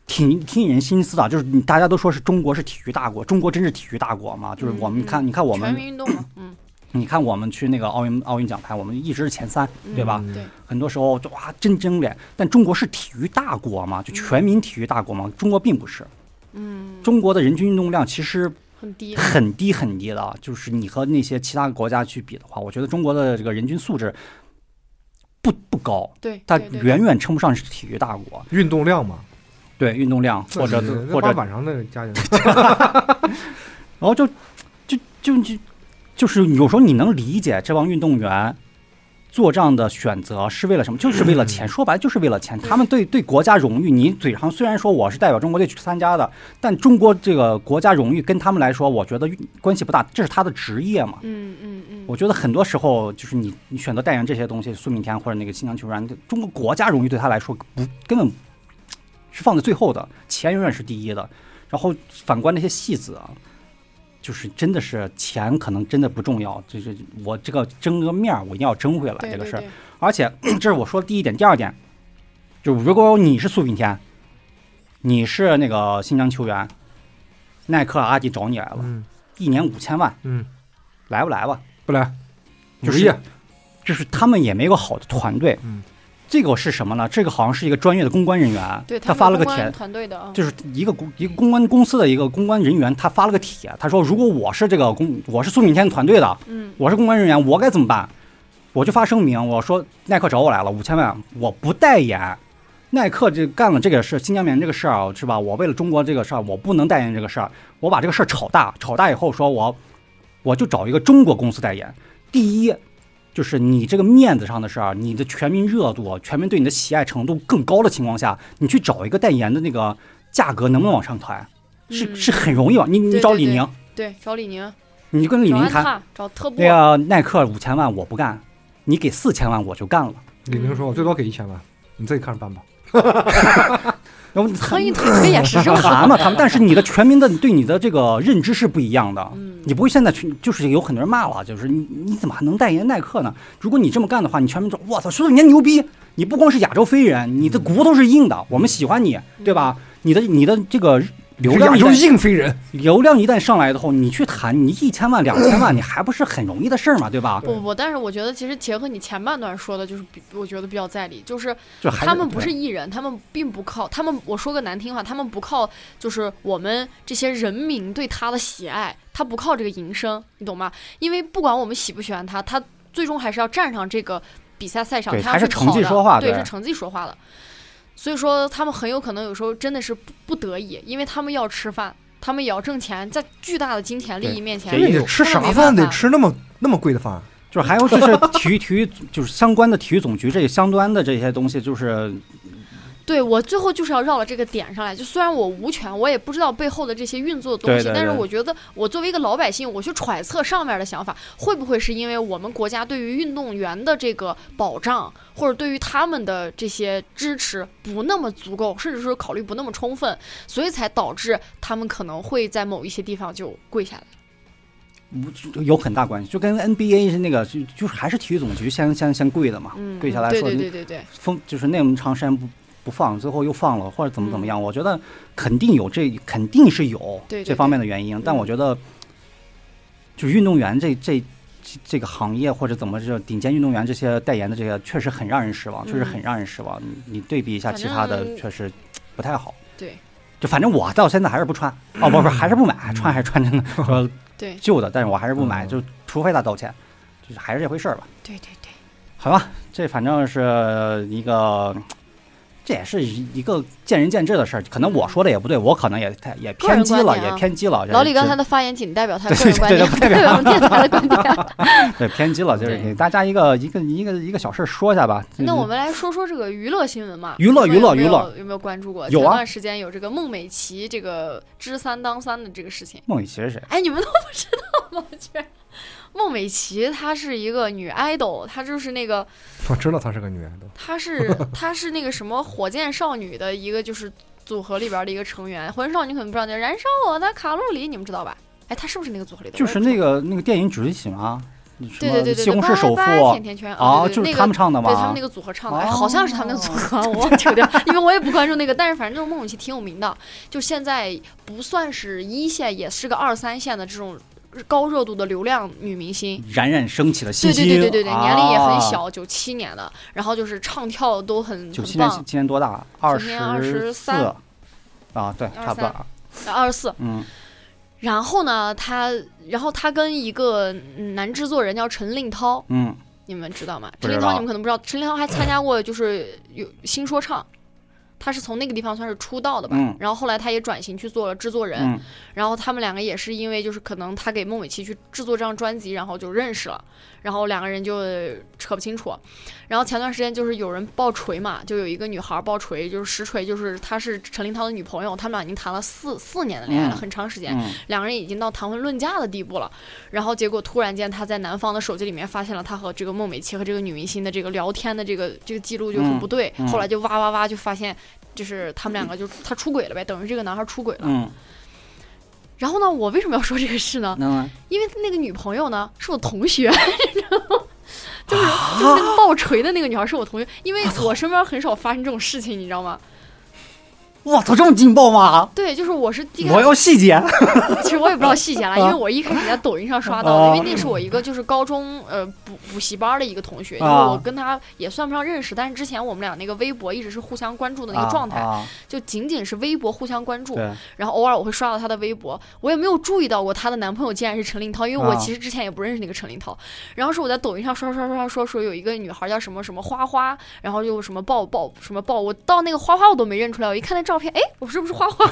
Speaker 1: 挺挺引人心思的，就是你大家都说是中国是体育大国，中国真是体育大国吗？就是我们
Speaker 2: 嗯
Speaker 1: 看，你看我
Speaker 2: 全
Speaker 1: 们，
Speaker 2: 民运动嘛，嗯，
Speaker 1: 你看我们去那个奥运奥运奖牌，我们一直是前三，
Speaker 2: 嗯
Speaker 1: 对吧？
Speaker 3: 嗯
Speaker 2: 对，
Speaker 1: 很多时候就哇真争脸，但中国是体育大国吗？就全民体育大国吗？中国并不是，
Speaker 2: 嗯，
Speaker 1: 中国的人均运动量其实
Speaker 2: 很低，
Speaker 1: 很低很低的，啊就是你和那些其他国家去比的话，我觉得中国的这个人均素质不不高，
Speaker 2: 对，
Speaker 1: 但
Speaker 2: 对对
Speaker 1: 远远称不上是体育大国。
Speaker 3: 运动量嘛，
Speaker 1: 对运动量或者
Speaker 3: 那是
Speaker 1: 或者
Speaker 3: 那，晚上那个 加进来，
Speaker 1: 然后就就就就就是有时候你能理解这帮运动员做这样的选择是为了什么？就是为了 钱，说白了就是为了钱。
Speaker 2: 对
Speaker 1: 他们对对国家荣誉，你嘴上虽然说我是代表中国队去参加的，但中国这个国家荣誉跟他们来说，我觉得关系不大，这是他的职业嘛。
Speaker 2: 嗯嗯嗯，
Speaker 1: 我觉得很多时候就是你你选择代言这些东西，苏炳添或者那个新疆球员，中国国家荣誉对他来说不根本是放在最后的，钱永远是第一的。然后反观那些戏子啊，就是真的是钱可能真的不重要，就是我这个争个面儿，我一定要争回来
Speaker 2: 对
Speaker 1: 这个
Speaker 2: 对
Speaker 1: 事儿。
Speaker 2: 对，
Speaker 1: 而且 这是我说的第一点，第二点就是如果你是苏炳添，你是那个新疆球员，耐克、阿迪找你来了，
Speaker 3: 嗯
Speaker 1: 一年五千万，
Speaker 3: 嗯，
Speaker 1: 来不来吧？
Speaker 3: 不来，
Speaker 1: 就
Speaker 3: 五亿
Speaker 1: 是就是他们也没有好的团队。
Speaker 3: 嗯，
Speaker 1: 这个是什么呢？这个好像是一个专业的公关人员，
Speaker 2: 对
Speaker 1: 他
Speaker 2: 们
Speaker 1: 发了个
Speaker 2: 公关
Speaker 1: 帖，
Speaker 2: 团队的啊，
Speaker 1: 就是一个公一个公关公司的一个公关人员，他发了个帖，他说如果我是这个公，我是苏炳添团队的，
Speaker 2: 嗯
Speaker 1: 我是公关人员，我该怎么办？我就发声明，我说耐克找我来了，五千万，我不代言。耐克这干了这个事，新疆棉这个事儿啊是吧？我为了中国这个事儿，我不能代言这个事儿，我把这个事儿炒大，炒大以后说我我就找一个中国公司代言。第一，就是你这个面子上的事儿，你的全民热度、啊全民对你的喜爱程度更高的情况下，你去找一个代言的那个价格能不能往上抬，是
Speaker 2: 嗯
Speaker 1: 是很容易往啊你你
Speaker 2: 对
Speaker 1: 找
Speaker 2: 对
Speaker 1: 李
Speaker 2: 对
Speaker 1: 宁，
Speaker 2: 对，找李宁，
Speaker 1: 你就跟李
Speaker 2: 找
Speaker 1: 宁
Speaker 2: 安
Speaker 1: 谈，
Speaker 2: 踏，找特步
Speaker 1: 那，个啊耐克五千万我不干，你给四千万我就干了。
Speaker 3: 李宁说：“我最多给一千万，你自己看着办吧。
Speaker 1: 然后
Speaker 2: 苍蝇腿这个也是
Speaker 1: 是
Speaker 2: 正常，
Speaker 1: 嘛， 他们，但是你的全民的对你的这个认知是不一样的。
Speaker 2: 嗯，
Speaker 1: 你不会现在去，就是有很多人骂了，就是你你怎么还能代言耐克呢？如果你这么干的话，你全民说，我操，说你牛逼！你不光是亚洲飞人，你的骨头是硬的，我们喜欢你，对
Speaker 2: 嗯
Speaker 1: 吧？你的你的这个”流
Speaker 3: 是亚
Speaker 1: 量一
Speaker 3: 洲
Speaker 1: 旦
Speaker 3: 硬飞人，
Speaker 1: 流量一旦上来以后，你去谈你一千万两千万，你还不是很容易的事儿嘛，对吧？
Speaker 2: 不不，但是我觉得其实结合你前半段说的，就是比我觉得比较在理，就是
Speaker 1: 就还
Speaker 2: 他们不
Speaker 1: 对
Speaker 2: 是艺人，他们并不靠他们。我说个难听话，他们不靠就是我们这些人民对他的喜爱，他不靠这个营生，你懂吗？因为不管我们喜不喜欢他，他最终还是要站上这个比赛赛场，
Speaker 1: 对
Speaker 2: 他
Speaker 1: 还
Speaker 2: 要
Speaker 1: 是
Speaker 2: 去
Speaker 1: 成
Speaker 2: 跑
Speaker 1: 绩
Speaker 2: 的
Speaker 1: 说话
Speaker 2: 对，
Speaker 1: 对
Speaker 2: 是成绩说话的。所以说，他们很有可能有时候真的是不不得已，因为他们要吃饭，他们也要挣钱，在巨大的金钱利益
Speaker 1: 对
Speaker 2: 面前
Speaker 1: 这，也
Speaker 3: 你
Speaker 1: 有
Speaker 3: 吃
Speaker 2: 真的没
Speaker 3: 啥饭
Speaker 2: 办法
Speaker 3: 得吃那么那么贵的饭？啊
Speaker 1: 就是还有就是体育体育就是相关的体育总局这些相关的这些东西，就是
Speaker 2: 对我最后就是要绕到这个点上来，就虽然我无权，我也不知道背后的这些运作的东西，
Speaker 1: 对对
Speaker 2: 但是
Speaker 1: 对
Speaker 2: 我觉得我作为一个老百姓，我去揣测上面的想法，会不会是因为我们国家对于运动员的这个保障，或者对于他们的这些支持不那么足够，甚至说考虑不那么充分，所以才导致他们可能会在某一些地方就跪下来。
Speaker 1: 有很大关系，就跟 NBA 是那个就就是还是体育总局先先先跪的嘛，
Speaker 2: 嗯，
Speaker 1: 跪下来
Speaker 2: 对
Speaker 1: 说
Speaker 2: 对
Speaker 1: 你
Speaker 2: 对对对，
Speaker 1: 封就是那么长时间不不放，最后又放了或者怎么怎么样，我觉得肯定有这肯定是有
Speaker 2: 嗯对对嗯
Speaker 1: 这方面的原因，但我觉得就是运动员这这。这这个行业或者怎么这顶尖运动员这些代言的这个确实很让人失望，确实很让人失望。你你对比一下其他的
Speaker 2: 嗯反，正
Speaker 1: 确实不太好。
Speaker 2: 对
Speaker 1: 就反正我到现在还是不穿，哦不不还是不买，穿还是穿着呢，说
Speaker 2: 对
Speaker 1: 旧的，但是我还是不买，
Speaker 3: 嗯
Speaker 1: 就除非他道歉，就是还是这回事儿吧。
Speaker 2: 对对对，
Speaker 1: 好吧，这反正是一个，这也是一个见仁见智的事儿。可能我说的也不对，我可能也太也偏激
Speaker 2: 个
Speaker 1: 了，
Speaker 2: 人观点啊
Speaker 1: 也偏激了。
Speaker 2: 老李刚才
Speaker 1: 这
Speaker 2: 的发言仅代表他
Speaker 1: 对
Speaker 2: 个人观
Speaker 1: 对
Speaker 2: 点，
Speaker 1: 对
Speaker 2: 不
Speaker 1: 不代表
Speaker 2: 我们电台的观点。
Speaker 1: 对偏激了，就是
Speaker 2: 对
Speaker 1: 给大家一个一个一个一个小事儿说一下吧。就是
Speaker 2: 那我们来说说这个娱乐新闻嘛？
Speaker 1: 嗯娱乐
Speaker 2: 你
Speaker 1: 娱
Speaker 2: 们
Speaker 1: 乐
Speaker 2: 有没有
Speaker 1: 娱乐，
Speaker 2: 有没有关注过？
Speaker 1: 有啊
Speaker 2: 前段时间有这个孟美岐这个知三当三的这个事情。
Speaker 1: 孟雨琦是谁？
Speaker 2: 哎，你们都不知道吗？ 居然，孟美岐她是一个女 idol，她就是那个
Speaker 3: 我知道她是个女人，都
Speaker 2: 她是她是那个什么火箭少女的一个就是组合里边的一个成员。火焰少女可能不知道，那《燃烧我的卡路里》，你们知道吧？哎，他是不是那个组合里的？
Speaker 1: 就是
Speaker 2: 我也
Speaker 1: 那
Speaker 2: 不知道。
Speaker 1: 个那个电影《主题曲》吗？什
Speaker 2: 对
Speaker 1: 么
Speaker 2: 对对对，
Speaker 1: 西红柿首富
Speaker 2: 拜拜甜甜圈
Speaker 1: 啊，
Speaker 2: 对
Speaker 1: 就
Speaker 2: 对
Speaker 1: 是
Speaker 2: 那个
Speaker 1: 他们唱的
Speaker 2: 对他们
Speaker 1: 吗
Speaker 2: 那？个组合唱的，
Speaker 1: 哦
Speaker 2: 哎好像是他们的组合，我 扯掉，因为我也不关注那个，但是反正就是孟永琪挺有名的，就现在不算是一线，也是个二三线的这种高热度的流量女明星。
Speaker 1: 冉冉升起了信
Speaker 2: 对
Speaker 1: 心，
Speaker 2: 对对对对对，
Speaker 1: 啊
Speaker 2: 年龄也很，小，九七年的，然后就是唱跳都很
Speaker 1: 九
Speaker 2: 很
Speaker 1: 七年
Speaker 2: 棒，
Speaker 1: 今年多大？
Speaker 2: 九七年
Speaker 1: 十四
Speaker 2: 23
Speaker 1: 啊，对，差不多啊，
Speaker 2: 二十四。
Speaker 1: 嗯，
Speaker 2: 然后呢，她，然后她跟一个男制作人叫陈令涛，
Speaker 1: 嗯，
Speaker 2: 你们知道吗？
Speaker 1: 不
Speaker 2: 陈
Speaker 1: 知
Speaker 2: 林涛
Speaker 1: 道
Speaker 2: 你们可能不知道，陈林涛还参加过就是有新说唱，他是从那个地方算是出道的吧。
Speaker 1: 嗯
Speaker 2: 然后后来他也转型去做了制作人，
Speaker 1: 嗯，
Speaker 2: 然后他们两个也是因为就是可能他给孟美岐去制作这张专辑，然后就认识了，然后两个人就扯不清楚。然后前段时间就是有人爆锤嘛，就有一个女孩爆锤，就是实锤，就是她是陈林涛的女朋友，他们俩已经谈了四四年的恋爱了，
Speaker 1: 嗯
Speaker 2: 很长时间。
Speaker 1: 嗯，
Speaker 2: 两个人已经到谈婚论嫁的地步了，然后结果突然间他在男方的手机里面发现了他和这个孟美岐和这个女明星的这个聊天的这个这个记录就很不对，
Speaker 1: 嗯嗯
Speaker 2: 后来就哇哇哇就发现就是他们两个就他出轨了呗，等于这个男孩出轨了。
Speaker 1: 嗯，
Speaker 2: 然后呢，我为什么要说这个事呢？
Speaker 1: 那么
Speaker 2: 因为那个女朋友呢是我同学，你知道吗？ 就是
Speaker 1: 啊
Speaker 2: 就是那个爆锤的那个女孩是我同学，因为我身边很少发生这种事情，你知道吗？
Speaker 1: 我操，这么劲爆吗？
Speaker 2: 对，就是我是第一
Speaker 1: 我要细节，
Speaker 2: 其实我也不知道细节了，因为我一开始在抖音上刷到
Speaker 1: 啊
Speaker 2: 的，因为那是我一个就是高中呃补补习班的一个同学，就
Speaker 1: 啊
Speaker 2: 是我跟他也算不上认识，但是之前我们俩那个微博一直是互相关注的那个状态，
Speaker 1: 啊啊
Speaker 2: 就仅仅是微博互相关注，
Speaker 1: 对，
Speaker 2: 然后偶尔我会刷到她的微博，我也没有注意到过她的男朋友竟然是陈林涛，因为我
Speaker 1: 啊
Speaker 2: 其实之前也不认识那个陈林涛，然后是我在抖音上刷刷刷刷说说有一个女孩叫什么什么花花，然后又什么抱抱什么抱，我到那个花花我都没认出来，我一看那照片，哎，我是不是花花？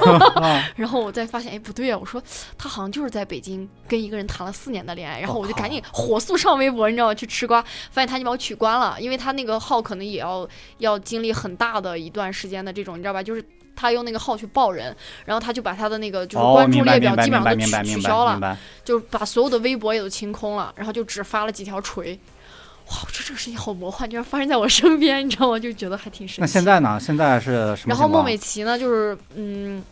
Speaker 1: 啊
Speaker 2: 然后我再发现，哎，不对啊！我说他好像就是在北京跟一个人谈了四年的恋爱，然后我就
Speaker 1: 哦
Speaker 2: 赶紧火速上微博，你知道吗？去吃瓜，发现他已经把我取关了，因为他那个号可能也要要经历很大的一段时间的这种，你知道吧？就是他用那个号去爆人，然后他就把他的那个 就是
Speaker 1: 哦，
Speaker 2: 关注
Speaker 1: 明
Speaker 2: 列
Speaker 1: 白
Speaker 2: 表
Speaker 1: 明白
Speaker 2: 基
Speaker 1: 明白
Speaker 2: 本上
Speaker 1: 明
Speaker 2: 都
Speaker 1: 白
Speaker 2: 取取
Speaker 1: 明
Speaker 2: 消
Speaker 1: 白
Speaker 2: 了
Speaker 1: 明，白，
Speaker 2: 就是把所有的微博也都清空了，然后就只发了几条锤。哇，我说这个事情好魔幻，居然发生在我身边，你知道吗？就觉得还挺神奇。
Speaker 1: 那现在呢？现在是什么情况？
Speaker 2: 然后孟美岐呢，就是嗯，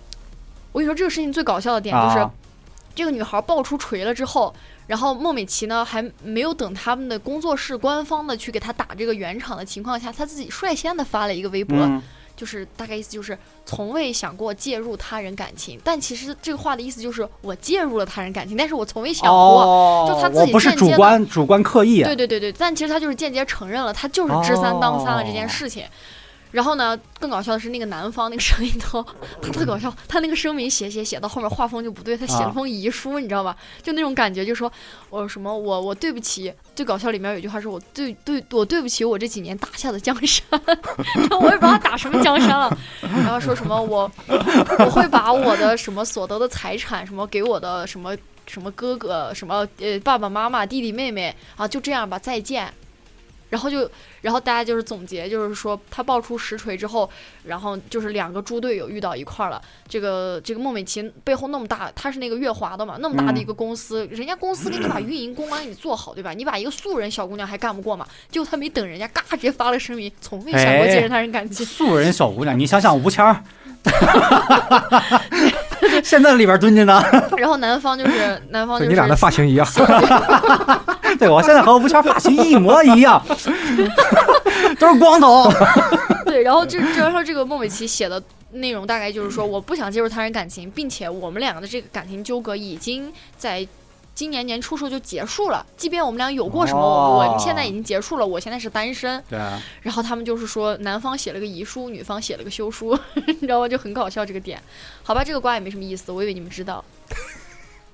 Speaker 2: 我跟你说这个事情最搞笑的点就是，
Speaker 1: 啊
Speaker 2: 这个女孩爆出锤了之后，然后孟美岐呢还没有等他们的工作室官方的去给她打这个圆场的情况下，她自己率先的发了一个微博，
Speaker 1: 嗯
Speaker 2: 就是大概意思就是从未想过介入他人感情，但其实这个话的意思就是我介入了他人感情，但是我从未想过。
Speaker 1: 哦，
Speaker 2: 就他自己
Speaker 1: 我不是
Speaker 2: 间接
Speaker 1: 主
Speaker 2: 的
Speaker 1: 观主观刻意，啊
Speaker 2: 对对对对，但其实他就是间接承认了，他就是知三当三了这件事情。然后呢，更搞笑的是那个男方那个声音涛，他特搞笑，他那个声明写写写到后面画风就不对，他写了
Speaker 1: 啊
Speaker 2: 封遗书，你知道吧？就那种感觉，就说我什么我我对不起，最搞笑里面有一句话是我对对我对不起我这几年打下的江山， 然后我也不知道他打什么江山了，然后说什么我我会把我的什么所得的财产什么给我的什么什么哥哥什么呃爸爸妈妈弟弟妹妹啊就这样吧再见，然后就然后大家就是总结就是说他爆出实锤之后，然后就是两个猪队友遇到一块儿了。这个这个孟美岐背后那么大，她是那个月华的嘛，那么大的
Speaker 3: 嗯
Speaker 2: 一个公司，人家公司给你把运营公关给你做好，对吧？你把一个素人小姑娘还干不过嘛？结果她没等人家，嘎直接发了声明，从未想过接
Speaker 1: 哎
Speaker 2: 任他人感情。
Speaker 1: 素人小姑娘，你想想吴谦儿，现在里边蹲着呢。
Speaker 2: 然后男方就是男方就
Speaker 3: 对
Speaker 2: 是
Speaker 3: 你俩的发型一样，
Speaker 1: 对我现在和吴谦儿发型一模一 样，都是光头。
Speaker 2: 对，然后这这说这个孟美岐写的内容大概就是说，我不想介入他人感情，并且我们两个的这个感情纠葛已经在今年年初时候就结束了。即便我们俩有过什么，我我
Speaker 1: 哦
Speaker 2: 们现在已经结束了，我现在是单身。
Speaker 1: 对，
Speaker 2: 然后他们就是说，男方写了个遗书，女方写了个休书， 你知道吗？就很搞笑这个点。好吧，这个瓜也没什么意思，我以为你们 知道，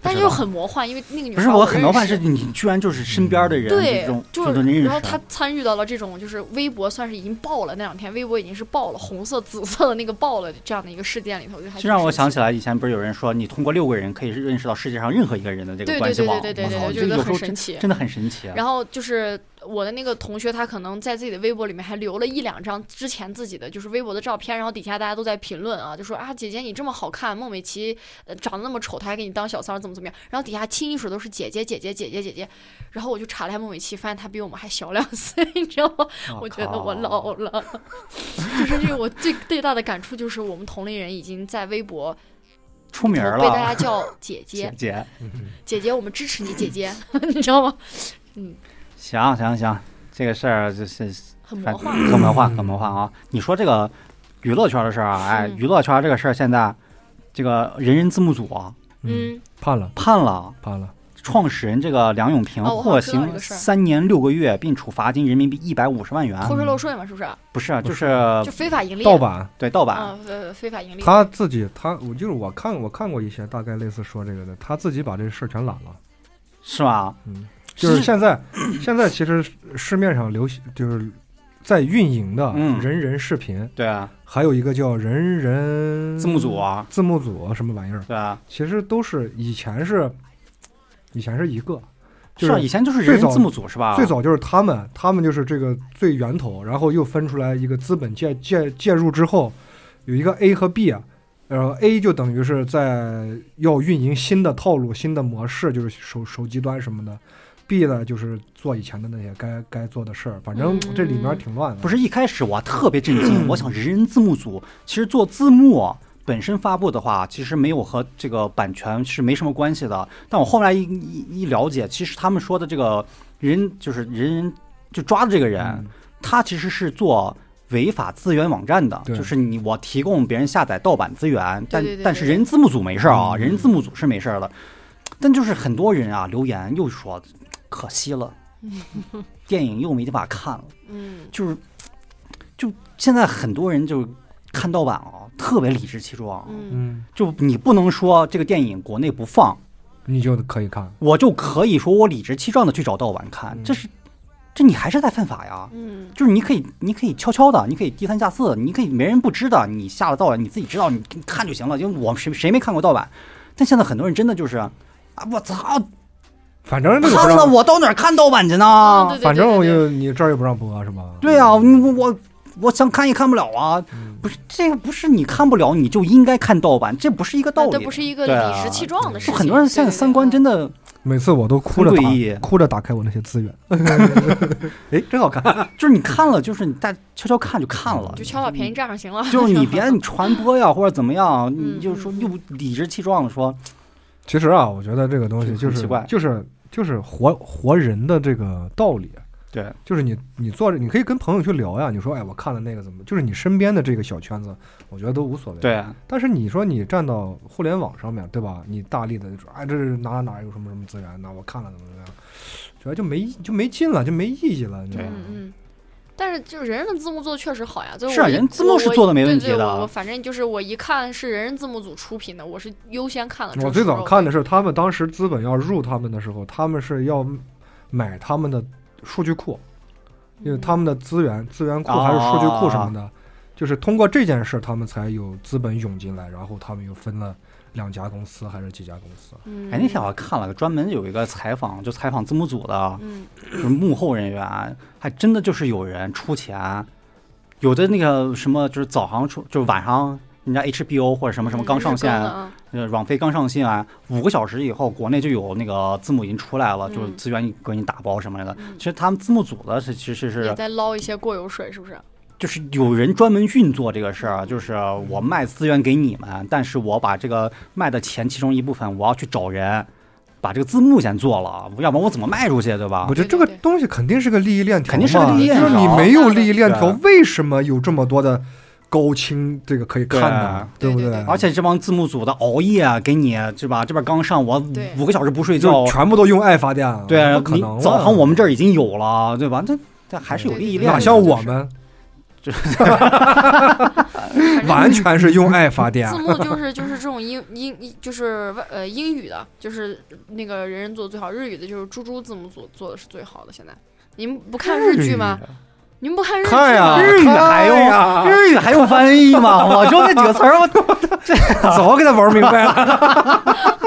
Speaker 2: 但是又很魔幻，因为那个女
Speaker 1: 不是
Speaker 2: 孩
Speaker 1: 我
Speaker 2: 我
Speaker 1: 很
Speaker 2: 认
Speaker 1: 魔幻，
Speaker 2: 识嗯
Speaker 1: 是你居然就是身边的人
Speaker 2: 对
Speaker 1: 这种，
Speaker 2: 就
Speaker 1: 这种认识。
Speaker 2: 然后他参与到了这种，就是微博算是已经爆了，那两天微博已经是爆了，红色、紫色的那个爆了这样的一个事件里头，就还
Speaker 1: 这让我想
Speaker 2: 起
Speaker 1: 起来以前不是有人说，你通过六个人可以认识到世界上任何一个人的这个
Speaker 2: 对对
Speaker 1: 关系
Speaker 2: 对
Speaker 1: 网，
Speaker 2: 对对对
Speaker 1: 我操
Speaker 2: 对，
Speaker 1: 这
Speaker 2: 觉
Speaker 1: 有
Speaker 2: 得
Speaker 1: 时
Speaker 2: 很
Speaker 1: 候
Speaker 2: 神
Speaker 1: 真
Speaker 2: 奇。
Speaker 1: 真的很神奇啊。
Speaker 2: 然后就是我的那个同学，他可能在自己的微博里面还留了一两张之前自己的就是微博的照片，然后底下大家都在评论啊，就说啊姐姐你这么好看，孟美岐呃长得那么丑，他还给你当小三儿，怎么怎么样，然后底下清一水都是姐姐姐姐姐姐姐姐，然后我就查了一下孟美岐，发现她比我们还小两岁， 你知道吗？
Speaker 1: 啊
Speaker 2: 我觉得我老了， 就是这个我最最大的感触就是我们同龄人已经在微博
Speaker 1: 出名
Speaker 2: 被
Speaker 1: 儿
Speaker 2: 大家
Speaker 1: 了，
Speaker 2: 叫 姐姐
Speaker 1: 姐姐，
Speaker 3: 嗯
Speaker 2: 姐姐，我们支持你姐姐， 你知道吗？嗯，
Speaker 1: 行行行，这个事儿就是
Speaker 2: 很魔
Speaker 1: 反
Speaker 2: 幻。
Speaker 1: 很文化， 很文化啊！你说这个娱乐圈的事儿啊，哎，
Speaker 2: 嗯
Speaker 1: 娱乐圈这个事儿现在这个人人字幕组啊
Speaker 3: 嗯，
Speaker 2: 嗯，
Speaker 3: 判了
Speaker 1: 判了
Speaker 3: 判了，
Speaker 1: 创始人这个梁永平
Speaker 2: 哦我
Speaker 1: 获
Speaker 2: 好像知道这
Speaker 1: 刑
Speaker 2: 个事儿
Speaker 1: 三年六个月，并处罚金人民币一百五十万元。
Speaker 2: 偷税漏税嘛，是不是？
Speaker 1: 不嗯是啊，
Speaker 3: 不
Speaker 1: 就是是
Speaker 2: 就非法盈利。
Speaker 3: 盗版
Speaker 1: 对盗版，
Speaker 2: 嗯，呃，非法盈利。
Speaker 3: 他自己他我就是我看我看过一些大概类似说这个的，他自己把这事儿全揽了。
Speaker 1: 是吧？
Speaker 3: 嗯，就是现在， 现在其实市面上流行就是在运营的
Speaker 1: 嗯
Speaker 3: 人人视频，
Speaker 1: 对啊，
Speaker 3: 还有一个叫人人
Speaker 1: 字幕组啊，
Speaker 3: 字幕组什么玩意儿，
Speaker 1: 对啊，
Speaker 3: 其实都是以前是以前是一个，就是
Speaker 1: 啊，以前就是人
Speaker 3: 最
Speaker 1: 人
Speaker 3: 早
Speaker 1: 字幕组是吧？
Speaker 3: 最早就是他们，他们就是这个最源头，然后又分出来一个资本介介介入之后，有一个 A 和 B 啊，然后 A 就等于是在要运营新的套路、新的模式，就是手手机端什么的；B 呢就是做以前的那些该该做的事儿，反正
Speaker 2: 嗯
Speaker 3: 这里面挺乱的。
Speaker 1: 不是一开始我特别震
Speaker 3: 嗯
Speaker 1: 惊，我想人人字幕组其实做字幕本身发布的话，其实没有和这个版权是没什么关系的。但我后来一一一了解，其实他们说的这个人就是人人就抓的这个人，
Speaker 3: 嗯
Speaker 1: 他其实是做。违法资源网站的，
Speaker 3: 对
Speaker 1: 就是你我提供别人下载盗版资源，但
Speaker 2: 对对对
Speaker 1: 但是人字幕组没事儿啊，
Speaker 3: 嗯
Speaker 1: 人字幕组是没事儿的，但就是很多人啊留言又说，可惜 了，电影又没法看了。
Speaker 2: 嗯，
Speaker 1: 就是就现在很多人就看盗版啊，特别理直气壮啊。
Speaker 2: 嗯
Speaker 3: 嗯，
Speaker 1: 就你不能说这个电影国内不放，
Speaker 3: 你就可以看。
Speaker 1: 我就可以说我理直气壮的去找盗版看，
Speaker 3: 嗯
Speaker 1: 这是这你还是在犯法呀。
Speaker 2: 嗯
Speaker 1: 就是你可以，你可以悄悄的，你可以低三下四，你可以没人不知的，你下了盗版你自己知道，你你看就行了。因为我们谁谁没看过盗版，但现在很多人真的就是啊，我操，
Speaker 3: 反正这个不
Speaker 1: 看了
Speaker 3: 让，
Speaker 1: 我到哪儿看盗版去呢？
Speaker 2: 啊，对对对
Speaker 3: 反正我
Speaker 2: 对对
Speaker 3: 就你这儿也不让播是吧？
Speaker 1: 对啊，我我我想看也看不了啊，
Speaker 3: 嗯
Speaker 1: 不是这个不是你看不了你就应该看盗版，这不是一个道
Speaker 2: 那
Speaker 1: 理。
Speaker 2: 这不是一个
Speaker 1: 对啊
Speaker 2: 理直气壮的事
Speaker 1: 就
Speaker 2: 情。
Speaker 1: 很多人现在三观真
Speaker 2: 的
Speaker 1: 的
Speaker 3: 每次我都哭着
Speaker 1: 很诡异
Speaker 3: 打哭着打开我那些资源，哎，真好看。
Speaker 1: 就是你看了，就是你大家悄悄看就看了，
Speaker 2: 就敲把便宜占上行了。
Speaker 1: 嗯就是 你别你传播呀或者怎么样，
Speaker 2: 嗯
Speaker 1: 你就说又理直气壮的说，
Speaker 3: 其实啊，我觉得这个东西
Speaker 1: 就
Speaker 3: 就
Speaker 1: 很
Speaker 3: 是
Speaker 1: 奇怪
Speaker 3: 就是就是活活人的这个道理，啊
Speaker 1: 对，
Speaker 3: 就是你你做着，你可以跟朋友去聊呀。你说，哎，我看了那个怎么？就是你身边的这个小圈子，我觉得都无所谓。。
Speaker 1: 对啊
Speaker 3: 但是你说你站到互联网上面对吧？你大力的说，哎，这是哪哪哪有什么什么资源，那我看了怎么怎么样，主要就没就没劲了，就没意义了，你知道吗
Speaker 2: 嗯？嗯。但是就是人人字幕做的确实好呀，就是
Speaker 1: 是啊
Speaker 2: 我一
Speaker 1: 人字幕是
Speaker 2: 我
Speaker 1: 做得没问题的
Speaker 2: 对对我我反正就是我一看是人人字幕组出品的，我是优先看
Speaker 1: 啊
Speaker 2: 了这个时候。
Speaker 3: 我最早看的是他们当时资本要入他们的时候，他们是要买他们的数据库，因为他们的资源、资源库还是数据库什么
Speaker 1: 啊
Speaker 3: 的，就是通过这件事，他们才有资本涌进来，然后他们又分了两家公司还是几家公司。
Speaker 2: 嗯，
Speaker 1: 哎，那天我还看了个专门有一个采访，就采访字幕组的，啊
Speaker 2: 嗯
Speaker 1: 就是幕后人员，啊还真的就是有人出钱，有的那个什么就是早上出，就是晚上人家 HBO 或者什么什么刚上线，
Speaker 2: 嗯日更的啊
Speaker 1: 呃，网飞刚上线啊，五个小时以后，国内就有那个字幕已经出来了，就是
Speaker 2: 嗯
Speaker 1: 资源给你打包什么的。
Speaker 2: 嗯
Speaker 1: 其实他们字幕组的是其实
Speaker 2: 也
Speaker 1: 是
Speaker 2: 在捞一些过油水，是不是？
Speaker 1: 就是有人专门运作这个事儿，啊就是我卖资源给你们，但是我把这个卖的钱其中一部分，我要去找人把这个字幕先做了，啊要不然我怎么卖出去，啊对吧
Speaker 3: 我？觉得这个东西肯定是个利益链条嘛，
Speaker 1: 肯定是个利益链条
Speaker 3: 就是你没有利益链条
Speaker 1: 对，
Speaker 3: 为什么有这么多的高清这个可以看呢？
Speaker 2: 对
Speaker 3: 不
Speaker 2: 对对对
Speaker 1: 而且这帮字幕组的熬夜啊，给你是吧？这边刚上，我
Speaker 2: 对
Speaker 1: 五个小时不睡觉
Speaker 3: 就，全部都用爱发电啊，
Speaker 1: 对
Speaker 3: 怎么
Speaker 1: 啊，
Speaker 3: 可
Speaker 1: 你
Speaker 3: 能啊
Speaker 1: 早上我们这儿已经有了，对吧？这这还是有利益链的。
Speaker 3: 哪像我们，
Speaker 1: 就是
Speaker 2: 反正
Speaker 3: 完全是用爱发电啊
Speaker 2: 字。幕就是就是这种英英英就是外呃英语的，就是那个人人做的最好，日语的就是猪猪字幕组做的是最好的。现在你们不看日剧吗？你们不看日剧
Speaker 3: 看呀
Speaker 1: 啊
Speaker 2: 吗？
Speaker 1: 日语还用
Speaker 3: 看啊哎呀
Speaker 1: 日语还用翻译吗？ 我就那几个词儿，我
Speaker 3: 早给他玩明白了。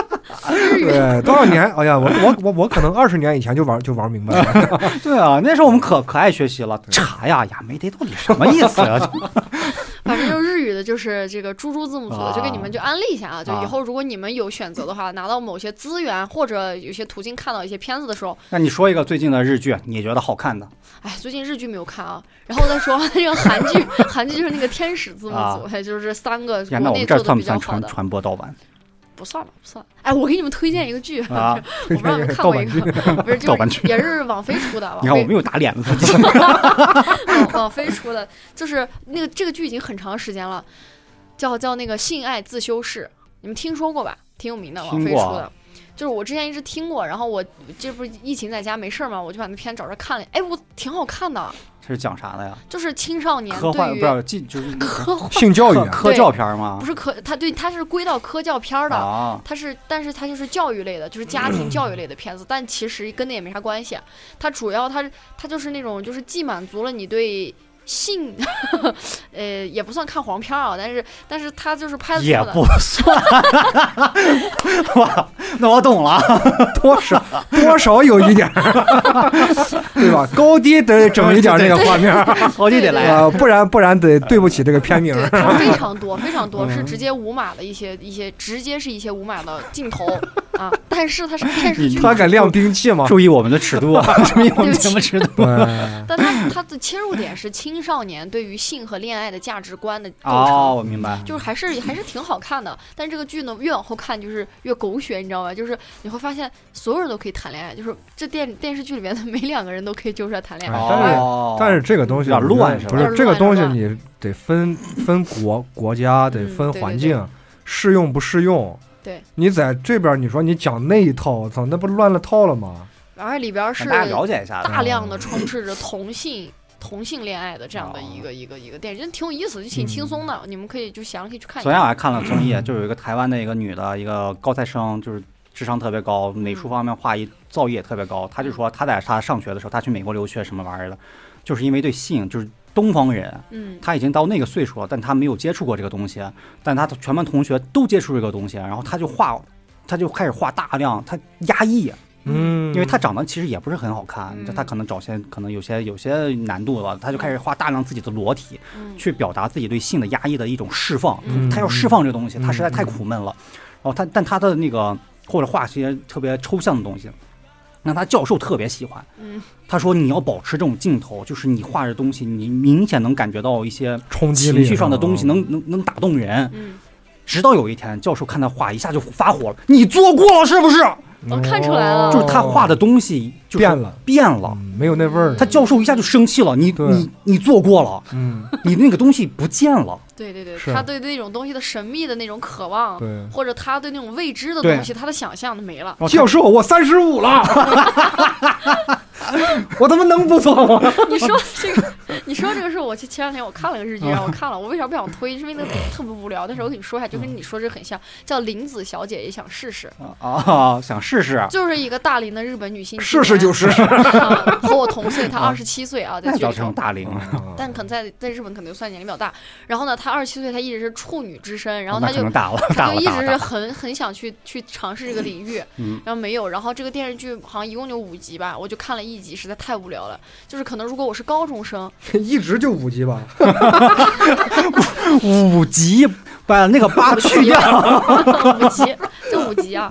Speaker 2: 日语
Speaker 3: 对，多少年？哎呀，我我我我可能二十年以前就玩就玩明白 了。
Speaker 1: 对啊，那时候我们可可爱学习了，查呀呀，没得到底什么意思啊？
Speaker 2: 反正就是日语的，就是这个猪猪字母组的，就给你
Speaker 1: 啊
Speaker 2: 们就安利一下啊，就
Speaker 1: 啊
Speaker 2: 以后如果你们有选择的话，拿到某些资源或者有些途径看到一些片子的时候，
Speaker 1: 那你说一个最近的日剧，啊你觉得好看的
Speaker 2: 哎，最近日剧没有看啊，然后再说 那个韩剧，韩剧就是那个天使字幕组，
Speaker 1: 啊
Speaker 2: 哎，就是这三个
Speaker 1: 呀？
Speaker 2: 国
Speaker 1: 那我
Speaker 2: 内
Speaker 1: 们这
Speaker 2: 做
Speaker 1: 儿算
Speaker 2: 的比
Speaker 1: 不
Speaker 2: 较
Speaker 1: 算
Speaker 2: 好
Speaker 1: 传
Speaker 2: 的，
Speaker 1: 传播盗 版
Speaker 2: 不算吧，不算。哎，我给你们推荐一 个剧，
Speaker 1: 啊？
Speaker 2: 我不知道你们看过一个，不是
Speaker 1: 盗
Speaker 2: 就
Speaker 1: 版
Speaker 2: 是
Speaker 1: 剧
Speaker 2: 也是网飞出的，网
Speaker 1: 你看我
Speaker 2: 飞
Speaker 1: 们又打脸了自己。
Speaker 2: 网网飞出的，就是那个这个剧已经很长时间了，叫叫那个《性爱自修室》，你们听说过吧？挺有名的，网
Speaker 1: 听
Speaker 2: 飞出
Speaker 1: 过啊
Speaker 2: 的。就是我之前一直听过，然后我这不是疫情在家没事儿嘛，我就把那片找着看了，哎，我挺好看的，
Speaker 1: 这是讲啥的呀？
Speaker 2: 就是青少 年
Speaker 1: 科幻
Speaker 2: 对
Speaker 1: 不
Speaker 2: 于
Speaker 1: 是进就是
Speaker 2: 科幻
Speaker 3: 性教育
Speaker 1: 科
Speaker 3: 啊，
Speaker 1: 科教片吗？
Speaker 2: 不是科，它对它是归到科教片儿的，
Speaker 1: 啊，
Speaker 2: 它是，但是它就是教育类的，就是家庭教育类的片子，但其实跟那也没啥关系。啊它主要它它就是那种，就是既满足了你对性， 呃，也不算看黄片儿啊，但是但是它就是拍的
Speaker 1: 也不算。 哇，那我懂了，
Speaker 3: 多少多少有一点儿， 对吧？高低得整一点儿这个画面儿，
Speaker 1: 我就得
Speaker 2: 对
Speaker 1: 来。
Speaker 3: 啊，不然不然得对不起这个片名儿
Speaker 2: 对，。 它非常多，非常多，
Speaker 3: 嗯
Speaker 2: 是直接无码的一些一些，直接是一些无码的镜头啊。但 是它是电视剧，
Speaker 3: 他敢亮兵 器吗？
Speaker 1: 注意我们的尺度啊！注意我们节目尺度。
Speaker 3: 对，
Speaker 2: 但它它的切入点是青少年对于性和恋爱的价值观的构成。
Speaker 1: 哦，我明白。
Speaker 2: 就是还是还是挺好看的。但这个剧呢，越往后看就是越狗血，你知道吗？就是你会发现所有人都可以谈恋爱，就是这电电视剧里面的每两个人都可以就是谈恋爱。
Speaker 3: 哎但是
Speaker 1: 哦
Speaker 3: 但是这个东西
Speaker 1: 有点乱是吧
Speaker 3: 不
Speaker 2: 有
Speaker 3: 是
Speaker 2: 点
Speaker 3: 这
Speaker 2: 乱
Speaker 3: 个东西
Speaker 2: 有，
Speaker 3: 你得分分国国家，得
Speaker 2: 嗯
Speaker 3: 分
Speaker 2: 对
Speaker 3: 环
Speaker 2: 对对
Speaker 3: 境，适用不适用。
Speaker 2: 对，
Speaker 3: 你在这边你说你讲那一套，我操，那不乱了套了吗？
Speaker 2: 然后里边是
Speaker 1: 让大家了解一嗯下。
Speaker 2: 大量的充斥着同性。同性恋爱的这样的一个
Speaker 1: 哦
Speaker 2: 一个一个电影，真挺有意思，就挺轻
Speaker 1: 嗯
Speaker 2: 松的，你们可以就想可以去看一
Speaker 1: 昨
Speaker 2: 下。
Speaker 1: 天我还看了综艺，就有一个台湾的一个女的，一个高材生，就是智商特别高，美术方面画艺造诣也特别高。她就说，她在她上学的时候，她去美国留学什么玩意儿的，就是因为对性，就是东方人，
Speaker 2: 嗯，
Speaker 1: 她已经到那个岁数了，但她没有接触过这个东西，但她全班同学都接触这个东西，然后她就画，她就开始画大量，她压抑，
Speaker 3: 嗯，
Speaker 1: 因为她长得其实也不是很好看，
Speaker 2: 嗯
Speaker 1: 就她可能找些可能有些有些难度了，她就开始画大量自己的裸体，
Speaker 2: 嗯
Speaker 1: 去表达自己对性的压抑的一种释放。
Speaker 2: 嗯
Speaker 1: 他要释放这个东西，
Speaker 3: 嗯
Speaker 1: 他实在太苦闷了。然后他，但他的那个或者画些特别抽象的东西，让他教授特别喜欢。
Speaker 2: 嗯，
Speaker 1: 他说你要保持这种镜头，就是你画的东西，你明显能感觉到一些
Speaker 3: 冲击力
Speaker 1: 情绪上的东西，
Speaker 3: 啊
Speaker 1: 能能能打动人。
Speaker 2: 嗯，
Speaker 1: 直到有一天，教授看他画，一下就发火了：“你做过了是不是？”
Speaker 2: 我看出来了
Speaker 1: 就是他画的东西就是
Speaker 3: 哦变了，
Speaker 1: 变了。
Speaker 3: 嗯没有那味儿了。
Speaker 1: 他教授一下就生气了：“你
Speaker 3: 对
Speaker 1: 你你做过了，
Speaker 3: 嗯，
Speaker 1: 你那个东西不见了。”
Speaker 2: 对对对，
Speaker 3: 是
Speaker 2: 他对那种东西的神秘的那种渴望，
Speaker 3: 对。
Speaker 2: 或者他对那种未知的
Speaker 1: 对
Speaker 2: 东西，他的想象都没了。
Speaker 3: 教授，我三十五 了，我他妈能不错吗？
Speaker 2: 你说 这个，你说这个事儿，我前前两天我看了个日剧，然
Speaker 1: 啊
Speaker 2: 后我看了，我为啥不想推？是因为那个特别无聊。但是我跟你说一下，就跟你说这很像，叫林子小姐也想试试，
Speaker 1: 啊， 想试试，
Speaker 2: 就是一个大龄的日本女性，
Speaker 3: 试试就试试，
Speaker 2: 啊和我同岁，她二十七岁啊，在
Speaker 1: 那
Speaker 2: 剧
Speaker 1: 叫
Speaker 2: 里
Speaker 1: 成
Speaker 2: 头。
Speaker 1: 大龄。
Speaker 2: 但可能在在日本可能就算年龄比较大，然后呢，她二十七岁，她一直是处女之身，然后
Speaker 1: 哦那
Speaker 2: 她
Speaker 1: 可
Speaker 2: 就
Speaker 1: 能大了，大
Speaker 2: 她
Speaker 1: 了，
Speaker 2: 就一
Speaker 1: 大
Speaker 2: 直是
Speaker 1: 了。
Speaker 2: 很很想去去尝试这个领域，
Speaker 1: 嗯
Speaker 2: 然后没有，然后这个电视剧好像一共就五集吧，我就看了一集，实在太无聊了。就是可能如果我是高中生，
Speaker 3: 一直就五级吧，
Speaker 1: 五级把那个 八去掉，
Speaker 2: 五级，就五级啊！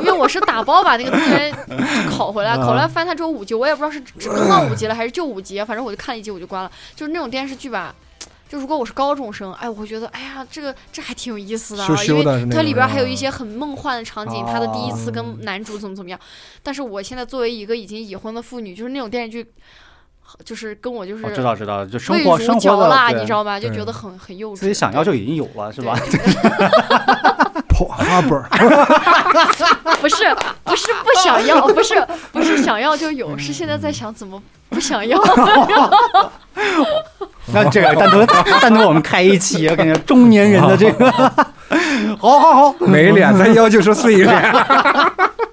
Speaker 2: 因为我是打包把那个资源就拷回来，
Speaker 1: 啊
Speaker 2: 拷回来翻它只有五级，我也不知道是只更到五级了还是就五级，反正我就看了一集我就关了。就是那种电视剧吧，就如果我是高中生，哎，我会觉得哎呀，这个这还挺有意思的、啊，
Speaker 3: 羞羞的是
Speaker 2: 因
Speaker 3: 那
Speaker 2: 为
Speaker 3: 种
Speaker 2: 它里边还有
Speaker 3: 是吧
Speaker 2: 一些很梦幻的场景，
Speaker 1: 哦
Speaker 2: 他的第一次跟男主怎么怎么样。但是我现在作为一个已经已婚的妇女，就是那种电视剧，就是跟我就是
Speaker 1: 我哦知道知道，就生
Speaker 2: 味
Speaker 1: 活生
Speaker 2: 如嚼
Speaker 1: 活
Speaker 2: 蜡，
Speaker 1: 的，
Speaker 2: 你知道吗？
Speaker 3: 对
Speaker 2: 就觉得很很幼稚，
Speaker 1: 自己想要就已经有了，是
Speaker 2: 对
Speaker 1: 吧？？
Speaker 2: 对
Speaker 3: 跑哈本儿，
Speaker 2: 不是不是不想要，不是不是想要就有，是现在在想怎么不想要。
Speaker 1: 那这个单独单独我们开一期，我感觉中年人的这 个，好好好，
Speaker 3: 没脸，咱要求是碎脸。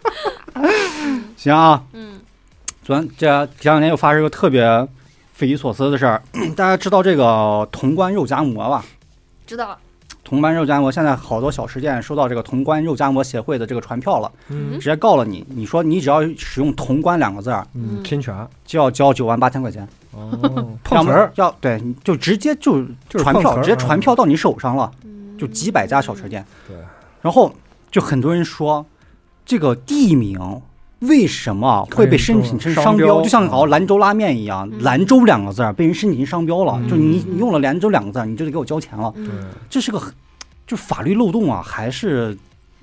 Speaker 1: 行啊。
Speaker 2: 嗯
Speaker 1: 昨天这前两天又发生一个特别匪夷所思的事儿，大家知道这个潼关肉夹馍吧？，
Speaker 2: 知道了。
Speaker 1: 铜关肉夹馍，现在好多小吃店收到这个铜关肉夹馍协会的这个传票了，
Speaker 3: 嗯
Speaker 2: 嗯
Speaker 1: 直接告了你。你说你只要使用“铜关”两个字儿，
Speaker 3: 嗯，
Speaker 2: 嗯
Speaker 3: 侵权
Speaker 1: 就要交九万八千块钱，
Speaker 3: 哦，
Speaker 1: 要
Speaker 3: 碰瓷
Speaker 1: 么
Speaker 3: 儿
Speaker 1: 要对，你就直接就
Speaker 3: 就是
Speaker 1: 传
Speaker 3: 碰瓷
Speaker 1: 票，
Speaker 3: 儿
Speaker 1: 直接传
Speaker 3: 嗯
Speaker 1: 票到你手上了，嗯就几百家小吃
Speaker 2: 店。
Speaker 1: 店。
Speaker 3: 对，
Speaker 1: 然后就很多人说，这个地名为什么会被申请成商
Speaker 3: 商标啊
Speaker 1: 就像搞兰州拉面一样，
Speaker 2: 嗯
Speaker 1: 兰州两个字儿被人申请成商标了，
Speaker 3: 嗯
Speaker 1: 就你你用了兰州两个字儿，你就得给我交钱了，
Speaker 3: 对，
Speaker 2: 嗯，
Speaker 1: 这是个很就法律漏洞啊，还是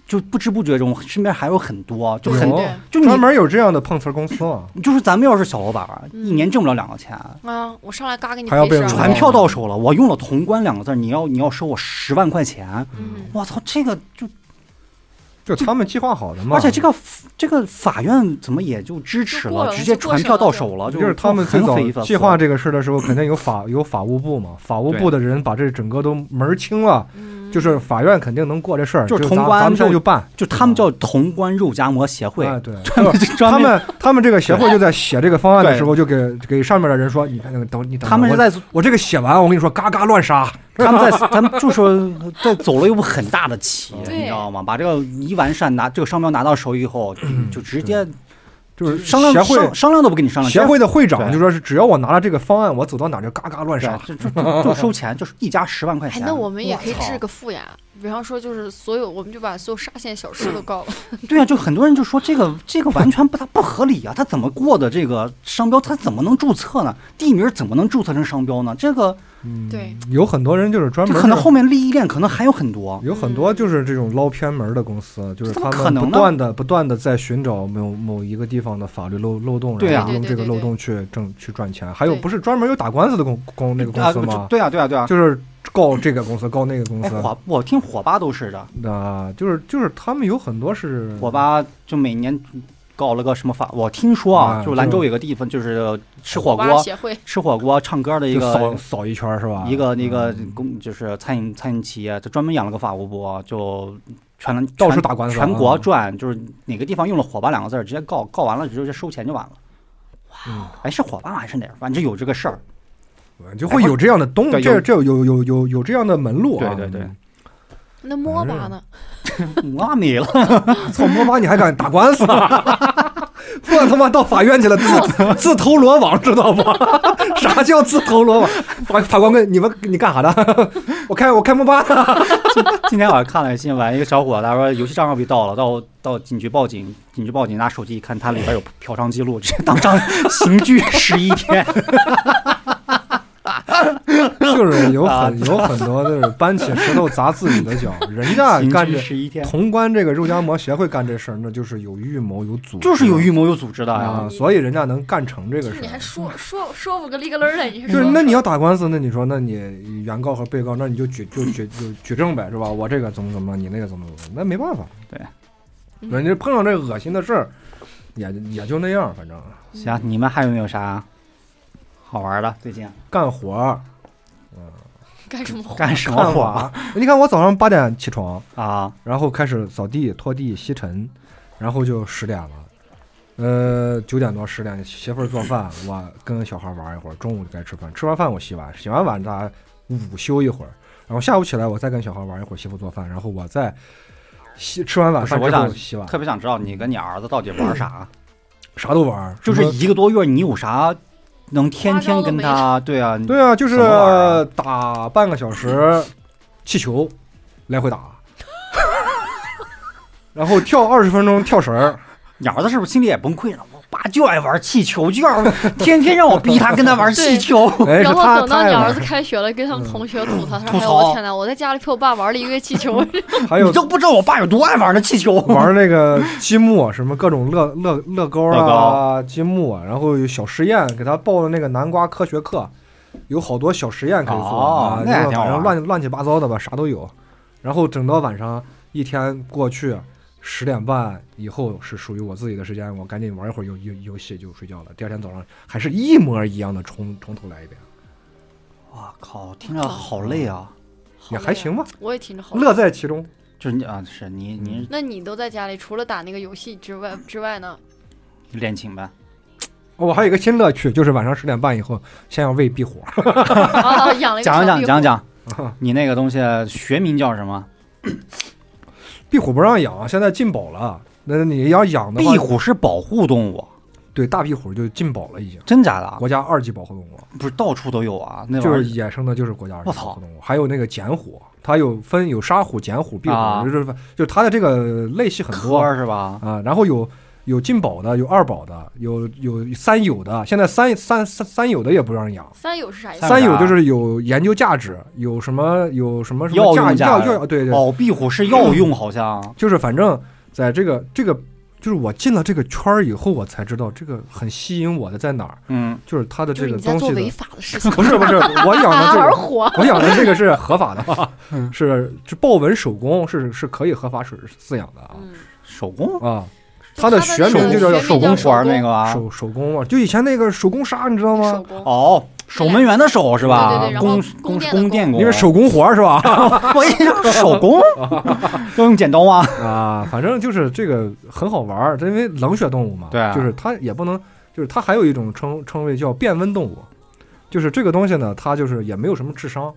Speaker 1: 就不知不觉中身边还有很多，就
Speaker 2: 对
Speaker 1: 很
Speaker 2: 有
Speaker 3: 哦
Speaker 1: 就
Speaker 3: 专
Speaker 1: 你
Speaker 3: 门有这样的碰瓷儿公司啊，
Speaker 1: 就是咱们要是小老板儿，
Speaker 2: 嗯
Speaker 1: 一年挣不了两个钱。
Speaker 2: 啊，我上来嘎给你
Speaker 3: 还要
Speaker 2: 赔
Speaker 3: 被
Speaker 2: 十万
Speaker 3: 人
Speaker 2: 块
Speaker 1: 传
Speaker 2: 钱
Speaker 1: 票到手了，我用了“潼关”两个字儿，你要你要收我十万块钱，
Speaker 2: 嗯
Speaker 1: 我操，这个就
Speaker 3: 就他们计划好的嘛，
Speaker 1: 而且这个这个法院怎么也就支持
Speaker 2: 就过了
Speaker 1: 直接传票到手了，
Speaker 3: 就
Speaker 1: 就是
Speaker 3: 他们最
Speaker 1: 很
Speaker 3: 早
Speaker 1: 匪夷所思
Speaker 3: 计划这个事儿的时候，肯定有法 有法务部嘛，法务部的人把这整个都门儿清了，
Speaker 2: 嗯
Speaker 3: 就是法院肯定能过这事儿，
Speaker 1: 就是
Speaker 3: 咱
Speaker 1: 通关
Speaker 3: 咱们现在就办。
Speaker 1: 就他们叫潼关肉夹馍协会，
Speaker 3: 哎，对，
Speaker 1: 专
Speaker 3: 他
Speaker 1: 门
Speaker 3: 们 他们这个协会就在写这个方案的时候，就给给上面的人说，你看那个等你 等，
Speaker 1: 他们是
Speaker 3: 我
Speaker 1: 在
Speaker 3: 我这个写完，我跟你说，嘎嘎乱杀，
Speaker 1: 他们在他们就说在走了一步很大的棋，
Speaker 2: 对
Speaker 1: 你知道吗？把这个一完善拿这个商标拿到手以后，就直接
Speaker 3: 就是
Speaker 1: 商量
Speaker 3: 嗯协会
Speaker 1: 商商量都不跟你商量，
Speaker 3: 协会的会长
Speaker 1: 对
Speaker 3: 就说是，只要我拿了这个方案，我走到哪儿就嘎嘎乱
Speaker 1: 对
Speaker 3: 杀，
Speaker 1: 就就就就收钱，就是一家十万块
Speaker 2: 哎，
Speaker 1: 钱。
Speaker 2: 那我们也
Speaker 1: 哇哦
Speaker 2: 可以
Speaker 1: 操
Speaker 2: 治个富呀，比方说就是所有，我们就把所有沙县小吃都告了，
Speaker 1: 对啊，就很多人就说这个这个完全不它不合理啊，它怎么过的这个商标，它怎么能注册呢？地名怎么能注册成商标呢？这个
Speaker 3: 嗯
Speaker 2: 对，
Speaker 3: 有很多人就是专
Speaker 1: 这
Speaker 3: 门
Speaker 1: 可能
Speaker 3: 是
Speaker 1: 后面利益链可能还有很多。
Speaker 3: 有很多就是这种捞偏门的公司，啊就是
Speaker 1: 这怎么
Speaker 3: 他
Speaker 1: 可
Speaker 3: 们
Speaker 1: 能
Speaker 3: 不
Speaker 1: 呢
Speaker 3: 断的不断的在寻找某某一个地方的法律漏漏洞，
Speaker 1: 对
Speaker 3: 然后
Speaker 1: 啊
Speaker 3: 用
Speaker 2: 对对
Speaker 3: 这个
Speaker 2: 对对
Speaker 3: 漏洞去挣去赚钱。还有
Speaker 2: 对
Speaker 3: 不是专门有打官司的公公那个公
Speaker 1: 啊，
Speaker 3: 司吗
Speaker 1: 就？对啊，对啊，对啊。
Speaker 3: 就是告这个公司，告那个公
Speaker 1: 哎，
Speaker 3: 司，
Speaker 1: 火，我听火吧都是的，
Speaker 3: 啊，就是就是他们有很多是
Speaker 1: 火吧就每年搞了个什么法，我听说啊，
Speaker 3: 啊
Speaker 1: 就兰州有个地方就是吃火
Speaker 2: 哇
Speaker 1: 锅、嗯
Speaker 2: 协会，
Speaker 1: 吃火锅唱歌的一
Speaker 3: 就扫
Speaker 1: 个
Speaker 3: 扫一圈儿是吧？
Speaker 1: 一个那个
Speaker 3: 嗯
Speaker 1: 公就是餐饮餐饮企业，他专门养了个法务部，就全全
Speaker 3: 到处打官司啊
Speaker 1: 全国转，就是哪个地方用了“火吧”两个字儿，直接告告完了直接收钱就完了。
Speaker 3: 嗯
Speaker 1: 哎，是火吧还是哪儿？反正有这个事儿。
Speaker 3: 就会有这样的东，
Speaker 1: 哎对
Speaker 3: 这
Speaker 1: 有
Speaker 3: 这有有有有有这样的门路啊！
Speaker 1: 对对对
Speaker 2: 那摸
Speaker 3: 反
Speaker 2: 吧
Speaker 3: 正
Speaker 2: 呢，
Speaker 3: 嗯
Speaker 1: 那没了，
Speaker 3: 操摸把你还敢打官司？ 我他妈到法院去了，自自投罗网，知道不？ 啥叫自投罗网？法法官问你们你干啥的？ 我开我开摸吧。
Speaker 1: 今天晚上看了新闻，一个小伙子说游戏账号被盗了，到到警局报警，警局报警拿手机一看，他里边有嫖娼记录，直接当场 刑拘十一 天。
Speaker 3: 就是有
Speaker 1: 啊
Speaker 3: 很有很多就是搬起石头砸自己的脚，人家
Speaker 1: 刑
Speaker 3: 干
Speaker 1: 拘
Speaker 3: 这
Speaker 1: 十一天，
Speaker 3: 潼关这个肉夹馍协会干这事儿，那就是有预谋有组织，
Speaker 1: 就是有预谋有组织的呀
Speaker 3: 啊，。所以人家能干成这个
Speaker 2: 就
Speaker 3: 事
Speaker 2: 你还
Speaker 3: 儿。
Speaker 2: 说说说我个里个楞儿的，你
Speaker 3: 嗯就是
Speaker 2: 说
Speaker 3: 那你要打官司，那你说，那你原告和被告，那你就举就举就举证呗，是吧？我这个怎么怎么，你那个怎么怎么，那没办法。
Speaker 1: 对，
Speaker 3: 人家碰上这恶心的事儿，也也就那样，反正
Speaker 1: 行，你们还有没有啥好玩的？最近
Speaker 3: 干活儿
Speaker 2: 干什么活？
Speaker 1: 干什么
Speaker 3: 干
Speaker 1: 活
Speaker 3: 活
Speaker 1: 儿
Speaker 3: 儿。你看我早上八点起床，
Speaker 1: 啊？
Speaker 3: 然后开始扫地、拖地、吸尘，然后就十点了。呃，九点多十点，媳妇儿做 饭，我跟小孩玩一会儿，中午就该吃饭，吃完饭我洗碗，洗完碗大家午休一会儿，然后下午起来我再跟小孩玩一会儿，媳妇做饭，然后我再洗吃完晚饭
Speaker 1: 不是
Speaker 3: 之
Speaker 1: 我
Speaker 3: 后
Speaker 1: 想
Speaker 3: 洗碗，
Speaker 1: 特别想知道你跟你儿子到底玩啥？
Speaker 3: 啥都玩儿，
Speaker 1: 就是
Speaker 3: 什么
Speaker 1: 一个多月，你有啥能天天跟
Speaker 2: 花
Speaker 1: 他？对啊，你
Speaker 3: 对啊，就是
Speaker 1: 怎么玩儿啊
Speaker 3: 打半个小时气球，来 回打，然后跳二十分钟跳绳儿。
Speaker 1: 你儿子是不是心里也崩溃了？我爸就爱玩气球，就要天天让我 逼他跟他玩气球。
Speaker 3: 哎，是
Speaker 2: 然后
Speaker 3: 他
Speaker 2: 等到
Speaker 3: 他
Speaker 2: 你
Speaker 3: 也玩
Speaker 2: 儿子开学了，跟他们同学吐槽，他
Speaker 1: 吐
Speaker 2: 说：“哎呦
Speaker 1: 槽
Speaker 2: 我天哪，我在家里陪我爸玩了一个月气球，
Speaker 3: 还有
Speaker 1: 你都不知道我爸有多爱玩那气球。
Speaker 3: 玩那个积木，啊什么各种乐乐乐高
Speaker 1: 乐
Speaker 3: 啊、
Speaker 1: 高
Speaker 3: 积木啊，然后有小实验，给他报了那个南瓜科学课，有好多小实验可以做、
Speaker 1: 哦
Speaker 3: 啊，
Speaker 1: 那还
Speaker 3: 就
Speaker 1: 挺好
Speaker 3: 反正
Speaker 1: 玩
Speaker 3: 乱乱七八糟的吧，啥都有。然后整到晚上一天过去，十点半以后是属于我自己的时间，我赶紧玩一会儿游游游戏就睡觉了。第二天早上还是一模一样的从从头来一遍，
Speaker 1: 哇靠，听着好累啊！
Speaker 3: 也还行吧，
Speaker 2: 我也听着好。”
Speaker 3: 乐在其中。
Speaker 1: 就是你啊，是你你
Speaker 2: 那你都在家里，除了打那个游戏之外之外呢？
Speaker 1: 练琴呗，
Speaker 3: 我、还有一个新乐趣，就是晚上十点半以后，先要喂壁虎。
Speaker 2: 啊，养了一个
Speaker 1: 讲一
Speaker 2: 小
Speaker 1: 讲
Speaker 2: 壁
Speaker 1: 讲一
Speaker 2: 虎，
Speaker 1: 讲
Speaker 3: 啊，
Speaker 1: 你那个东西学名叫什么？
Speaker 3: 壁虎不让养，现在禁保了。那你要养的话，
Speaker 1: 壁虎是保护动物，
Speaker 3: 对大壁虎就禁保了，已经
Speaker 1: 真假的？啊
Speaker 3: 国家二级保护动物了。
Speaker 1: 不是到处都有啊，那
Speaker 3: 就
Speaker 1: 玩
Speaker 3: 是
Speaker 1: 意
Speaker 3: 野生的，就是国家二级
Speaker 1: 我
Speaker 3: 保
Speaker 1: 操
Speaker 3: 护动物，还有那个剪虎，它有分有沙虎、剪虎、壁虎，
Speaker 1: 啊
Speaker 3: 就是就是它的这个类系很
Speaker 1: 儿
Speaker 3: 多
Speaker 1: 科
Speaker 3: 啊、
Speaker 1: 儿是吧？
Speaker 3: 然后有有进保的，有二保的，有有三有的，现在三三三三有的也不让养。
Speaker 2: 三有是啥意思？
Speaker 1: 三
Speaker 3: 三
Speaker 1: 有
Speaker 3: 有
Speaker 1: 啥
Speaker 3: 就是有研究价值，有什么有什么什
Speaker 1: 药
Speaker 3: 么价
Speaker 1: 用价
Speaker 3: 药
Speaker 1: 值
Speaker 3: 药对对，
Speaker 1: 哦，壁虎是药用，好像
Speaker 3: 就是反正在这个这个就是我进了这个圈儿以后，我才知道这个很吸引我的在哪儿，
Speaker 1: 嗯，
Speaker 3: 就是它的
Speaker 2: 就
Speaker 3: 这
Speaker 2: 是
Speaker 3: 个
Speaker 2: 你在
Speaker 3: 东
Speaker 2: 做
Speaker 3: 西
Speaker 2: 违
Speaker 3: 的。
Speaker 2: 法的事情
Speaker 3: ，
Speaker 2: 啊
Speaker 3: 不是不是，我养的
Speaker 2: 擦
Speaker 3: 这
Speaker 2: 而
Speaker 3: 个
Speaker 2: 活。
Speaker 3: 我养的这个是 合法的，啊
Speaker 1: 嗯
Speaker 3: 是是豹纹手工是是可以合法水饲养的啊、
Speaker 2: 嗯，
Speaker 1: 手工
Speaker 3: 啊，
Speaker 2: 就
Speaker 3: 它的
Speaker 2: 的
Speaker 3: 学
Speaker 2: 那
Speaker 3: 名
Speaker 2: 个
Speaker 3: 就叫
Speaker 2: 学
Speaker 3: 手
Speaker 1: 工
Speaker 2: 名叫
Speaker 3: 工
Speaker 2: 手
Speaker 1: 活儿那个啊，
Speaker 3: 手手工啊，就以前那个手工纱，你知道
Speaker 2: 工手
Speaker 3: 吗？
Speaker 2: 工。
Speaker 1: 哦，守门员的守是吧？
Speaker 2: 对对对然后
Speaker 1: 工
Speaker 2: 宫
Speaker 1: 工
Speaker 2: 殿的
Speaker 1: 宫殿工，
Speaker 3: 因为手工活儿是吧？
Speaker 1: 我一想手工， 要用剪刀吗？
Speaker 3: 啊，反正就是这个很好玩儿，因为冷血动物嘛，
Speaker 1: 对啊
Speaker 3: 就是它也不能，就是它还有一种称称谓叫变温动物，就是这个东西呢，它就是也没有什么智商，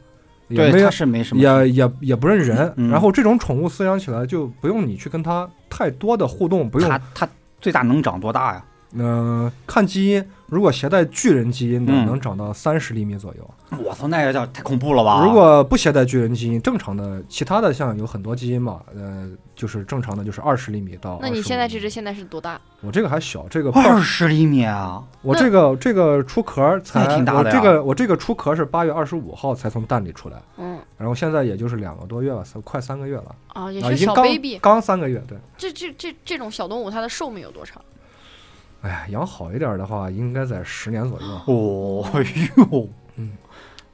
Speaker 3: 也没
Speaker 1: 对，
Speaker 3: 有
Speaker 1: 它是没什么，
Speaker 3: 也也也不认人，
Speaker 1: 嗯
Speaker 3: 然后这种宠物饲养起来就不用你去跟它太多的互动，不用
Speaker 1: 它它最大能长多大呀？
Speaker 3: 嗯、看基因，如果携带巨人基因的，
Speaker 1: 嗯
Speaker 3: 能长到三十厘米左右。
Speaker 1: 我操，那个叫太恐怖了吧？
Speaker 3: 如果不携带巨人基因，正常的其他的像有很多基因嘛，呃，就是正常的就是二十厘米到25厘米。
Speaker 2: 那你现在这只现在是多大？
Speaker 3: 我这个还小，这个
Speaker 1: 二十厘米啊，
Speaker 3: 我这个这个出壳才
Speaker 1: 那挺大的呀
Speaker 3: 我这个我这个出壳是八月二十五号才从蛋里出来，
Speaker 2: 嗯
Speaker 3: 然后现在也就是两个多月吧，三快三个月了，
Speaker 2: 啊，也
Speaker 3: 啊，
Speaker 2: 是
Speaker 3: 已经
Speaker 2: 小
Speaker 3: 刚
Speaker 2: baby。
Speaker 3: 刚三个月，对。
Speaker 2: 这这这这种小动物，它的寿命有多长？
Speaker 3: 哎呀，养好一点的话，应该在十年左右，
Speaker 1: 哦呦，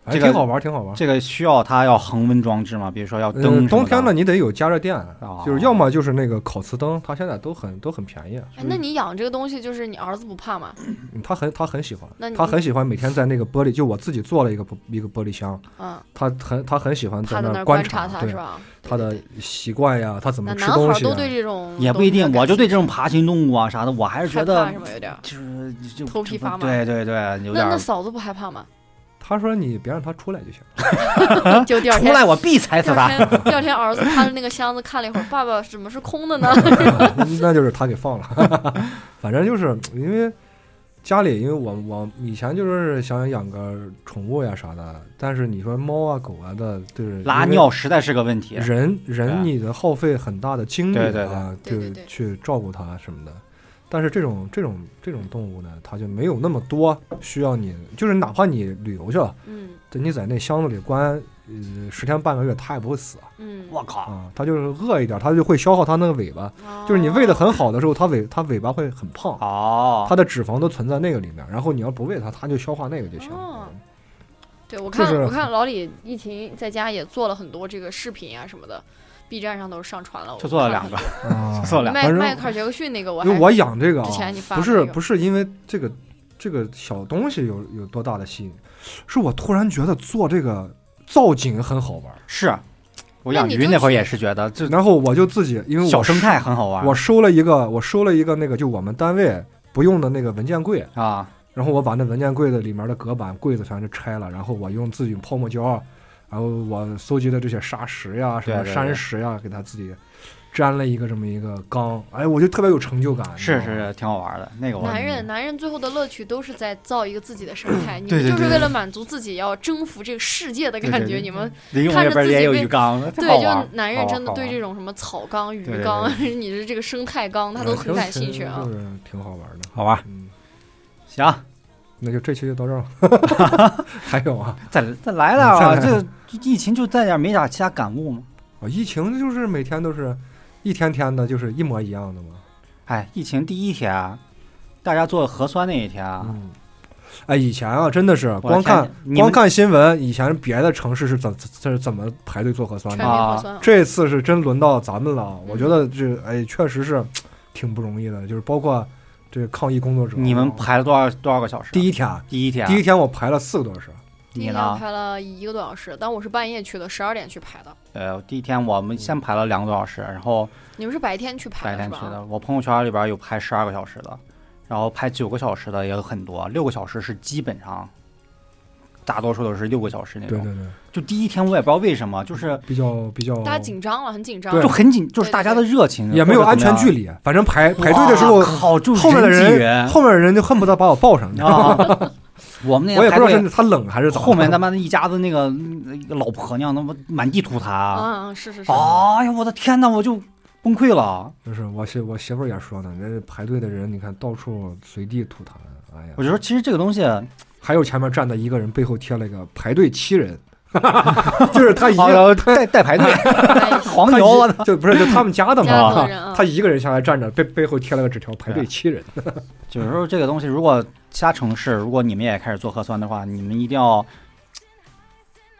Speaker 3: 哎，
Speaker 1: 这个
Speaker 3: 挺好玩，挺好玩。
Speaker 1: 这个需要它要恒温装置吗？比如说要灯
Speaker 3: 嗯，冬
Speaker 1: 什
Speaker 3: 天
Speaker 1: 么
Speaker 3: 呢，
Speaker 1: 的哦
Speaker 3: 你得有加热垫，啊就是要么就是那个烤瓷灯，它现在都很都很便宜，啊
Speaker 2: 哎，那你养这个东西，就是你儿子不怕吗？
Speaker 3: 嗯他很他很喜欢
Speaker 2: 那，你
Speaker 3: 他很喜欢每天在那个玻璃，就我自己做了一个玻一个玻璃箱，
Speaker 2: 嗯，
Speaker 3: 他很他很喜欢
Speaker 2: 他
Speaker 3: 在
Speaker 2: 在那
Speaker 3: 儿
Speaker 2: 儿观
Speaker 3: 察，
Speaker 2: 察它
Speaker 3: 对
Speaker 2: 是吧？
Speaker 3: 他的
Speaker 2: 对对对
Speaker 3: 习惯呀，他怎
Speaker 2: 那
Speaker 3: 么吃
Speaker 2: 男孩
Speaker 3: 东
Speaker 2: 儿
Speaker 3: 西
Speaker 2: 都
Speaker 3: 啊。
Speaker 2: 对这种
Speaker 1: 也不
Speaker 2: 东
Speaker 1: 一
Speaker 2: 西
Speaker 1: 定，
Speaker 2: 很
Speaker 1: 我
Speaker 2: 感
Speaker 1: 就对
Speaker 2: 兴
Speaker 1: 这种爬行动物啊啥的，我还是
Speaker 2: 趣
Speaker 1: 觉
Speaker 2: 害
Speaker 1: 得
Speaker 2: 怕是吗？有点儿。
Speaker 1: 就是就
Speaker 2: 头皮发麻
Speaker 1: 对对对，有点
Speaker 2: 那那
Speaker 1: 儿。
Speaker 2: 嫂子不害怕吗？
Speaker 3: 他说你别让他出来就行。
Speaker 2: 就第二
Speaker 1: 出
Speaker 2: 天。
Speaker 1: 来我必踩
Speaker 2: 第
Speaker 1: 死
Speaker 2: 二
Speaker 1: 他。
Speaker 2: 天，第二天儿子看着那个箱子看了一会儿，爸爸怎么是空的呢？
Speaker 3: 那就是他给放了。 反正就是因为家里，因为我我以前就是想养个宠物呀啥的，但是你说猫啊狗啊的，就是
Speaker 1: 拉尿。实在是个问题。
Speaker 3: 人人
Speaker 1: 对
Speaker 3: 你的耗费很大的精力
Speaker 1: 对对对
Speaker 3: 啊，
Speaker 2: 对对
Speaker 3: 就
Speaker 2: 对
Speaker 3: 去照顾它什么的。但是这种这种这种动物呢，它就没有那么多需要你，就是哪怕你旅游去了，
Speaker 2: 嗯
Speaker 3: 对你在那箱子里关呃十天半个月，它也不会死
Speaker 2: 嗯，
Speaker 1: 我靠，
Speaker 3: 啊，它就是饿一点，它就会消耗它那个尾巴，
Speaker 2: 哦
Speaker 3: 就是你喂的很好的时候，它尾它尾巴会很胖，
Speaker 1: 哦，
Speaker 3: 它的脂肪都存在那个里面。然后你要不喂它，它就消化那个就行
Speaker 2: 哦
Speaker 3: 了。
Speaker 2: 对，我看、
Speaker 3: 就是
Speaker 2: 我看老李疫情在家也做了很多这个视频啊什么的，B 站上都上传了。
Speaker 1: 就做了两
Speaker 2: 个，
Speaker 1: 个，
Speaker 3: 啊
Speaker 1: 就 做了两
Speaker 2: 迈
Speaker 3: 反正
Speaker 2: 迈克尔杰克逊那个我还
Speaker 3: 因为我养这个啊
Speaker 2: 之前你，发
Speaker 3: 不
Speaker 2: 的
Speaker 3: 是
Speaker 2: 那个
Speaker 3: 不是因为这个这个小东西有有多大的吸引，是我突然觉得做这个造景很好玩儿
Speaker 1: 个。，是我
Speaker 2: 那
Speaker 1: 养
Speaker 2: 你
Speaker 1: 鱼
Speaker 2: 就
Speaker 1: 那会儿
Speaker 2: 去
Speaker 1: 也是觉得这
Speaker 3: 然后我就自己因为我
Speaker 1: 小生态很好玩
Speaker 3: 我收了一个我收了一个那个就我们单位不用的那个文件柜，
Speaker 1: 啊。
Speaker 3: 然后我把那文件柜子里面的隔板、柜子全是拆了，然后我用自己泡沫胶，然后我搜集的这些沙石呀、什
Speaker 1: 对
Speaker 3: 么
Speaker 1: 对对
Speaker 3: 山石呀，给它自己粘了一个这么一个缸，哎，我就特别有成就感。
Speaker 1: 是
Speaker 3: 你知道吗
Speaker 1: 是，挺好玩的。那个我
Speaker 2: 男人男人最后的乐趣都是在造一个自己的生态，你
Speaker 1: 对
Speaker 2: 们
Speaker 1: 对
Speaker 2: 就是
Speaker 1: 对
Speaker 2: 为了满足自己要征服这个世界的
Speaker 1: 对对
Speaker 2: 感
Speaker 1: 对
Speaker 2: 觉，你们
Speaker 1: 离我
Speaker 2: 看
Speaker 1: 这
Speaker 2: 着
Speaker 1: 边
Speaker 2: 自己
Speaker 1: 也有
Speaker 2: 被
Speaker 1: 鱼缸，挺好
Speaker 2: 对，
Speaker 1: 玩儿
Speaker 2: 就男人真的对这
Speaker 1: 好
Speaker 2: 种什么草缸、鱼
Speaker 1: 对对嗯
Speaker 2: 缸， 你的这个生态缸，他都很感兴趣啊
Speaker 3: 就。是挺好玩的。
Speaker 1: 玩儿好玩儿。
Speaker 3: 嗯，
Speaker 1: 行，
Speaker 3: 那就这期就到这儿了。 还有啊，
Speaker 1: 再再来了啊！
Speaker 3: 再
Speaker 1: 这疫情就在点儿没啥其他感悟嘛。
Speaker 3: 啊，疫情就是每天都是一天天的，就是一模一样的嘛。
Speaker 1: 哎，疫情第一天啊，大家做核酸那一天啊，
Speaker 3: 嗯，哎，以前啊，真的是
Speaker 1: 我的
Speaker 3: 光
Speaker 1: 天
Speaker 3: 看
Speaker 1: 你
Speaker 3: 光
Speaker 1: 们
Speaker 3: 看新闻，以前别的城市是怎这是怎么排队做核酸
Speaker 2: 全
Speaker 3: 的
Speaker 2: 民？核
Speaker 1: 啊
Speaker 2: 酸啊，
Speaker 3: 这次是真轮到咱们了，啊我
Speaker 2: 嗯
Speaker 3: 觉得这哎确实是挺不容易的，就是包括这个抗疫工作者。啊
Speaker 1: 你们排了多少多少个小时？
Speaker 3: 第
Speaker 1: 一
Speaker 3: 一天，
Speaker 1: 第一天啊，
Speaker 3: 第一天我排了四个多小时，
Speaker 2: 第一
Speaker 1: 你
Speaker 2: 天
Speaker 1: 呢？
Speaker 2: 排了一个多小时，但我是半夜去的，十二点去排的。
Speaker 1: 呃，第一天我们先排了两个多小时，然后
Speaker 2: 你们是白天去排
Speaker 1: 白
Speaker 2: 的是
Speaker 1: 天去
Speaker 2: 吧？
Speaker 1: 的。我朋友圈里边有拍十二个小时的，然后拍九个小时的也有很多，六个小时是基本上大多数都是六个小时那
Speaker 3: 对
Speaker 1: 种。
Speaker 3: 对对，
Speaker 1: 就第一天我也不知道为什么，就是
Speaker 3: 比较比较，
Speaker 2: 大家紧张了，很紧张。
Speaker 3: 对
Speaker 1: 就很紧，就是
Speaker 2: 对
Speaker 1: 大家的热情
Speaker 3: 也没有安全距
Speaker 1: 离。
Speaker 3: 离，反正排排队的时候，
Speaker 1: 好就
Speaker 3: 后面的
Speaker 1: 人挤
Speaker 3: 人 后面的人就恨不得把我抱上去，
Speaker 1: 啊，我们那
Speaker 3: 我也
Speaker 1: 天
Speaker 3: 不
Speaker 1: 排
Speaker 3: 知道
Speaker 1: 队，
Speaker 3: 是他冷还是咋的。
Speaker 1: 后面他妈的一家子那个那个老婆娘，他妈满地吐啊痰。
Speaker 2: 嗯，是是是，
Speaker 1: 哎呀，我的天呐，我就崩溃了。
Speaker 3: 就是我媳我媳妇儿也说呢，那排队的人你看到处随地吐痰，哎呀，
Speaker 1: 我就说，其实这个东西，
Speaker 3: 还有前面站的一个人，背后贴了一个排队七人， 就是他一
Speaker 1: 好
Speaker 3: 个
Speaker 1: 带带排队，
Speaker 2: 哎
Speaker 1: 黄
Speaker 3: 他
Speaker 1: 牛，我
Speaker 3: 一就不是就他们家的
Speaker 2: 家
Speaker 3: 嘛
Speaker 2: 的人啊，
Speaker 3: 他一个人下来站着，背背后贴了个纸条，排
Speaker 1: 啊
Speaker 3: 队七人。
Speaker 1: 有时候这个东西，如果其他城市，如果你们也开始做核酸的话，你们一定要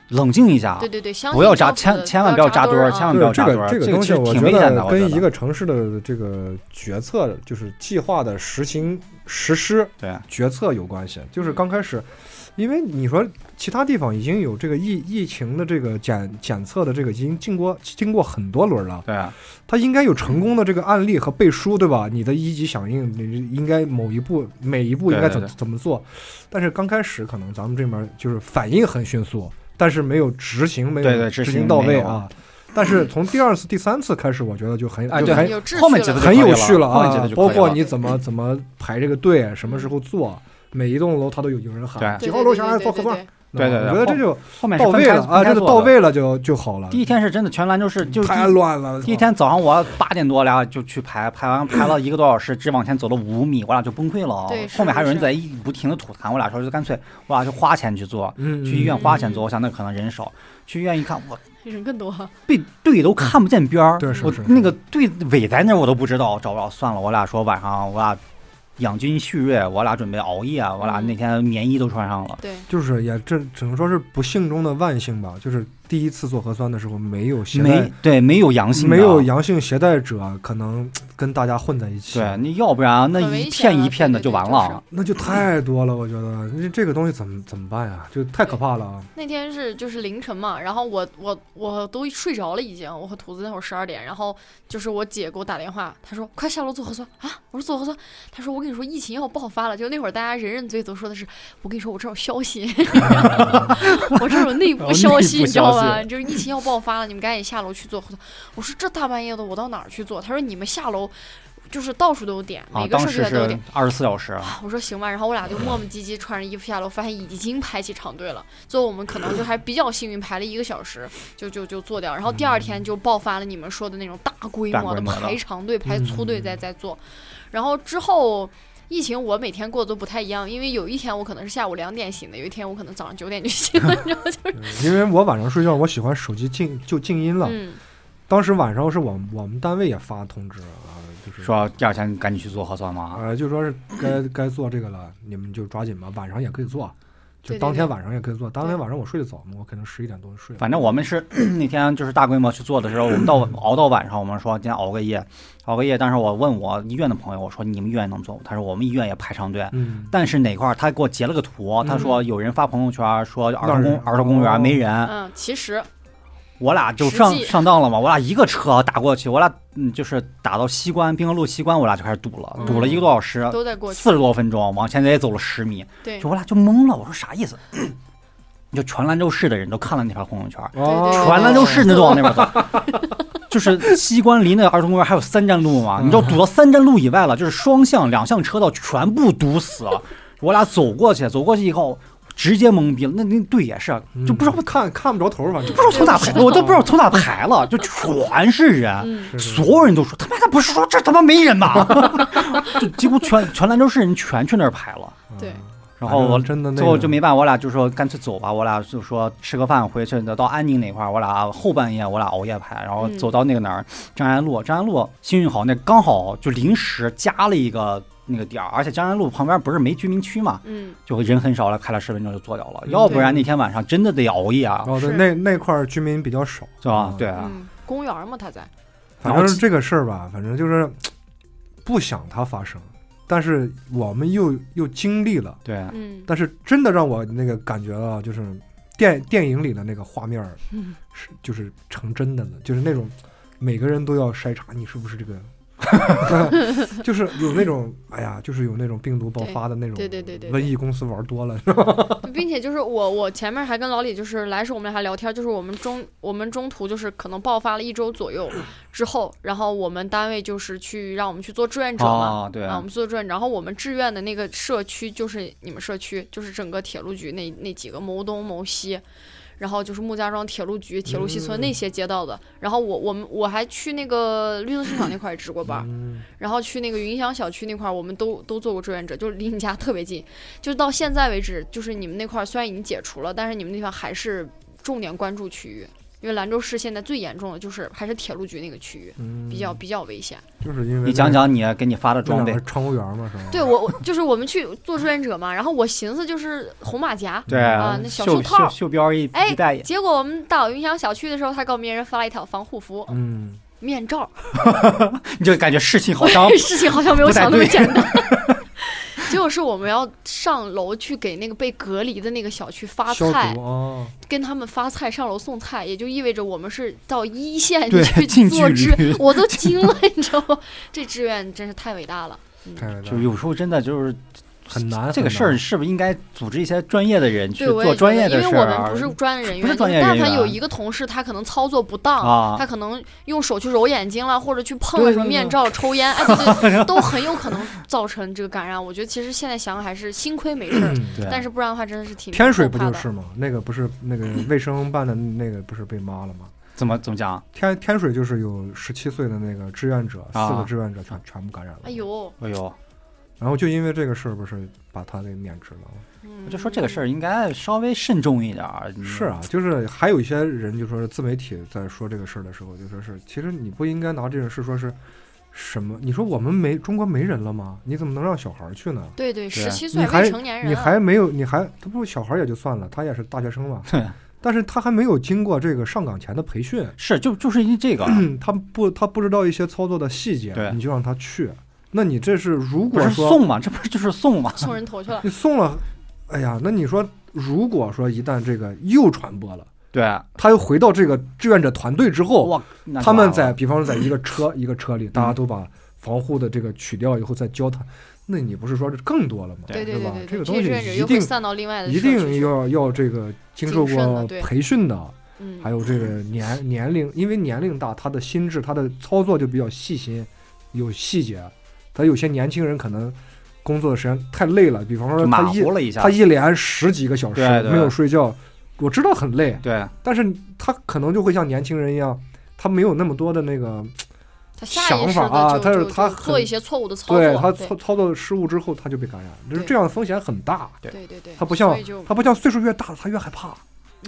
Speaker 1: 冷静一下
Speaker 2: 对，对对，相信
Speaker 1: 不要扎，
Speaker 2: 政府
Speaker 1: 千
Speaker 2: 的
Speaker 1: 千万
Speaker 2: 不
Speaker 1: 要扎
Speaker 2: 扎
Speaker 1: 堆儿，千万
Speaker 3: 就
Speaker 1: 不要
Speaker 3: 是这
Speaker 1: 扎堆儿。
Speaker 3: 个这个
Speaker 1: 这
Speaker 3: 东
Speaker 1: 其
Speaker 3: 西，
Speaker 1: 实
Speaker 3: 我
Speaker 1: 挺
Speaker 3: 觉
Speaker 1: 危险的，
Speaker 3: 得
Speaker 1: 我
Speaker 3: 跟
Speaker 1: 觉
Speaker 3: 一
Speaker 1: 得。
Speaker 3: 个城市的这个决策，就是计划的实行实施
Speaker 1: 对，
Speaker 3: 决策有关系。就是刚开始，因为你说其他地方已经有这个疫疫情的这个检检测的这个已经经过经过很多轮了，
Speaker 1: 对啊，
Speaker 3: 它应该有成功的这个案例和背书，对吧？你的一级响应，你应该某一步每一步应该怎
Speaker 1: 对对
Speaker 3: 怎么做？但是刚开始可能咱们这边就是反应很迅速，但是没有执行，没有
Speaker 1: 对对执
Speaker 3: 执
Speaker 1: 行
Speaker 3: 行到
Speaker 1: 没
Speaker 3: 位
Speaker 1: 有
Speaker 3: 啊。但是从第二次、第三次开始，我觉得就很
Speaker 1: 哎
Speaker 3: 就
Speaker 1: 对
Speaker 3: 很
Speaker 2: 有秩序
Speaker 1: 后面几
Speaker 2: 了
Speaker 1: 次
Speaker 3: 很
Speaker 1: 就可以
Speaker 3: 有序
Speaker 1: 了后面几
Speaker 3: 啊
Speaker 1: 次就，可以
Speaker 3: 包括
Speaker 1: 了
Speaker 3: 你怎 么怎么排这个队，什么时候做，每一栋楼它都有有人喊
Speaker 1: 对
Speaker 2: 对
Speaker 3: 几
Speaker 2: 对
Speaker 3: 号楼下
Speaker 2: 对
Speaker 3: 来
Speaker 2: 对
Speaker 3: 做核
Speaker 2: 对
Speaker 3: 酸，
Speaker 2: 对
Speaker 1: 对对对
Speaker 3: 我觉得这就
Speaker 1: 后面是
Speaker 3: 到
Speaker 1: 分
Speaker 3: 位
Speaker 1: 开
Speaker 3: 了
Speaker 1: 分
Speaker 3: 啊，这
Speaker 1: 开
Speaker 3: 就
Speaker 1: 做
Speaker 3: 到
Speaker 1: 的
Speaker 3: 位了就就好了。
Speaker 1: 第一天是真的全兰州市就是
Speaker 3: 太乱了，
Speaker 1: 第一天早上我要八点多，俩就去排，排完 排了一个多小时，只往前走了五米，我俩就崩溃了。
Speaker 2: 对是
Speaker 1: 后面还有人
Speaker 2: 是
Speaker 1: 在一不停的吐痰，我俩说就干脆，我俩就花钱去做，
Speaker 3: 嗯
Speaker 1: 去医院
Speaker 2: 嗯
Speaker 1: 花钱做。我想那可能人少，去医院一看，我
Speaker 2: 对人更多。
Speaker 1: 队队都看不见边儿，
Speaker 3: 对是
Speaker 1: 我
Speaker 3: 是
Speaker 1: 那个队尾在那儿我都不知道，找不着。算了，我俩说晚上我俩养精蓄锐，我俩准备熬夜，啊我俩
Speaker 2: 嗯
Speaker 1: 那天棉衣都穿上了。
Speaker 2: 对，
Speaker 3: 就是也这只能说是不幸中的万幸吧，就是第一次做核酸的时候没有携带
Speaker 1: 没对，没有阳性的，
Speaker 3: 没有阳性携带者，可能跟大家混在一起，
Speaker 1: 对，那要不然那
Speaker 2: 很危
Speaker 1: 一
Speaker 2: 险
Speaker 1: 片
Speaker 2: 啊
Speaker 1: 一片的
Speaker 2: 对对
Speaker 1: 就
Speaker 2: 对
Speaker 1: 完
Speaker 2: 就
Speaker 1: 了。
Speaker 2: 是
Speaker 3: 那就太多了。我觉得这这个东西怎么怎么办呀？就太可怕了啊！
Speaker 2: 那天是就是凌晨嘛，然后我我我都睡着了已经，我和兔子那会儿十二点，然后就是我姐给我打电话，她说快下楼做核酸啊，我说做核酸，她说我跟你说疫情要爆发了，就那会儿大家人人嘴都说的是我跟你说我这有消息，我这有内部消息，
Speaker 1: 内部
Speaker 2: 你知道
Speaker 1: 消息
Speaker 2: 吧？就是疫情要爆发了，你们赶紧下楼去做核酸。我说这大半夜的我到哪儿去做？她说你们下楼就是到处都有点，
Speaker 1: 啊，
Speaker 2: 每个
Speaker 1: 当
Speaker 2: 社区
Speaker 1: 时
Speaker 2: 点都有点
Speaker 1: 是。二十四小时，啊
Speaker 2: 我说行吧，然后我俩就磨磨唧唧穿着衣服下楼，发现已经排起长队了。最后我们可能就还比较幸运，排了一个小时就就就做掉。然后第二天就爆发了你们说的那种大规模
Speaker 1: 嗯大规
Speaker 2: 的
Speaker 1: 模的嗯
Speaker 2: 排长队、排粗队在在做。然后之后疫情我每天过得都不太一样，因为有一天我可能是下午两点醒的，有一天我可能早上九点就醒 了，然后就是
Speaker 3: 因为我晚上睡觉，我喜欢手机静就静音了。
Speaker 2: 嗯，
Speaker 3: 当时晚上是我们我们单位也发通知啊，就是
Speaker 1: 说第二天赶紧去做核酸啊吗？
Speaker 3: 呃，就说是该该做这个了，你们就抓紧吧，晚上也可以做。
Speaker 2: 对
Speaker 3: 就
Speaker 2: 对
Speaker 3: 当天
Speaker 2: 对
Speaker 3: 晚上也可以做，当天晚上我睡得早嘛，我可能十一点多就睡了。
Speaker 1: 反正我们是 那天就是大规模去做的时候，我们到 熬到晚上，我们说今天熬个夜，熬个夜。但是我问我医院的朋友，我说你们医院能做吗？他说我们医院也排长队，
Speaker 3: 嗯，
Speaker 1: 但是哪块儿他给我截了个图，他说有人发朋友圈说儿童公
Speaker 3: 那儿哦
Speaker 1: 儿童公园没人，
Speaker 2: 嗯，其实
Speaker 1: 我俩就
Speaker 2: 实
Speaker 1: 上
Speaker 2: 际
Speaker 1: 上当了嘛，我俩一个车打过去，我俩嗯就是打到西关滨河路西关，我俩就开始堵了，
Speaker 3: 嗯
Speaker 1: 堵了一个多小时，
Speaker 2: 都在过去，
Speaker 1: 四十多分钟，往前也走了十米，
Speaker 2: 对
Speaker 1: 就我俩就懵了，我说啥意思？ 就全兰州市的人都看了那条朋友圈，
Speaker 2: 对对
Speaker 1: 全兰州市那都往那边走，哦 就是西关离那个儿童公园还有三站路嘛，你知道堵到三站路以外了，就是双向两向车道全部堵死了。我俩走过去，走过去以后直接懵逼了，那那队也是啊
Speaker 3: 嗯
Speaker 1: 就不知道
Speaker 3: 道看看不着头，反正
Speaker 1: 不知道从哪排，我都不知道从哪排了，就全是人。
Speaker 2: 嗯，
Speaker 1: 所有人都说他妈的不是说这他妈没人吗？ 就几乎全全兰州市人全去那儿排了，
Speaker 2: 对，
Speaker 1: 然后我
Speaker 3: 真的那
Speaker 1: 最后
Speaker 3: 个
Speaker 1: 就没办法，我俩就说干脆走吧，我俩就说吃个饭回去，到安宁那块儿，我俩哦后半夜我俩熬夜排，然后
Speaker 2: 嗯
Speaker 1: 走到那个哪儿张安路，张安路幸运好，那刚好就临时加了一个那个点儿，而且张安路旁边不是没居民区嘛，
Speaker 2: 嗯，
Speaker 1: 就人很少了，开了十分钟就坐掉
Speaker 3: 嗯
Speaker 1: 了，要不然那天晚上真的得熬夜啊，
Speaker 3: 哦，对，
Speaker 2: 是
Speaker 3: 那那块儿居民比较少，
Speaker 1: 是吧
Speaker 3: 嗯？
Speaker 1: 对，啊，
Speaker 2: 嗯，公园嘛，他在，
Speaker 3: 反正这个事儿吧，反正就是不想它发生，但是我们又又经历了，
Speaker 1: 对，啊
Speaker 2: 嗯，
Speaker 3: 但是真的让我那个感觉啊，就是电电影里的那个画面儿
Speaker 2: 嗯
Speaker 3: 是就是成真的了，就是那种每个人都要筛查你是不是这个 就是有那种哎呀，就是有那种病毒爆发的那种
Speaker 2: 对 对对对
Speaker 3: 瘟
Speaker 2: 对
Speaker 3: 疫公司玩多了，
Speaker 2: 并且就是我，我前面还跟老李就是来时我们俩还聊天，就是我们中我们中途就是可能爆发了一周左右之后，然后我们单位就是去让我们去做志愿者嘛，
Speaker 1: 啊，对
Speaker 2: 啊，我们做志愿，然后我们志愿的那个社区就是你们社区，就是整个铁路局那那几个牟东、牟西，然后就是穆家庄铁路局、铁路西村
Speaker 3: 嗯
Speaker 2: 那些街道的。然后我我们我还去那个绿色市场那块儿也值过班儿，
Speaker 3: 嗯
Speaker 2: 然后去那个云翔小区那块儿，我们都都做过志愿者，就是离你家特别近。就是到现在为止，就是你们那块儿虽然已经解除了，但是你们那块儿还是重点关注区域，因为兰州市现在最严重的就是还是铁路局那个区域
Speaker 3: 嗯
Speaker 2: 比较比较危险。
Speaker 3: 就是因为
Speaker 1: 你讲讲你给你发的
Speaker 3: 那那
Speaker 1: 装
Speaker 3: 两
Speaker 1: 备
Speaker 3: 个，窗户员嘛是吧？嗯
Speaker 2: 对我，我就是我们去做志愿者嘛，然后我寻思就是红马甲，
Speaker 1: 对
Speaker 2: 啊那小袖
Speaker 1: 袖
Speaker 2: 套
Speaker 1: 袖袖标一
Speaker 2: 哎
Speaker 1: 一戴，
Speaker 2: 结果我们到云翔小区的时候，他给我们一人发了一套防护服、
Speaker 3: 嗯，
Speaker 2: 面罩，
Speaker 1: 你就感觉事情好 像
Speaker 2: 事情好像没有
Speaker 1: 不太
Speaker 2: 想那么
Speaker 1: 对
Speaker 2: 简单。结果是我们要上楼去给那个被隔离的那个小区发
Speaker 3: 消
Speaker 2: 菜
Speaker 3: 毒，啊，
Speaker 2: 跟他们发菜上楼送菜，也就意味着我们是到一线
Speaker 1: 对
Speaker 2: 去
Speaker 1: 近
Speaker 2: 做
Speaker 1: 距
Speaker 2: 志
Speaker 1: 离，
Speaker 2: 我都惊了，你知道吗？这志愿真是太伟大了。
Speaker 3: 太伟大了
Speaker 1: 就有时候真的就是
Speaker 3: 很难
Speaker 1: 这个
Speaker 3: 很
Speaker 1: 事儿，
Speaker 3: 难
Speaker 1: 是不是应该组织一些专业的人去
Speaker 2: 对，我
Speaker 1: 做
Speaker 2: 也觉
Speaker 1: 专业
Speaker 2: 得，因
Speaker 1: 的
Speaker 2: 为
Speaker 1: 事
Speaker 2: 我们
Speaker 1: 儿啊
Speaker 2: 不是？专业人
Speaker 1: 不
Speaker 2: 员，
Speaker 1: 是专
Speaker 2: 你
Speaker 1: 业人
Speaker 2: 但凡
Speaker 1: 员
Speaker 2: 有一个同事他可能操作不当，
Speaker 1: 啊
Speaker 2: 他可能用手去揉眼睛了，或者去碰了
Speaker 1: 对
Speaker 2: 什么
Speaker 1: 对
Speaker 2: 面
Speaker 1: 对
Speaker 2: 罩、抽烟，哎，对对，都很有可能造成这个感染。我觉得其实现在想想还是幸亏 没事儿，
Speaker 1: 对，
Speaker 2: 但是不然的话真的是挺
Speaker 3: 嗯天水
Speaker 2: 后
Speaker 3: 不
Speaker 2: 怕
Speaker 3: 就
Speaker 2: 的
Speaker 3: 是吗？那个不是那个卫生办的那个不是被骂了吗？
Speaker 1: 怎么怎么讲？
Speaker 3: 天天水就是有十七岁的那个志愿者，
Speaker 1: 啊
Speaker 3: 四个志愿者全全部感染了。
Speaker 2: 哎，呦，
Speaker 1: 哎呦，
Speaker 3: 然后就因为这个事儿，不是把他给免职了？
Speaker 2: 嗯
Speaker 1: 我就说这个事儿应该稍微慎重一点儿。嗯
Speaker 3: 是，啊，就是还有一些人就说是自媒体在说这个事儿的时候，就说是其实你不应该拿这种事说是什么？你说我们没中国没人了吗？你怎么能让小孩儿去呢？
Speaker 2: 对对，
Speaker 1: 对
Speaker 2: 十七岁
Speaker 3: 你还
Speaker 2: 未成年人啊，
Speaker 3: 你还没有，你还他不小孩儿也就算了，他也是大学生嘛。
Speaker 1: 对
Speaker 3: 但是他还没有经过这个上岗前的培训，
Speaker 1: 是就就是因为 这个，
Speaker 3: 嗯他不他不知道一些操作的细节
Speaker 1: 对，
Speaker 3: 你就让他去，那你这是如
Speaker 1: 不
Speaker 3: 果
Speaker 1: 是
Speaker 3: 说
Speaker 1: 送嘛？这不是就是送嘛？
Speaker 2: 送人头去了。
Speaker 3: 你送了，哎呀，那你说，如果说一旦这个又传播了，
Speaker 1: 对，
Speaker 3: 他又回到这个志愿者团队之后，
Speaker 1: 哇，那就
Speaker 3: 他
Speaker 1: 完
Speaker 3: 们
Speaker 1: 了
Speaker 3: 在比方说在一个 车一个车里，大家都把防护的这个取掉以后再交谈，那你不是说这更多了吗？
Speaker 1: 对
Speaker 2: 对
Speaker 3: 对吧
Speaker 2: 对
Speaker 3: 这
Speaker 2: 对，
Speaker 3: 个
Speaker 2: 这
Speaker 3: 东西
Speaker 2: 志愿者
Speaker 3: 一
Speaker 2: 又会
Speaker 3: 定
Speaker 2: 散到另外的
Speaker 3: 一
Speaker 2: 社区
Speaker 3: 定
Speaker 2: 去，
Speaker 3: 要要这个经受
Speaker 2: 谨慎
Speaker 3: 过
Speaker 2: 的对
Speaker 3: 培训的，
Speaker 2: 嗯，
Speaker 3: 还有这个年年龄，因为年龄大，他的心智、他的操作就比较细心，有细节。他有些年轻人可能工作的时间太累了，比方说
Speaker 1: 就
Speaker 3: 他
Speaker 1: 马
Speaker 3: 一
Speaker 1: 虎了一下
Speaker 3: 他，一连十几个小时
Speaker 1: 对对
Speaker 3: 没有睡觉，我知道很累，
Speaker 1: 对，
Speaker 3: 但是他可能就会像年轻人一样，他没有那么多的那个，
Speaker 2: 他下
Speaker 3: 想
Speaker 2: 意识
Speaker 3: 法
Speaker 2: 的
Speaker 3: 啊
Speaker 2: 就
Speaker 3: 他是
Speaker 2: 就
Speaker 3: 他
Speaker 2: 就
Speaker 3: 很
Speaker 2: 做一些错误的操
Speaker 3: 对
Speaker 2: 作，
Speaker 3: 他
Speaker 2: 对
Speaker 3: 操操作失误之后他就被感染，就是
Speaker 2: 对
Speaker 3: 这样的风险很大。
Speaker 2: 对对对，
Speaker 3: 他不像
Speaker 2: 所以就
Speaker 3: 他不像岁数越大他越害 怕，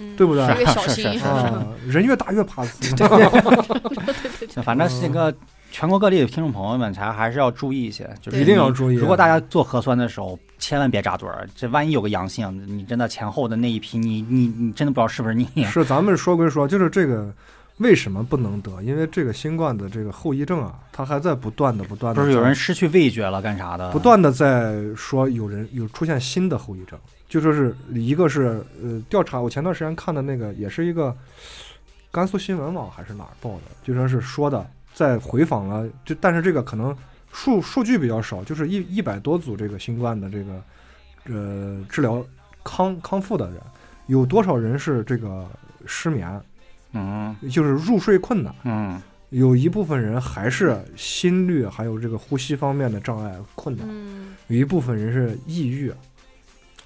Speaker 2: 嗯
Speaker 3: 对不对
Speaker 2: 是 越
Speaker 1: 是
Speaker 2: 小
Speaker 1: 是
Speaker 2: 心
Speaker 1: 是
Speaker 2: 翼翼，
Speaker 1: 是
Speaker 3: 啊，人越大越怕死。
Speaker 1: 反正那
Speaker 3: 嗯
Speaker 1: 个全国各地的听众朋友们，还还是要注意一些，就是
Speaker 2: 对
Speaker 3: 一定
Speaker 1: 你
Speaker 3: 要注意啊
Speaker 1: 如果大家做核酸的时候，千万别扎堆儿，这万一有个阳性，你真的前后的那一批，你你你真的不知道是不是你。
Speaker 3: 是，咱们说归说，就是这个为什么不能得？因为这个新冠的这个后遗症啊，它还在不断的、不断的，
Speaker 1: 不是有人失去味觉了干啥的？
Speaker 3: 啊不断的在说有人有出现新的后遗症，就说是一个是呃调查，我前段时间看的那个也是一个甘肃新闻网还是哪儿报的，就说是说的在回访了，就但是这个可能数数据比较少，就是一一百多组这个新冠的这个呃治疗康康复的人，有多少人是这个失眠？
Speaker 1: 嗯
Speaker 3: 就是入睡困难，
Speaker 1: 嗯，
Speaker 3: 有一部分人还是心率还有这个呼吸方面的障碍困难，
Speaker 2: 嗯，
Speaker 3: 有一部分人是抑郁，啊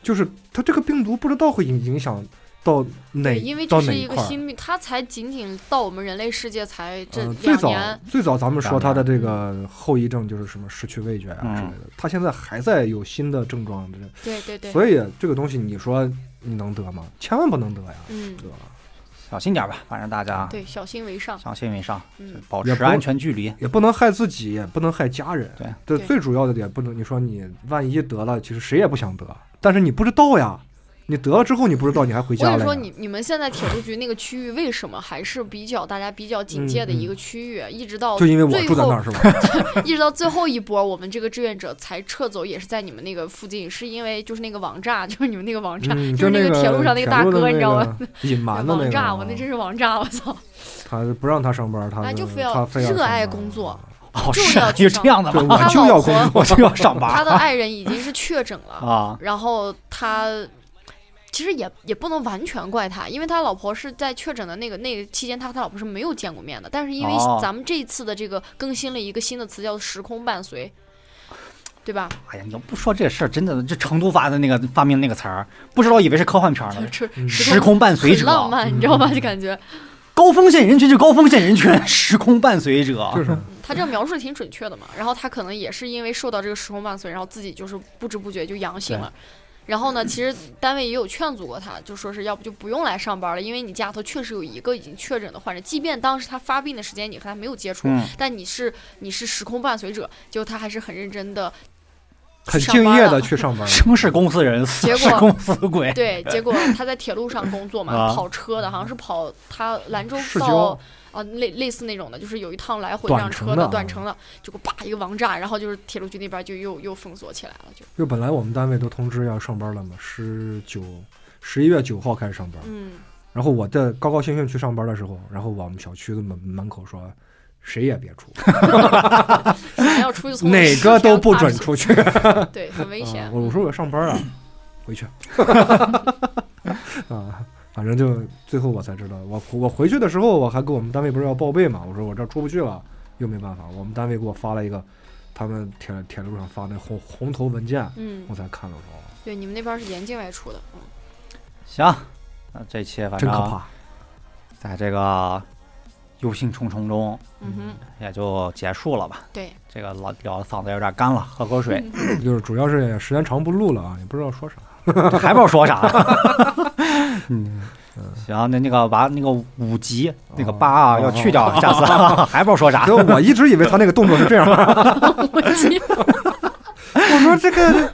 Speaker 3: 就是他这个病毒不知道会影影响到哪
Speaker 2: 对，因为
Speaker 3: 到
Speaker 2: 这
Speaker 3: 哪
Speaker 2: 是
Speaker 3: 一
Speaker 2: 一个
Speaker 3: 块儿。
Speaker 2: 新病，它才仅仅到我们人类世界才这
Speaker 3: 嗯，最
Speaker 2: 两
Speaker 3: 早
Speaker 2: 年，
Speaker 3: 最早咱们说
Speaker 1: 两
Speaker 3: 他的这
Speaker 2: 年
Speaker 3: 个后遗症就是什么失去味觉啊
Speaker 1: 嗯
Speaker 3: 之类的，他现在还在有新的症状，这个
Speaker 2: 对对对，
Speaker 3: 所以这个东西你说你能得吗？千万不能得呀，
Speaker 2: 嗯，
Speaker 3: 对吧？
Speaker 1: 小心点吧，反正大家
Speaker 2: 对，小心为上，
Speaker 1: 小心为上，
Speaker 2: 嗯，
Speaker 1: 保
Speaker 3: 也
Speaker 1: 持
Speaker 3: 不
Speaker 1: 安全距离。
Speaker 3: 也不能害自己，也不能害家人。
Speaker 1: 对
Speaker 2: 对
Speaker 3: 最主要的点不能，你说你万一得了，其实谁也不想得，但是你不知道呀，你得了之后你不知道，你还回
Speaker 2: 我
Speaker 3: 家啊
Speaker 2: 跟你
Speaker 3: 了
Speaker 2: 说，
Speaker 3: 呀。
Speaker 2: 你你们现在铁路局那个区域为什么还是比较大家
Speaker 3: 嗯
Speaker 2: 比较警戒的一个区域？一直到
Speaker 3: 就因为我
Speaker 2: 最
Speaker 3: 住在
Speaker 2: 后
Speaker 3: 那儿是吧？
Speaker 2: 一直到最后一波，我们这个志愿者才撤走，也是在你们那个附近，是因为就是那个网炸，就是你们那个 网炸，
Speaker 3: 嗯，
Speaker 2: 就是那
Speaker 3: 那
Speaker 2: 个铁路上那个大哥，你知道吗？
Speaker 3: 吗？ 隐瞒的那
Speaker 2: 网
Speaker 3: 个
Speaker 2: 炸，
Speaker 3: 啊，
Speaker 2: 我那真是网炸，我操！
Speaker 3: 他不让他上班，他
Speaker 2: 哎就非要
Speaker 3: 他非要
Speaker 2: 热爱
Speaker 3: 上班
Speaker 2: 工作，
Speaker 1: 哦，
Speaker 2: 就是要
Speaker 1: 啊
Speaker 2: 去
Speaker 1: 就
Speaker 2: 上
Speaker 1: 这样的
Speaker 3: 对，
Speaker 1: 吗？
Speaker 3: 我就要工
Speaker 2: 他老
Speaker 3: 作
Speaker 1: 我，就要上班
Speaker 2: 他的爱人已经是确诊了，
Speaker 1: 啊
Speaker 2: 然后他其实也也不能完全怪他，因为他老婆是在确诊的那个那个期间，他和他老婆是没有见过面的。但是因为
Speaker 1: 哦
Speaker 2: 咱们这一次的这个更新了一个新的词，叫“时空伴随”，对吧？
Speaker 1: 哎呀，你要不说这事儿，真的，这成都发的那个发明那个词儿，不知道以为是科幻片儿呢。
Speaker 2: 这
Speaker 3: 嗯
Speaker 1: 时啊空伴随
Speaker 2: 很
Speaker 1: 者，
Speaker 2: 浪漫，你知道吧？就感觉
Speaker 1: 高风险人群就高风险人群，时空伴随者。
Speaker 3: 就 是
Speaker 2: 嗯他这个描述得挺准确的嘛。然后他可能也是因为受到这个时空伴随，然后自己就是不知不觉就阳性了。然后呢，其实单位也有劝阻过他，就说是要不就不用来上班了，因为你家头确实有一个已经确诊的患者，即便当时他发病的时间你和他没有接触，
Speaker 1: 嗯，
Speaker 2: 但你是你是时空伴随者，就他还是很认真的，
Speaker 3: 很敬业的去上班了。
Speaker 1: 生是公司人，死
Speaker 2: 结
Speaker 1: 是
Speaker 2: 果
Speaker 1: 公司鬼。
Speaker 2: 对，结果他在铁路上工作嘛，
Speaker 1: 啊
Speaker 2: 跑车的，好像是跑他兰州
Speaker 3: 市郊
Speaker 2: 到啊类类似那种的，就是有一趟来回
Speaker 3: 短
Speaker 2: 让
Speaker 3: 程
Speaker 2: 车
Speaker 3: 的
Speaker 2: 的
Speaker 3: 啊
Speaker 2: 短程的，结果啪一个王炸，然后就是铁路局那边就又又封锁起来了，就
Speaker 3: 就本来我们单位都通知要上班了嘛，十九十一月九号开始上班。
Speaker 2: 嗯，
Speaker 3: 然后我的高高兴兴去上班的时候，然后往我们小区的门门口说，谁也别出，
Speaker 2: 本来要出去从
Speaker 3: 哪个都不准
Speaker 2: 出，
Speaker 3: 出去。
Speaker 2: 对，很危险嗯
Speaker 3: 啊。我我说我要上班
Speaker 1: 嗯
Speaker 3: 啊，回去。 啊，反正就最后我才知道，我我回去的时候我还给我们单位不是要报备嘛，我说我这儿出不去了，又没办法，我们单位给我发了一个他们铁铁路上发那红红头文件，
Speaker 2: 嗯
Speaker 3: 我，才看了，我说哦
Speaker 2: 对，你们那边是严禁外出的，嗯，
Speaker 1: 行，那这期反
Speaker 3: 真
Speaker 1: 正啊
Speaker 3: 可怕。
Speaker 1: 在这个忧心忡忡中
Speaker 2: 嗯哼，
Speaker 1: 也就结束了吧。
Speaker 2: 对，
Speaker 1: 这个老聊的嗓子有点干了，喝口水，
Speaker 3: 就是主要是时间长不录了啊，也不知道说啥。
Speaker 1: 还不知道说啥。嗯，行，那那个把那个五级那个八啊
Speaker 3: 哦
Speaker 1: 要去掉，下次啊 还不知道 说啥。
Speaker 3: 就我一直以为他那个动作是这样，我说这个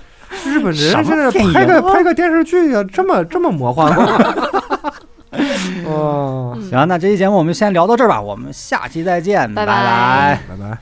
Speaker 3: 日本
Speaker 1: 什
Speaker 3: 人
Speaker 1: 么
Speaker 3: 这
Speaker 1: 电影啊
Speaker 3: 拍个拍个电视剧呀、这么这么魔幻吗？ 哦，
Speaker 2: 嗯
Speaker 1: 行，那这期节目我们先聊到这儿吧，我们下期再见，
Speaker 2: 拜拜
Speaker 1: 拜
Speaker 3: 拜拜。